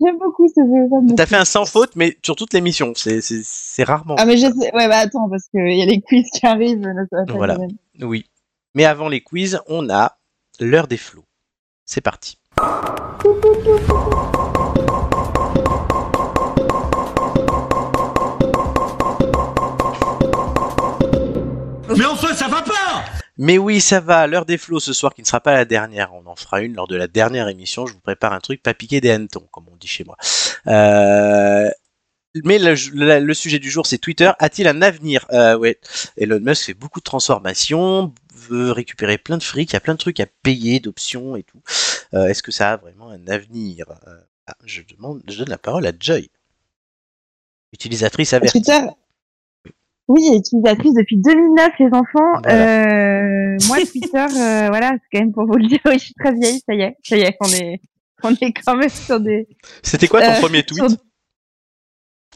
J'aime beaucoup ce jeu. j'aime beaucoup. T'as fait un sans faute, mais sur toute l'émission, c'est- c'est c'est rarement. Ah, mais je sais. Ouais, bah attends, parce qu'il y a les quiz qui arrivent. ne ça va pas Voilà. être le même. Oui. Mais avant les quiz, on a l'heure des flots. C'est parti. Mais enfin, ça va pas Mais oui, ça va, l'heure des flots ce soir qui ne sera pas la dernière. On en fera une lors de la dernière émission. Je vous prépare un truc, pas piquer des hannetons, comme on dit chez moi. Euh, Mais le, le- le sujet du jour, c'est Twitter. A-t-il un avenir Euh, ouais. Elon Musk fait beaucoup de transformations, veut récupérer plein de fric, il y a plein de trucs à payer, d'options et tout. Euh, Est-ce que ça a vraiment un avenir Euh, ah, je, demande, je donne la parole à Joy, utilisatrice avertie. Twitter. Oui, et utilisatrice depuis 2009, les enfants. Euh, moi, Twitter, euh, voilà, c'est quand même pour vous le dire, oui, je suis très vieille, ça y est, ça y est, on est, on est quand même sur des. C'était quoi ton premier Euh, sur- tweet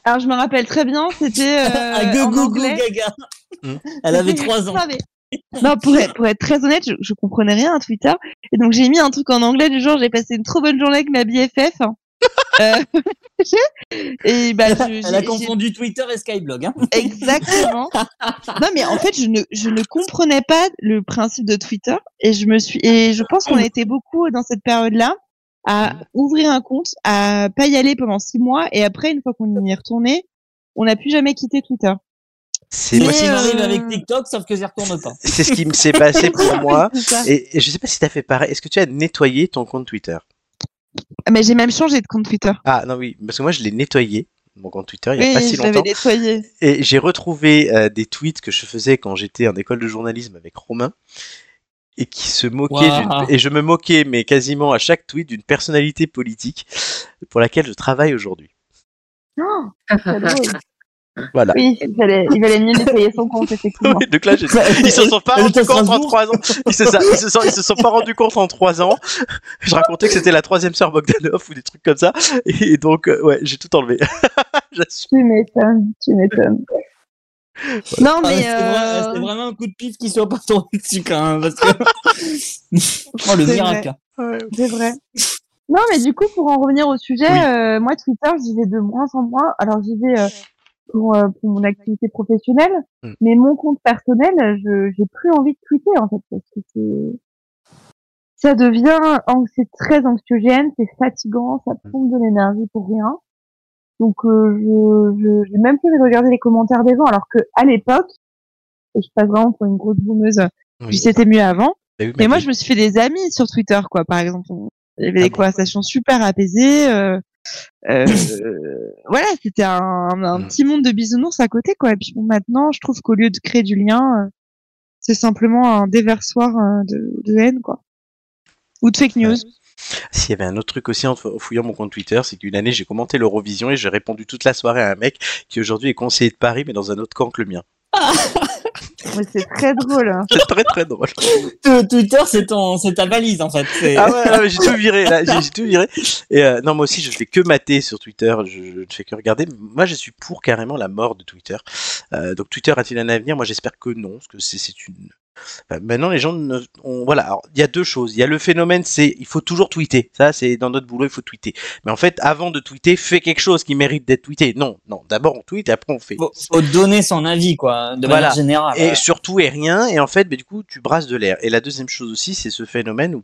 Alors, je me rappelle très bien, c'était. Euh, Un go, en go, go, anglais. gaga. Hmm. Elle avait trois ans. Non, mais- non, pour être, pour être très honnête, je, je comprenais rien à Twitter. Et donc, j'ai mis un truc en anglais du genre, j'ai passé une trop bonne journée avec ma BFF. Euh, et bah, je- Elle a j'ai- j'ai- confondu Twitter et Skyblog. Hein. Exactement. non, mais en fait, je ne, je ne comprenais pas le principe de Twitter et je me suis et je pense qu'on a été beaucoup dans cette période-là à ouvrir un compte, à pas y aller pendant six mois et après, une fois qu'on y est retourné, on n'a plus jamais quitté Twitter. C'est C'est moi moi- qui m'arrive Euh, avec TikTok, sauf que j'y retourne pas. C'est ce qui me s'est passé pour moi. C'est ça. Et et je sais pas si t'as fait pareil. Est-ce que tu as nettoyé ton compte Twitter Ah, Mais j'ai même changé de compte Twitter. Ah non, oui, parce que moi je l'ai nettoyé, mon compte Twitter, il y a Oui, pas si je l'avais longtemps. nettoyé. Et j'ai retrouvé euh, des tweets que je faisais quand j'étais en école de journalisme avec Romain et qui se moquaient Waouh. d'une- et je me moquais mais quasiment à chaque tweet d'une personnalité politique pour laquelle je travaille aujourd'hui. C'est drôle. Voilà. Oui, il valait, il valait mieux nettoyer son compte, effectivement. Donc là, j'ai- ils se sont pas Elle était rendus à compte en Strasbourg. trois ans. Ils se, ça, ils se sont, ils se sont pas rendus compte en trois ans. Je racontais que c'était la troisième sœur Bogdanov ou des trucs comme ça. Et donc, euh, ouais, j'ai tout enlevé. Tu m'étonnes, tu m'étonnes. Non, Ah, c'est mais, vrai- euh, c'est vraiment un coup de pif qui soit pas tombé dessus quand même. Parce que... oh, le C'est miracle. vrai. C'est vrai. Non, mais du coup, pour en revenir au sujet, euh, moi, Twitter, j'y vais de moins en moins. Alors, j'y vais euh, pour, euh, pour mon activité professionnelle, Mm. mais mon compte personnel, je j'ai plus envie de tweeter, en fait, parce que c'est... Ça devient... an- C'est très anxiogène, c'est fatigant, ça pompe de l'énergie pour rien. Donc, euh, je, je, j'ai même plus envie de regarder les commentaires des gens, alors que à l'époque, et je passe vraiment pour une grosse boumeuse, puis c'était mieux avant. Bah oui, mais mais Ah moi, oui. je me suis fait des amis sur Twitter, quoi, par exemple. Il y avait des conversations super apaisées. euh, euh, voilà, c'était un, un petit monde de bisounours à côté, quoi. Et puis bon, maintenant, je trouve qu'au lieu de créer du lien, euh, c'est simplement un déversoir euh, de, de haine, quoi. Ou de fake news. S'il y avait un autre truc aussi en fou- fouillant mon compte Twitter, c'est qu'une année, j'ai commenté l'Eurovision et j'ai répondu toute la soirée à un mec qui aujourd'hui est conseiller de Paris, mais dans un autre camp que le mien. Mais c'est très drôle. hein. C'est très très drôle. T- Twitter, c'est ton- c'est ta valise en fait. C'est- Ah ouais, ouais, ouais, j'ai tout viré, là, j'ai j'ai tout viré. Et euh, non, moi aussi, je fais que mater sur Twitter, je, je ne fais que regarder. Moi, je suis pour carrément la mort de Twitter. Euh, donc, Twitter a-t-il un avenir Moi, j'espère que non, parce que c'est- c'est une Enfin, maintenant, les gens, ne- on- voilà, alors, il y a deux choses. Il y a le phénomène, c'est il faut toujours tweeter. Ça, c'est dans notre boulot, il faut tweeter. Mais en fait, avant de tweeter, fais quelque chose qui mérite d'être tweeté. Non, non. D'abord, on tweet, après, on fait. Faut donner son avis, quoi, de manière générale. Et euh, surtout et rien. Et en fait, mais du coup, tu brasses de l'air. Et la deuxième chose aussi, c'est ce phénomène où,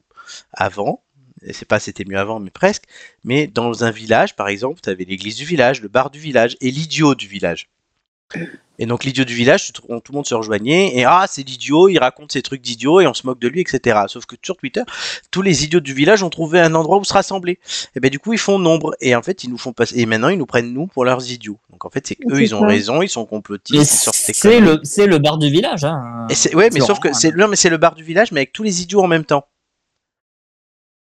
avant, et c'est pas c'était mieux avant, mais presque, mais dans un village, par exemple, tu avais l'église du village, le bar du village et l'idiot du village. Et donc l'idiot du village, tu te- on- tout le monde se rejoignait, et ah, c'est l'idiot, il raconte ses trucs d'idiot, et on se moque de lui, etc. Sauf que sur Twitter, tous les idiots du village ont trouvé un endroit où se rassembler. Et ben du coup, ils font nombre, et en fait, ils nous font passer, et maintenant, ils nous prennent nous pour leurs idiots. Donc en fait, c'est qu'eux, C'est ils ont ça. raison, ils sont complotistes, mais ils sortent des c'est conneries. le, c'est le bar du village. Hein. Et c'est- ouais, mais Florent, sauf que hein. c'est non, mais c'est le bar du village, mais avec tous les idiots en même temps.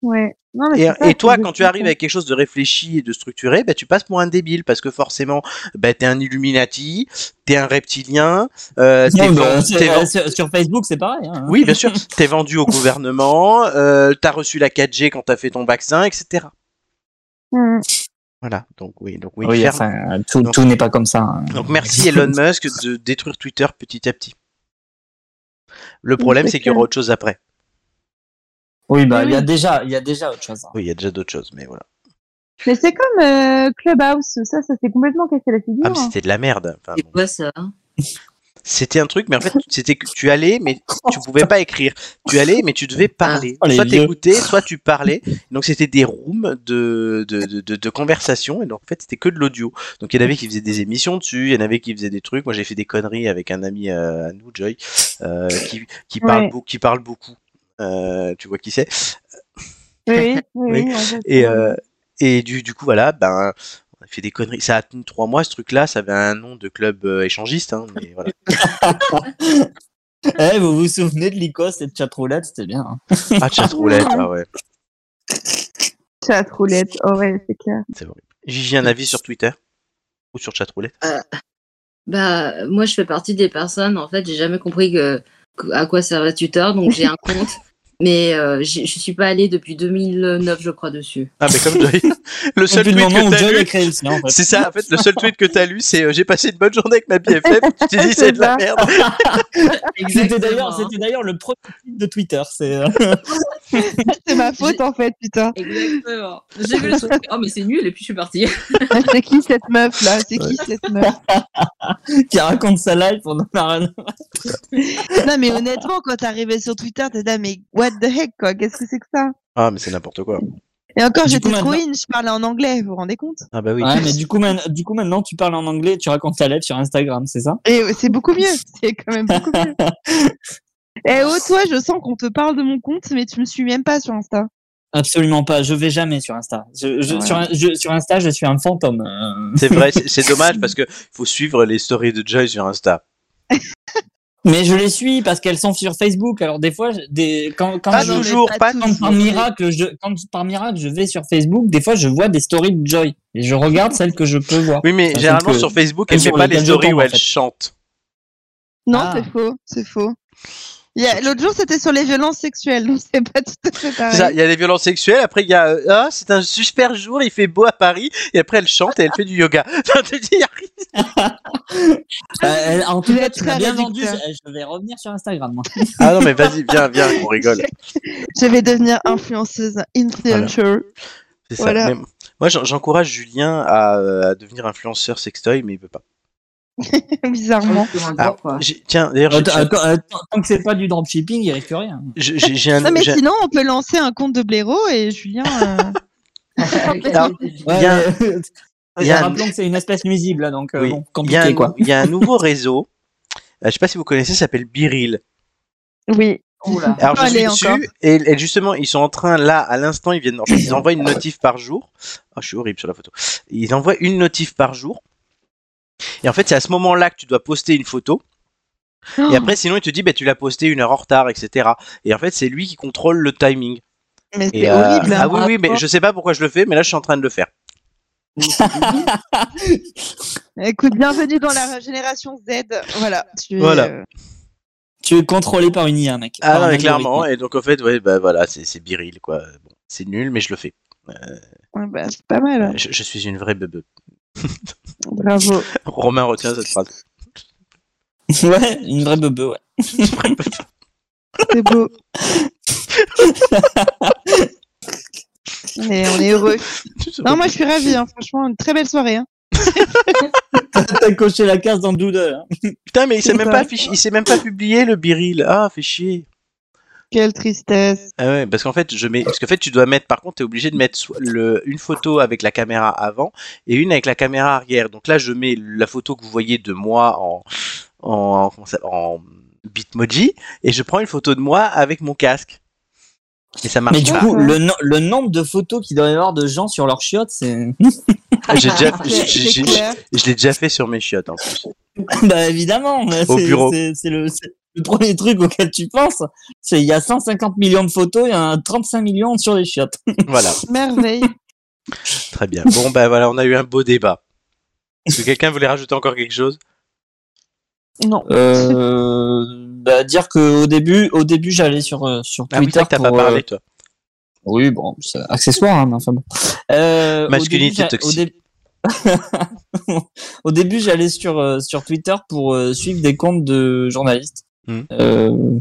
Ouais. Non, mais Et, Ah, c'est ça, et toi, c'est quand des tu arrives trucs, avec quelque chose de réfléchi et de structuré, bah, tu passes pour un débile parce que forcément, bah, t'es un Illuminati, t'es un reptilien, euh, t'es vend- Non, bah, sur, t'es vend- euh, sur- sur Facebook, c'est pareil. hein. oui, bien sûr, t'es vendu au gouvernement, euh, t'as reçu la 4G quand t'as fait ton vaccin, etc. hein. Voilà, donc oui, donc oui, Oui, ferme. enfin, tout, Donc- tout n'est pas comme ça. hein. Donc merci Elon Musk de détruire Twitter petit à petit. Le problème, c'est c'est qu'il y aura clair. autre chose après. Oui, bah, il y a Oui. déjà, il y a déjà autre chose. hein. Oui, il y a déjà d'autres choses, mais voilà. Mais c'est comme euh, Clubhouse, ça, ça s'est complètement cassé la figure. Ah, mais c'était de la merde. Enfin, bon. Quoi ça C'était un truc, mais en fait, c'était que tu allais, mais tu pouvais pas écrire. Tu allais, mais tu devais parler. Oh, les soit vieux. t'écoutais, soit tu parlais. Donc c'était des rooms de, de, de, de- de conversation, et donc en fait c'était que de l'audio. Donc il y en avait qui faisaient des émissions dessus, il y en avait qui faisaient des trucs. Moi j'ai fait des conneries avec un ami euh, à nous, Joy, euh, qui, qui, parle Ouais. beau- qui parle beaucoup. Euh, tu vois qui c'est Oui, oui, oui. oui. en fait, Et, euh, et du, du coup, voilà, ben, on a fait des conneries. Ça a tenu trois mois, ce truc-là. Ça avait un nom de club euh, échangiste. hein, mais voilà. Eh, vous vous souvenez de l'ICOS et de chatroulette, c'était bien. hein. Ah, chatroulette, ah ouais. Chat roulette, oh ouais, c'est clair. C'est vrai. Gigi, un avis sur Twitter Ou sur chatroulette Bah, moi, je fais partie des personnes, en fait, j'ai jamais compris que, que- à quoi servait Twitter, donc j'ai un compte, mais euh, j'ai- je suis pas allée depuis 2009, je crois, dessus. Ah, mais comme Joy. le seul Depuis tweet le moment que où t'as Joy a lu. créé le sien, en fait. C'est ça, en fait, le seul tweet que t'as lu, c'est euh, J'ai passé une bonne journée avec ma BFF. Tu t'es dit, c'est de la ça. merde. C'était d'ailleurs, c'était d'ailleurs le premier tweet de Twitter. C'est. euh, C'est ma faute en fait, putain. Exactement. J'ai vu le truc, oh, mais c'est nul, et puis je suis partie. c'est qui cette meuf là C'est qui cette meuf qui raconte sa live pendant la Non mais honnêtement, quand t'es arrivé sur Twitter, t'es là mais what the heck quoi Qu'est-ce que c'est que ça Ah, mais c'est n'importe quoi. Et encore, Du coup, j'étais trop maintenant- in, je parlais en anglais, vous vous rendez compte Ah, bah oui. Ouais, mais du coup, man- du coup, maintenant, tu parles en anglais, et tu racontes ta live sur Instagram, c'est ça Et c'est beaucoup mieux, c'est quand même beaucoup mieux. Eh oh toi, je sens qu'on te parle de mon compte, mais tu me suis même pas sur Insta. Absolument pas. Je vais jamais sur Insta. Je, je- Ouais. sur, un- je- sur Insta, je suis un fantôme. euh. C'est vrai, c'est c'est dommage parce que faut suivre les stories de Joy sur Insta. Mais je les suis parce qu'elles sont sur Facebook. Alors des fois, je- des, quand, quand Pas Ah je- toujours, pas quand par miracle, je, quand par miracle, je vais sur Facebook, des fois, je vois des stories de Joy et je regarde celles que je peux voir. Oui, mais Enfin, généralement celles que- sur Facebook, celles elle fait sur pas les lesquelles je stories tombe, où en elle fait. chante. Non, Ah. c'est faux, c'est faux. Il y a- L'autre jour, c'était sur les violences sexuelles, donc c'est pas tout à fait C'est ça, pareil. Il y a les violences sexuelles, après il y a euh, Ah, c'est un super jour, il fait beau à Paris, et après elle chante et elle fait du yoga. Enfin, tu dis, Euh, en tout Vous cas, êtes tu m'as très bien vendu. réducteur. Je je vais revenir sur Instagram. Moi. ah non, mais vas-y, viens, viens, on rigole. Je vais devenir influenceuse, influencer. C'est ça. Voilà. Mais moi, j'en- j'encourage Julien à, euh, à devenir influenceur sextoy, mais il peut pas. Bizarrement. Ah, j'ai- tiens, d'ailleurs, j'ai- Attends, attends, attends, tant que c'est pas du dropshipping, il risque rien. j'ai j'ai- j'ai un. Non, mais Ah, j'ai- sinon, on peut lancer un compte de blaireau et Julien. euh, alors, Ouais, il y a- mais- il y a un- Rappelons que c'est une espèce nuisible, là, donc euh, oui, il bon, y a compliqué un- quoi. il y a un nouveau réseau, euh, je sais pas si vous connaissez, ça s'appelle Biril. Oui. Oula. Alors, je Allez, suis encore. dessus, et, et justement, ils sont en train, là, à l'instant, ils viennent, en fait, ils envoient une notif par jour. Ah, je suis horrible sur la photo. Ils envoient une notif par jour. Et en fait, c'est à ce moment-là que tu dois poster une photo. Oh. Et après, sinon, il te dit, bah, tu l'as posté une heure en retard, etc. Et en fait, c'est lui qui contrôle le timing. Mais Et, c'est euh, horrible. hein. ah oui, oui, mais je sais pas pourquoi je le fais, mais là, je suis en train de le faire. Écoute, bienvenue dans la génération Z. Voilà. tu es, Voilà. euh, Tu es contrôlé par une IA, mec. Ah Par non, un mais clairement. algorithme. Et donc, en fait, ouais, bah voilà, c'est c'est biril, quoi. Bon, c'est nul, mais je le fais. ouais, bah, c'est pas mal. Je, je suis une vraie bebe. Bravo. Romain retient cette phrase. ouais, une vraie bebe, ouais. C'est beau. Mais on est heureux. Non, moi je suis ravie, hein, franchement, une très belle soirée. hein. T'as coché la case dans Doodle. hein. Putain, mais il s'est même pas affiché- il s'est même pas publié le biril. Ah, fait chier. Quelle tristesse. Ah ouais, parce qu'en fait, je mets, parce qu'en fait, tu dois mettre, par contre, t'es obligé de mettre so- le, une photo avec la caméra avant et une avec la caméra arrière. Donc là, je mets la photo que vous voyez de moi en, en, comment ça- en Bitmoji et je prends une photo de moi avec mon casque. Et ça marche Mais du pas. coup, le, no- le nombre de photos qu'il doit y avoir de gens sur leur chiottes, c'est. J'ai déjà, C'est j'ai- j'ai- j'ai- clair. je l'ai déjà fait sur mes chiottes en plus. bah évidemment, mais Au c'est- bureau. c'est c'est le, c'est le premier truc auquel tu penses. C'est il y a 150 millions de photos, il y en a 35 millions sur les chiottes. Voilà. Merveille. Très bien. Bon, ben voilà, on a eu un beau débat. Est-ce que quelqu'un voulait rajouter encore quelque chose Non. Euh, bah, dire que au début, au début, j'allais sur euh, sur Ah oui, c'est Twitter vrai que t'as pour. pas parlé, euh, toi. Oui, bon, c'est accessoire, hein, mais enfin bon. Euh, au Masculinité début, j'a- toxique. Au, dé- Au début, j'allais sur euh, sur Twitter pour euh, suivre des comptes de journalistes. Hmm. Euh,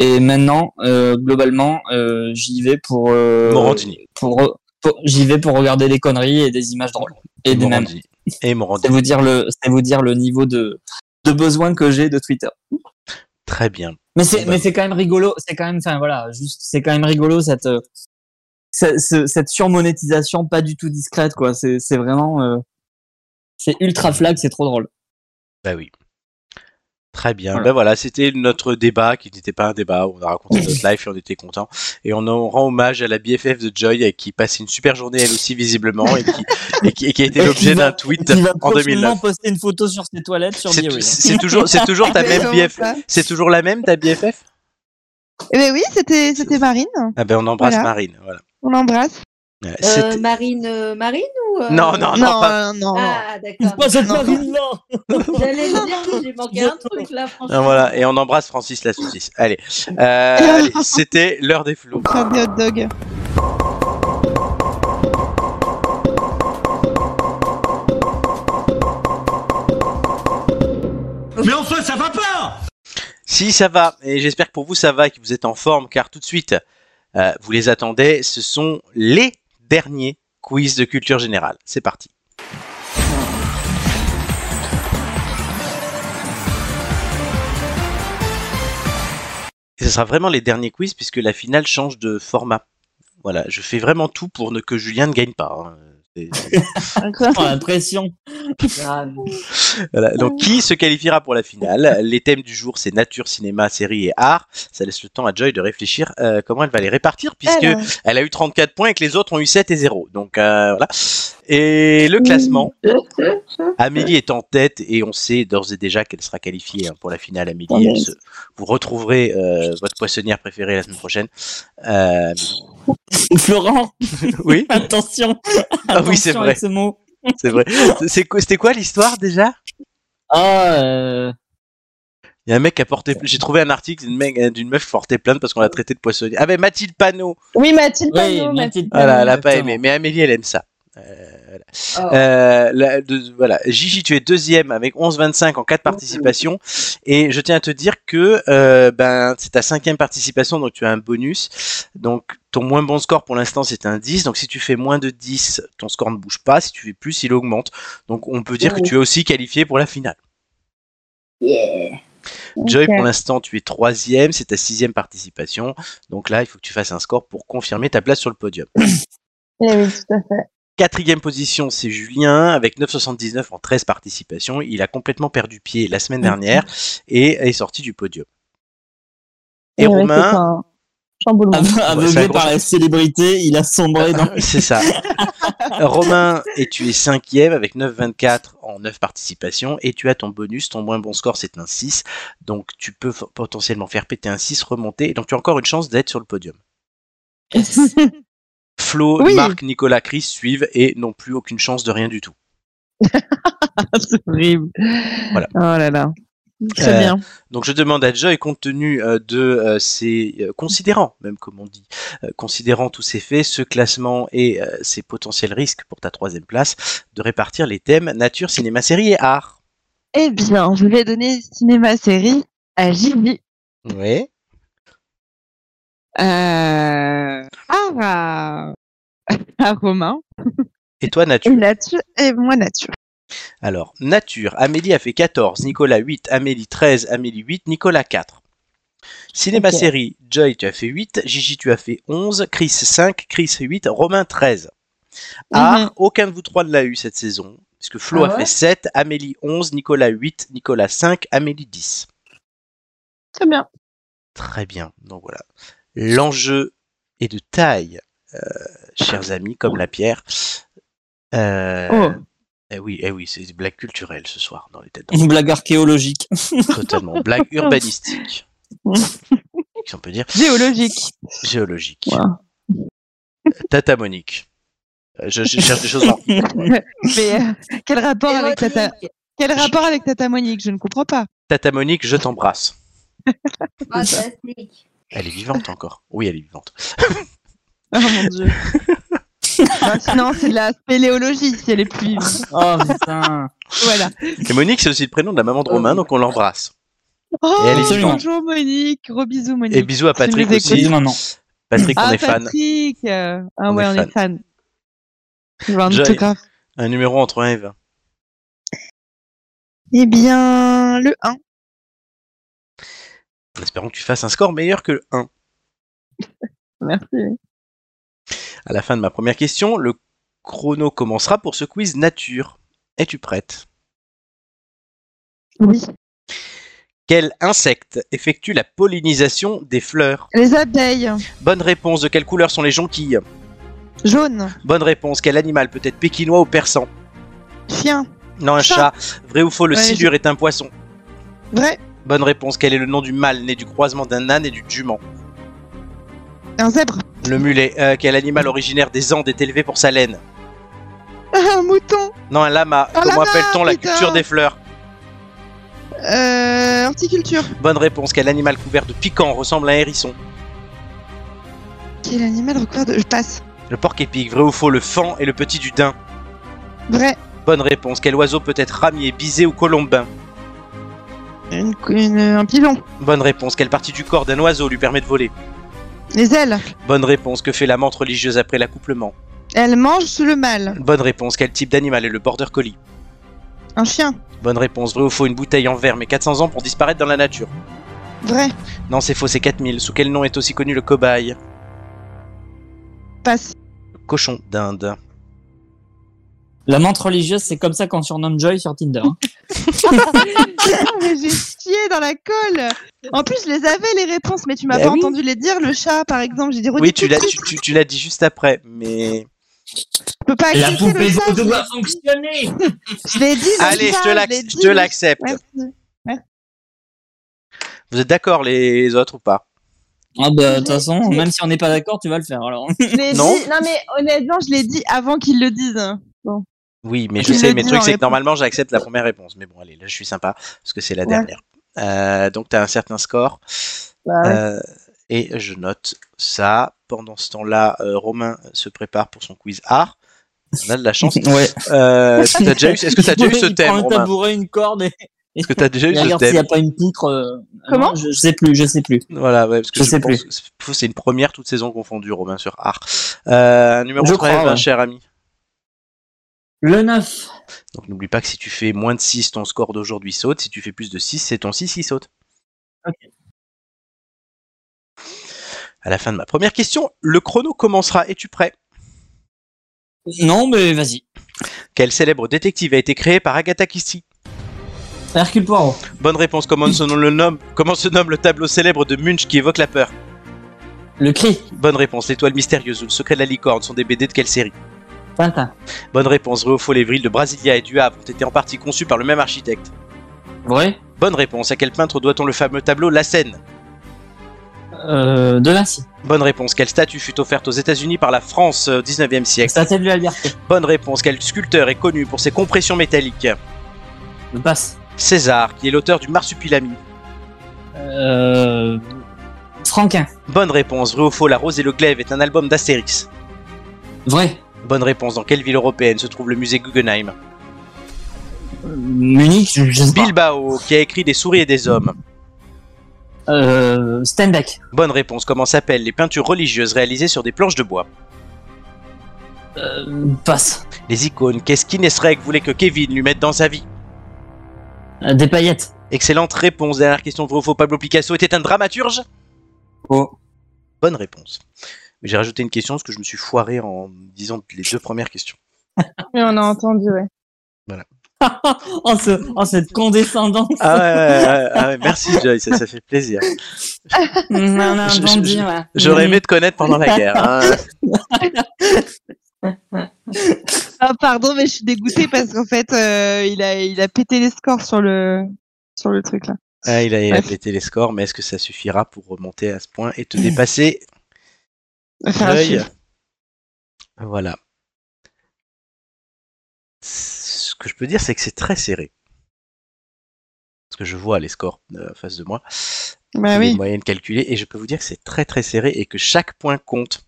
et maintenant, euh, globalement, euh, j'y vais pour. euh, Morandini. Pour, pour- j'y vais pour regarder des conneries et des images drôles et des mêmes. Morandini. Et Morandini. C'est vous dire le, c'est vous dire le niveau de de besoin que j'ai de Twitter. Très bien. Mais c'est bah. mais c'est quand même rigolo, c'est quand même enfin voilà, juste c'est quand même rigolo cette euh, ce- ce- cette surmonétisation pas du tout discrète quoi, c'est c'est vraiment euh, c'est ultra flag, c'est trop drôle. Bah oui. Très bien. Voilà. Ben voilà, c'était notre débat qui n'était pas un débat. On a raconté notre life et on était content. Et on en rend hommage à la BFF de Joy euh, qui passe une super journée elle aussi visiblement et qui, et qui, et qui a été Et l'objet qui va- d'un tweet qui va en prochainement 2009. poster une photo sur ses toilettes sur C'est Beery. c'est toujours, c'est toujours ta même Exactement BFF. ça. C'est toujours la même ta BFF. Eh ben oui, c'était c'était Marine. Ah ben on embrasse Voilà. Marine. Voilà. On l'embrasse. Ouais, Euh, c'était- Marine, euh, Marine ou euh, Non, non, non, Non, pas- non, Ah, d'accord. Pas cette Non. Marine-là J'allais te dire que j'ai manqué un truc là, Ah, franchement. voilà. Et on embrasse Francis la saucisse. Allez, Euh, allez, c'était l'heure des flots. Prends des hot dogs. Mais enfin, ça va pas Si ça va, et j'espère que pour vous ça va et que vous êtes en forme, car tout de suite, euh, vous les attendez, ce sont les derniers quiz de culture générale. C'est parti. Et ce sera vraiment les derniers quiz puisque la finale change de format. Voilà, je fais vraiment tout pour ne que Julien ne gagne pas. hein. C'est- Ah. Oh, la pression. Voilà. Donc, qui se qualifiera pour la finale Les thèmes du jour, c'est nature, cinéma, série et art. Ça laisse le temps à Joy de réfléchir euh, comment elle va les répartir, puisque Alors. elle a eu 34 points et que les autres ont eu 7 et 0. Donc, euh, voilà. Et le classement Amélie est en tête et on sait d'ores et déjà qu'elle sera qualifiée hein, pour la finale. Amélie, Oh, elle mince. se- vous retrouverez euh, votre poissonnière préférée la semaine prochaine. Euh, Florent. Oui. Attention. Ah oui, c'est Attention vrai. avec ce mot. c'est vrai. C'est quoi- C'était quoi l'histoire déjà Ah, Il y a un mec qui a porté. J'ai trouvé un article d'une mec- d'une meuf qui portait plainte parce qu'on l'a traité de poissonnier. Ah, mais Mathilde Panot Oui, Mathilde Ah, Oui, Panot, Mathilde Voilà, elle a pas aimé. Mais Amélie, elle aime ça. Euh, voilà. Oh. Euh, la- de- voilà. Gigi, tu es deuxième avec 11,25 en 4 Oh. participations. Et je tiens à te dire que euh, ben, c'est ta cinquième participation, donc tu as un bonus. Donc ton moins bon score pour l'instant, c'est un 10. Donc si tu fais moins de 10, ton score ne bouge pas. Si tu fais plus, il augmente. Donc on peut dire Oh. que tu es aussi qualifié pour la finale. Yeah. Joy, Ok. pour l'instant, tu es troisième, c'est ta sixième participation. Donc là, il faut que tu fasses un score pour confirmer ta place sur le podium. Eh oui, tout à fait. Quatrième position, c'est Julien, avec 9,79 en 13 participations. Il a complètement perdu pied la semaine dernière et est sorti du podium. Et Ouais, ouais, Romain Ah, c'est Ah, un chamboulement. c'est un aveuglé gros par la célébrité, il a sombré dans. C'est ça. Romain, et tu es cinquième avec 9,24 en 9 participations et tu as ton bonus. Ton moins bon score, c'est un 6. Donc tu peux f- potentiellement faire péter un 6, remonter. Donc tu as encore une chance d'être sur le podium. Flo, Oui. Marc, Nicolas, Chris suivent et n'ont plus aucune chance de rien du tout. C'est horrible. Voilà. Oh là là. Très Euh, bien. Donc je demande à Joy, compte tenu euh, de euh, ces euh, considérant, même comme on dit, euh, considérant tous ces faits, ce classement et euh, ses potentiels risques pour ta troisième place, de répartir les thèmes nature, cinéma, série et art. Eh bien, je vais donner cinéma-série à Gigi. Oui. Euh, art à, à Romain. Et toi, Nature Et nature. Et moi, nature. Alors, Nature, Amélie a fait 14, Nicolas 8, Amélie 13, Amélie 8, Nicolas 4. Cinéma Ok. série, Joy, tu as fait 8, Gigi, tu as fait 11, Chris 5, Chris 8, Romain 13. Art, aucun de vous trois ne l'a eu cette saison, puisque Flo Mhm. Ah a ouais fait 7, Amélie 11, Nicolas 8, Nicolas 5, Amélie 10. Très bien. Très bien, donc voilà. L'enjeu est de taille, euh, chers amis, comme la pierre. Euh, Oh. Eh oui, eh oui, c'est des blagues culturelles ce soir dans les têtes. Une blague archéologique. Totalement. Blague urbanistique. si on peut dire. Géologique. Géologique. Tatamonique. Euh, Je, je cherche des choses en Mais euh, quel rapport avec Tata Quel rapport avec Tata Monique Je ne comprends pas. Tatamonique, je t'embrasse. Fantastique. Elle est vivante encore. Oui, elle est vivante. Oh mon dieu. Non, sinon, c'est de la spéléologie si elle est plus vive. Oh putain. Voilà. Et Monique, c'est aussi le prénom de la maman de Romain, donc on l'embrasse. Oh, Et elle est vivante. bonjour Monique. Gros bisous Monique. Et bisous à Tu nous Patrick écoutes. aussi. Patrick, ah, on est fan. Patrick. euh, Ah On ouais, est on est fan. Je veux un Joy, autographe. un numéro entre 1 et 20. Eh bien, le 1. Espérons que tu fasses un score meilleur que le 1. Merci. À la fin de ma première question, le chrono commencera pour ce quiz nature. Es-tu prête Oui. Quel insecte effectue la pollinisation des fleurs Les abeilles. Bonne réponse. De quelle couleur sont les jonquilles Jaune. Bonne réponse. Quel animal peut être pékinois ou persan Chien. Non, un chat. Chat. Vrai ou faux, le Ouais, silure est un poisson Vrai. Bonne réponse. Quel est le nom du mâle né du croisement d'un âne et du jument Un zèbre. Le mulet. Euh, quel animal originaire des Andes est élevé pour sa laine Ah, un mouton. Non, un lama. Un Comment lama, appelle-t-on la putain. culture des fleurs Euh, horticulture. Bonne réponse. Quel animal couvert de piquants ressemble à un hérisson Quel animal recouvert de. Je passe. Le porc-épic. Vrai ou faux, le fan et le petit du daim Vrai. Bonne réponse. Quel oiseau peut être ramier, bisé ou colombin Une, une- un pilon. Bonne réponse. Quelle partie du corps d'un oiseau lui permet de voler Les ailes. Bonne réponse. Que fait la menthe religieuse après l'accouplement Elle mange sous le mal. Bonne réponse. Quel type d'animal est le border collie Un chien. Bonne réponse. Vrai ou faux, une bouteille en verre met 400 ans pour disparaître dans la nature Vrai. Non, c'est faux, c'est 4000. Sous quel nom est aussi connu le cobaye Passe. Cochon d'Inde. La menthe religieuse, c'est comme ça qu'on surnomme Joy sur Tinder. hein. Non, mais j'ai chié dans la colle. En plus, je les avais les réponses, mais tu m'as Bah pas oui. entendu les dire. Le chat, par exemple, j'ai dit redis Oui, tu tout de l'as suite. tu, tu- tu l'as dit juste après, mais. Je peux pas La accepter poupée le chat. vaudou je a l'ai- Je l'ai dit. le Allez, je chat, te l'ai l'ac- je dit. te l'accepte. Merci. Merci. Vous êtes d'accord les autres ou pas Ah bah, de toute façon, même si on n'est pas d'accord, tu vas le faire alors. Je l'ai dit- Non. non. mais honnêtement, je l'ai dit avant qu'ils le disent. Bon. Oui, mais je Tu sais, l'as mes dit trucs, en c'est que réponse. normalement j'accepte la première réponse. Mais bon, allez, là je suis sympa, parce que c'est la Ouais. dernière. Euh, donc tu as un certain score. Bah ouais. Euh, et je note ça. Pendant ce temps-là, euh, Romain se prépare pour son quiz art. On a de la chance. Ouais. Euh, est-ce que t'as déjà eu, est-ce que t'as déjà eu ce Il prend thème, un Romain tabouret, une corde et. Est-ce que t'as déjà eu Et ce regarde thème s'il n'y a pas une poutre. euh, Comment non, je, je sais plus, je sais plus. Voilà, ouais, parce que Je je, sais pense plus. que c'est- c'est une première toute saison confondue, Romain, sur art. Euh, un numéro Je 13, crois, hein, ouais. cher ami. Le 9. Donc n'oublie pas que si tu fais moins de 6, ton score d'aujourd'hui saute. Si tu fais plus de 6, c'est ton 6 qui saute. À la fin de ma première question, le chrono commencera. Es-tu prêt Non, mais vas-y. Quel célèbre détective a été créé par Agatha Christie Hercule Poirot. Bonne réponse. Comment se, nomme le nom- comment se nomme le tableau célèbre de Munch qui évoque la peur Le cri. Bonne réponse. L'étoile mystérieuse ou le secret de la licorne sont des BD de quelle série Tintin. Bonne réponse. Vrai ou faux, les villes de Brasilia et du Havre ont été en partie conçues par le même architecte Vrai. Bonne réponse. À quel peintre doit-on le fameux tableau La Seine Euh, de Vinci. Bonne réponse. Quelle statue fut offerte aux États-Unis par la France euh, au 19e siècle Statue de la liberté. Bonne réponse. Quel sculpteur est connu pour ses compressions métalliques Le passe. César, qui est l'auteur du Marsupilami. Euh, Franquin. Bonne réponse. Vrai ou faux, La Rose et le Glaive est un album d'Astérix. Vrai. Bonne réponse. Dans quelle ville européenne se trouve le musée Guggenheim Euh, Munich, je, je sais pas. Bilbao, qui a écrit Des souris et des hommes. Euh, Steinbeck. Bonne réponse. Comment s'appellent les peintures religieuses réalisées sur des planches de bois Euh, passe. Les icônes. Qu'est-ce qu'Inesreg voulait que Kevin lui mette dans sa vie Euh, Des paillettes. Excellente réponse. Dernière question vrai ou faux. Pablo Picasso était un dramaturge Faux. Bonne réponse. Mais J'ai rajouté une question parce que je me suis foiré en disant les deux premières questions. Mais on a entendu, ouais. en, Oh, ce- en cette condescendance. Ah ouais, ouais, ouais, ouais, ah ouais, merci Joy, ça, ça fait plaisir. On a un Je- je- bandit, je- ouais. J'aurais aimé te connaître pendant la guerre. hein. Ah, pardon, mais je suis dégoûtée parce qu'en fait, euh, il, a, il a pété les scores sur le, sur le truc là. Ah, il, a, il a Bref. pété les scores, mais est-ce que ça suffira pour remonter à ce point et te dépasser On va faire un Joy chiffre. Voilà. Ce que je peux dire, c'est que c'est très serré. Parce que je vois les scores euh, en face de moi, Ah Bah les oui. moyennes calculées, et je peux vous dire que c'est très très serré et que chaque point compte.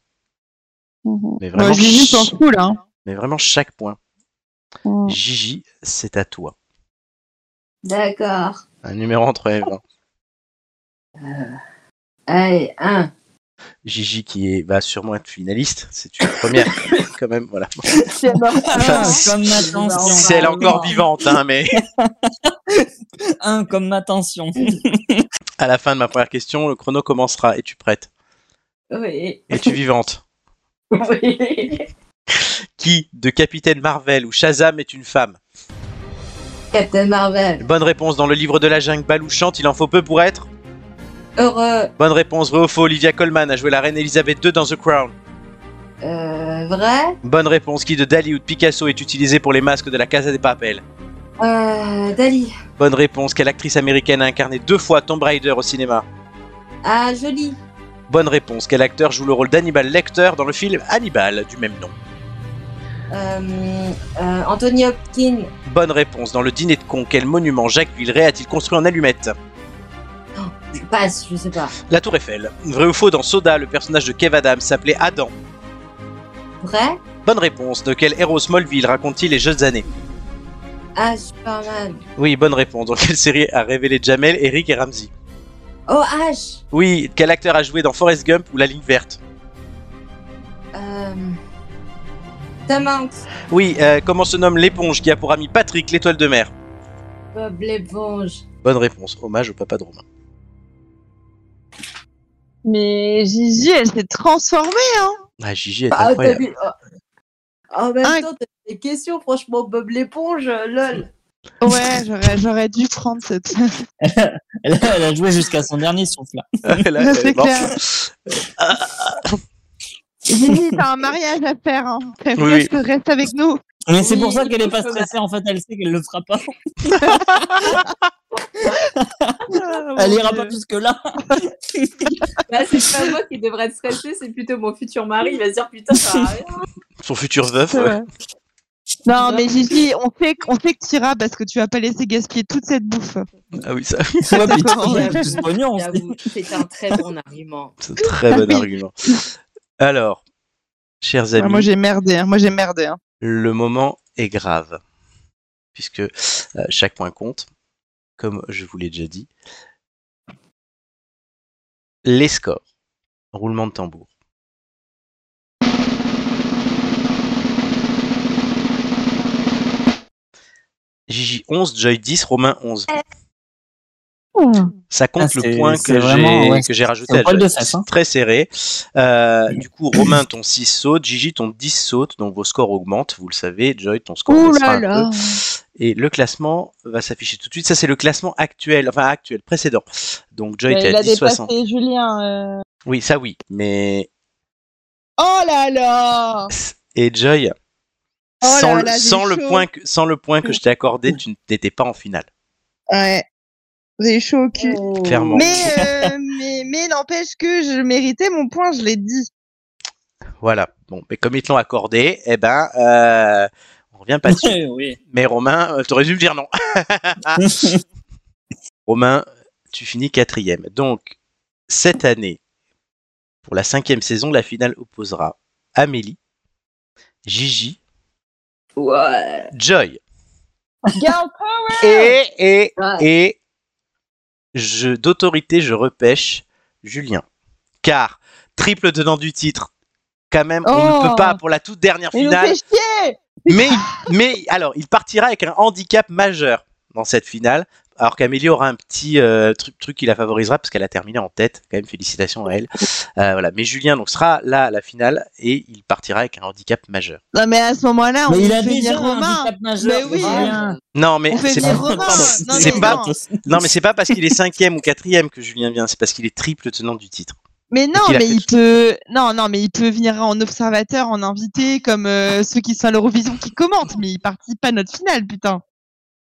Mais Bah, vraiment, Bon, Gigi s'en ch- fout là. hein. mais vraiment chaque point. Mm. Gigi, c'est à toi. D'accord. Un numéro entre hein. les 20. Allez, un. Gigi qui est, va sûrement être finaliste, c'est une première quand même, voilà. C'est mort. Ah, Enfin, Comme ma tension. si elle est encore vivante, hein, mais Un comme ma tension. à la fin de ma première question, le chrono commencera. Es-tu prête Oui. Es-tu vivante Oui. Qui, de Capitaine Marvel ou Shazam, est une femme Captain Marvel. Bonne réponse dans le livre de la jungle Balou chante, il en faut peu pour être. Heureux. Bonne réponse, vrai ou faux, Olivia Colman a joué la reine Elisabeth II dans The Crown. Euh, vrai. Bonne réponse, qui de Dali ou de Picasso est utilisé pour les masques de la Casa des Papel. Euh, Dali. Bonne réponse, quelle actrice américaine a incarné deux fois Tomb Raider au cinéma Ah, joli. Bonne réponse, quel acteur joue le rôle d'Hannibal Lecter dans le film Hannibal du même nom Euh, euh, Anthony Hopkins. Bonne réponse, dans le dîner de con, quel monument Jacques Villeray a-t-il construit en allumettes Je passe, je sais pas. La Tour Eiffel. Vrai ou faux, dans Soda, le personnage de Kev Adams s'appelait Adam. Vrai. Bonne réponse, de quel héros Smallville raconte-t-il les jeunes années Ah, Superman. Oui, bonne réponse, dans quelle série a révélé Jamel, Eric et Ramsey Oh, H. Oui, quel acteur a joué dans Forrest Gump ou La Ligne Verte Euh, Tom Hanks. Oui, euh, comment se nomme l'éponge qui a pour ami Patrick, l'étoile de mer Bob l'éponge. Bonne réponse, hommage au papa de Romain. Mais Gigi, elle s'est transformée. Hein. Ah, Gigi est Ah, t'as incroyable. vu, oh. En même temps, t'as des questions, franchement, Bob l'éponge, euh, lol. Ouais, j'aurais, j'aurais dû prendre cette. Elle a, elle a joué jusqu'à son dernier souffle. Elle a- Ça, elle c'est est morte. clair. Gigi, t'as un mariage à faire. Hein. Reste, Oui, oui. reste avec nous. Mais c'est pour ça qu'elle est pas stressée. En fait, elle sait qu'elle le fera pas. Oh Elle Ah, ira pas jusque là. Bah, c'est pas moi qui devrais être stressée, c'est plutôt mon futur mari. Il va se dire putain, ça sert à rien. Son futur veuf. C'est ouais. vrai. Non, mais Gigi, on sait, qu- on sait que t'iras parce que tu vas pas laisser gaspiller toute cette bouffe. Ah oui, ça, Ouais, putain, comment, il y a ouais. plus de pognon, on se dit. J'avoue, c'est un très bon argument. c'est un très bon Oui. argument. Alors, chers Ouais, amis, moi, j'ai merdé. hein. Moi, j'ai merdé. hein. le moment est grave. Puisque euh, chaque point compte, comme je vous l'ai déjà dit. Les scores. Roulement de tambour. Gigi 11, Joy 10, Romain 11. Ça compte Ah, le c'est- point c'est que vraiment, j'ai ouais, que j'ai rajouté au à poil Joy. de fesse, hein. C'est Très serré. Euh, du coup, Romain, ton 6 saute. Gigi, ton 10 saute. Donc vos scores augmentent. Vous le savez. Joy, ton score Ouh baissera là un là. peu. Et le classement va s'afficher tout de suite. Ça, c'est le classement actuel. Enfin, actuel, précédent. Donc Joy, Mais t'es Bah, il à a 10, dépassé 60. Julien. euh. Oui, ça oui. Mais. Oh là là Et Joy, Oh là sans, le- là, j'ai sans le chaud. Oh. point que, sans le point que je t'ai accordé, tu n'étais pas en finale. Ouais. J'ai chaud au cul. Clairement. Oh. Mais, euh, mais, mais n'empêche que je méritais mon point, je l'ai dit. Voilà. Bon, mais comme ils te l'ont accordé, eh ben, euh, on revient pas dessus. Oui. Mais Romain, euh, t'aurais dû me dire non. Romain, tu finis quatrième. Donc, cette année, pour la cinquième saison, la finale opposera Amélie, Gigi, Ouais. Joy Girl et, et, Ouais. et je, d'autorité, je repêche Julien. Car, triple tenant du titre, quand même, on ne Oh. peut pas pour la toute dernière Il nous fait finale. chier Mais, mais alors, il partira avec un handicap majeur dans cette finale. Alors qu'Amélie aura un petit euh, truc, truc qui la favorisera parce qu'elle a terminé en tête. Quand même, félicitations à elle. Euh, voilà. Mais Julien donc sera là à la finale et il partira avec un handicap majeur. Non, mais à ce moment-là, on Mais il fait a déjà venir un Romain. handicap mais oui. Non mais On fait c'est venir pas, Romain. Non, c'est mais pas- non. non, mais c'est pas parce qu'il est cinquième ou quatrième que Julien vient. C'est parce qu'il est triple tenant du titre. Mais non, qu'il a mais fait il peut. Non, non, mais il peut venir en observateur, en invité, comme euh, ceux qui sont à l'Eurovision qui commentent. Mais il participe pas à notre finale, putain.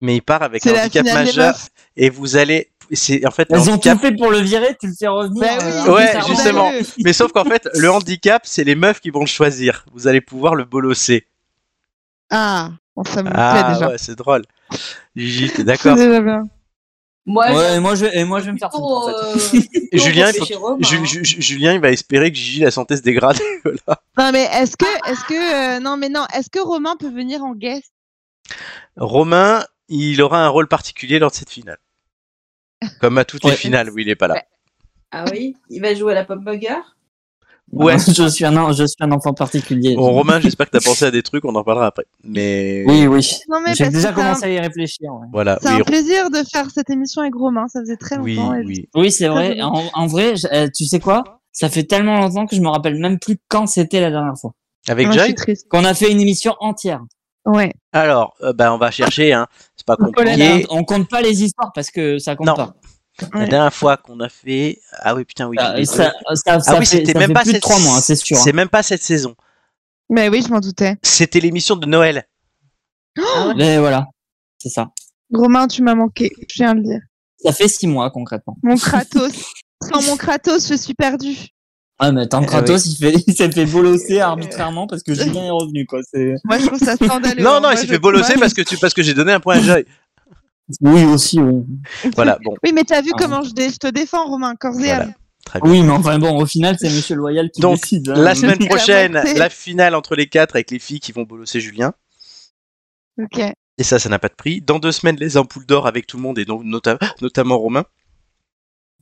Mais il part avec C'est un la handicap finale des majeur meufs. et vous allez. C'est en fait le Elles ont tout handicap. fait pour le virer, tu le fais revenir. Bah oui, euh, Ouais, bizarrement. justement. Mais sauf qu'en fait, le handicap, c'est les meufs qui vont le choisir. Vous allez pouvoir le bolosser. Ah, bon, ça me plaît Ah déjà. ouais, c'est drôle. Gigi, t'es d'accord C'est déjà bien. Moi, Ouais, et moi je, et moi je vais me faire foutre en Oh. fait. Et Julien, il c'est faut- chez Romain, Ju- hein. Ju- Ju- Julien, il va espérer que Gigi, la santé se dégrade. Voilà. Non, mais est-ce que, est-ce que, euh, non, mais non, est-ce que Romain peut venir en guest Romain, il aura un rôle particulier lors de cette finale. Comme à toutes les Ouais. finales où il est pas là. Ah oui, il va jouer à la pop bugger Ouais. je suis un, an- je suis un enfant particulier. Bon, Romain, j'espère que t'as pensé à des trucs, on en parlera après. Mais. Oui, oui. Non, mais J'ai parce que déjà c'est commencé un- à y réfléchir. ouais. Voilà, C'est Ah, oui, un Ro- plaisir de faire cette émission avec Romain. Ça faisait très oui, longtemps. et- oui. Oui, c'est vrai. joli. En, en vrai, je- euh, tu sais quoi Ça fait tellement longtemps que je me rappelle même plus quand c'était la dernière fois. Avec Moi, je suis Jay triste. Qu'on a fait une émission entière. Ouais. Alors, euh, bah, on va chercher, hein. C'est pas compliqué. On compte pas les histoires parce que ça compte Non. pas. La dernière fois qu'on a fait. Ah oui, putain, oui. Ça, j'ai des ça, trucs. ça, Ah ça oui, fait- c'était ça même fait pas plus de cette trois mois, hein, c'est sûr. hein. C'est même pas cette saison. Mais oui, je m'en doutais. C'était l'émission de Noël. Mais voilà, c'est ça. Romain, tu m'as manqué. Je viens de le dire. Ça fait six mois concrètement. Mon Kratos. Sans mon Kratos, je suis perdu. Ah mais attends, Eh Kratos, il fait, il s'est fait bolosser arbitrairement parce que Julien est revenu quoi. C'est... Moi, je trouve ça scandaleux. Non, hein. non, Moi, il s'est je- fait bolosser moi, parce que tu, parce que j'ai donné un point à Joy. Oui aussi, oui. Voilà, bon, Oui, mais t'as vu Ah. comment je, dé- je te défends, Romain, corps et Voilà. âme. très bien. Oui, mais enfin bon, au final, c'est Monsieur Loyal qui Donc, décide. hein. La semaine la prochaine, moitié. la finale entre les quatre avec les filles qui vont bolosser Julien. Ok. Et ça, ça n'a pas de prix. Dans deux semaines, les ampoules d'or avec tout le monde et donc nota- notamment Romain.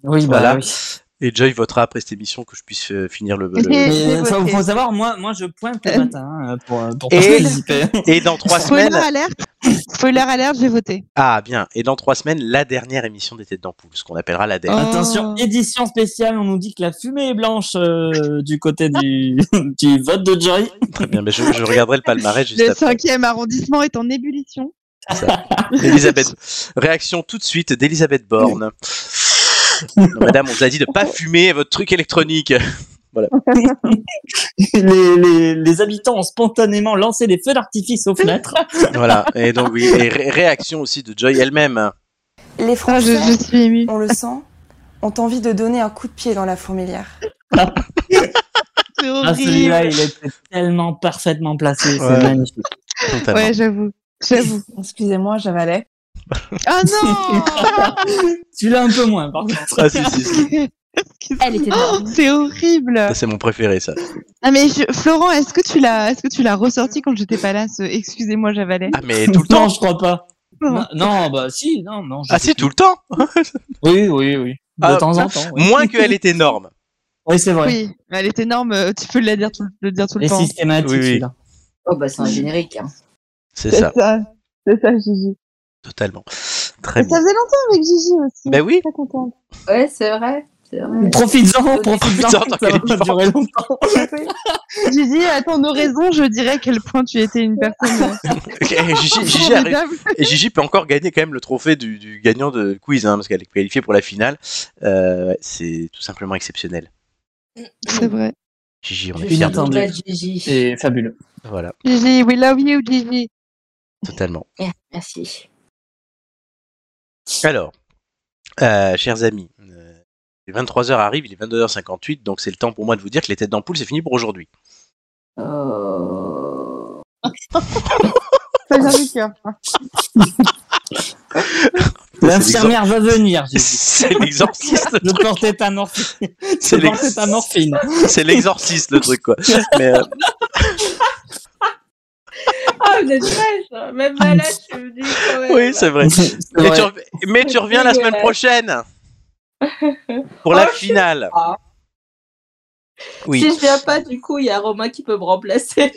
Oui, bah Voilà. oui. Et Joy votera après cette émission que je puisse euh, finir le. le- Et- Mais c'est faut, voté. faut savoir, moi, moi, je pointe le Euh. matin hein, pour, euh, pour Et- participer. Et dans trois Spoiler semaines. alerte. Spoiler alerte, j'ai voté. Ah bien. Et dans trois semaines, la dernière émission des Têtes d'ampoule, ce qu'on appellera la dernière. Attention, édition spéciale, on nous dit que la fumée est blanche euh, du côté du, du vote de Joy. Oh. Très bien. Mais je, je regarderai le palmarès juste Le après. cinquième arrondissement est en ébullition. Elisabeth. Réaction tout de suite d'Elisabeth Borne. Non, Madame, on vous a dit de pas fumer votre truc électronique. Les, les, les habitants ont spontanément lancé des feux d'artifice aux fenêtres. Voilà. Et donc oui. Et ré- réaction aussi de Joy elle-même. hein. Ah, Les je, Français, je suis émue. on le sent, ont envie de donner un coup de pied dans la fourmilière. C'est Ah, celui-là, horrible. il était tellement parfaitement placé, c'est Ouais. magnifique. Totalement. Ouais, j'avoue. J'avoue. Excusez-moi, j'avalais. Oh non Celui-là, un peu moins, par contre. Ah, si, si, si. Elle était Oh, C'est horrible. Ça, c'est mon préféré, ça. Ah mais je- Florent, est-ce que tu l'as, est-ce que tu l'as ressorti quand j'étais pas là ce Excusez-moi, j'avalais. Ah, mais tout le Non, temps. je crois pas. Non. Non, non, bah si, non, non. je Ah, sais si, plus. tout le temps. Oui, oui, oui. De Ah, temps en temps. Oui, Moins qu'elle est énorme. Oui, Ah, c'est vrai. Oui, mais elle est énorme. euh, Tu peux la dire tout, le dire tout Et le temps. systématique, Oui, oui. celui-là. Oh bah c'est un générique. Hein. C'est C'est ça, ça, c'est ça, Gigi. totalement. Très Mais ça bien. faisait longtemps avec Gigi aussi. Ben oui. Très contente. Ouais, c'est vrai. C'est vrai. Profites-en, Profites-en, profites-en, tant ça qu'elle va est pas durer longtemps. J'ai dit à ton oraison, je dirais à quel point tu étais une personne euh, Et Gigi, Gigi arrive- formidable. et Gigi peut encore gagner quand même le trophée du, du gagnant de quiz, hein, parce qu'elle est qualifiée pour la finale. Euh, ouais, c'est tout simplement exceptionnel. C'est vrai. Gigi, on est Une fiers de attendue. toi. Pas de Gigi. C'est fabuleux. Voilà, Gigi, we love you, Gigi. totalement. Merci. Alors, euh, chers amis, euh, les 23h arrivent, il est 22h58, donc c'est le temps pour moi de vous dire que les têtes d'ampoule, c'est fini pour aujourd'hui. Oh. Ça vient du cœur. L'infirmière va venir, j'ai dit. C'est l'exorciste, Je portais ta morphine. Je C'est l'ex- portais ta morphine. c'est l'exorciste le truc quoi. Mais, euh, Ah vous êtes fraîche. Même malade, je suis venue quand même. oui, c'est vrai. C'est Et vrai. tu rev- mais tu reviens la semaine prochaine. Pour la finale. Oui. Si je viens pas, du coup, il y a Romain qui peut me remplacer.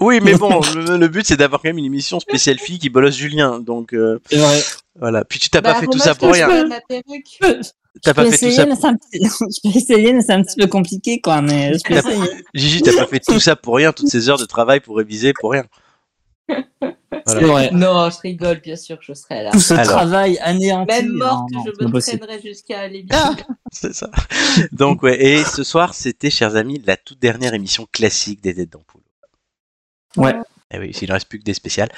Oui, mais bon, le, le but c'est d'avoir quand même une émission spéciale fille qui bolosse Julien. Donc euh, voilà. Puis tu t'as pas fait tout ça pour rien. T'as Je pas peux fait tout essayer, ça. mais c'est un petit- je peux essayer, mais c'est un petit peu compliqué, quoi. Mais je peux T'as- essayer. Gigi, t'as pas fait tout ça pour rien, toutes ces heures de travail pour réviser pour rien. Voilà. Non, je rigole, bien sûr que je serai là. Tout ce Alors. travail anéanti. Même morte, non, non, c'est je pas me possible. traînerai jusqu'à l'émission. C'est ça. Donc ouais. Et ce soir, c'était, chers amis, la toute dernière émission classique des têtes d'ampoule. Ouais. Eh oui, s'il ne reste plus que des spéciales.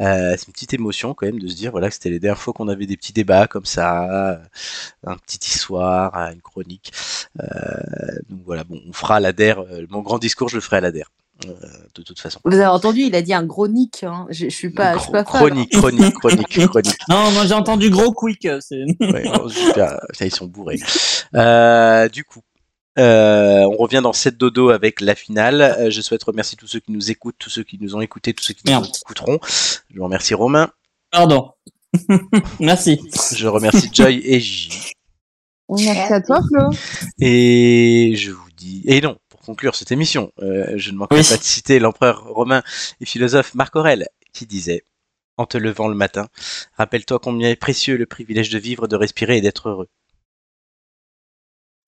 Euh, c'est une petite émotion quand même de se dire voilà que c'était les dernières fois qu'on avait des petits débats comme ça, euh, un petit histoire, euh, une chronique. Euh, donc voilà, bon, on fera à l'ADER. euh, mon grand discours, je le ferai à l'ADER. euh, de toute façon. Vous avez entendu, il a dit un gros nick. hein. Je, je suis pas, je suis pas fan. Chronique, chronique, chronique, chronique. Non, moi j'ai entendu gros quick. euh, c'est- Ouais, oh, super. Putain, ils sont bourrés. Euh, du coup, euh, on revient dans 7 dodo avec la finale. Euh, je souhaite remercier tous ceux qui nous écoutent, tous ceux qui nous ont écoutés, tous ceux qui nous Merde. écouteront. Je vous remercie Romain. Pardon. Merci. Je remercie Joy et Gigi. Merci à toi, Flo. Et je vous dis. Et non, pour conclure cette émission, euh, je ne manquerai pas de citer l'empereur romain et philosophe Marc Aurèle qui disait En te levant le matin, rappelle-toi combien est précieux le privilège de vivre, de respirer et d'être heureux.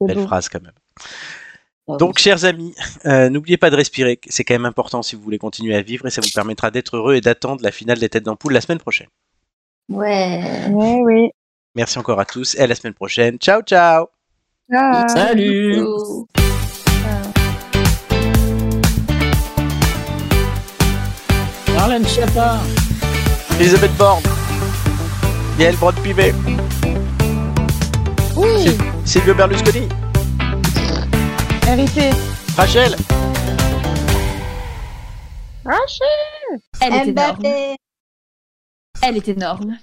C'est Belle beau. phrase quand même. Donc, chers amis, euh, n'oubliez pas de respirer, c'est quand même important si vous voulez continuer à vivre et ça vous permettra d'être heureux et d'attendre la finale des têtes d'ampoule la semaine prochaine. Ouais. Oui, oui. Merci encore à tous et à la semaine prochaine. Ciao, ciao Ciao. Salut. Marlène Schiappa. Elisabeth Borne. Yael Brand-Pivet. Oui, Silvio Berlusconi. RIP. Rachel. Rachel Elle est Ah, Mbappé. énorme. Elle est énorme.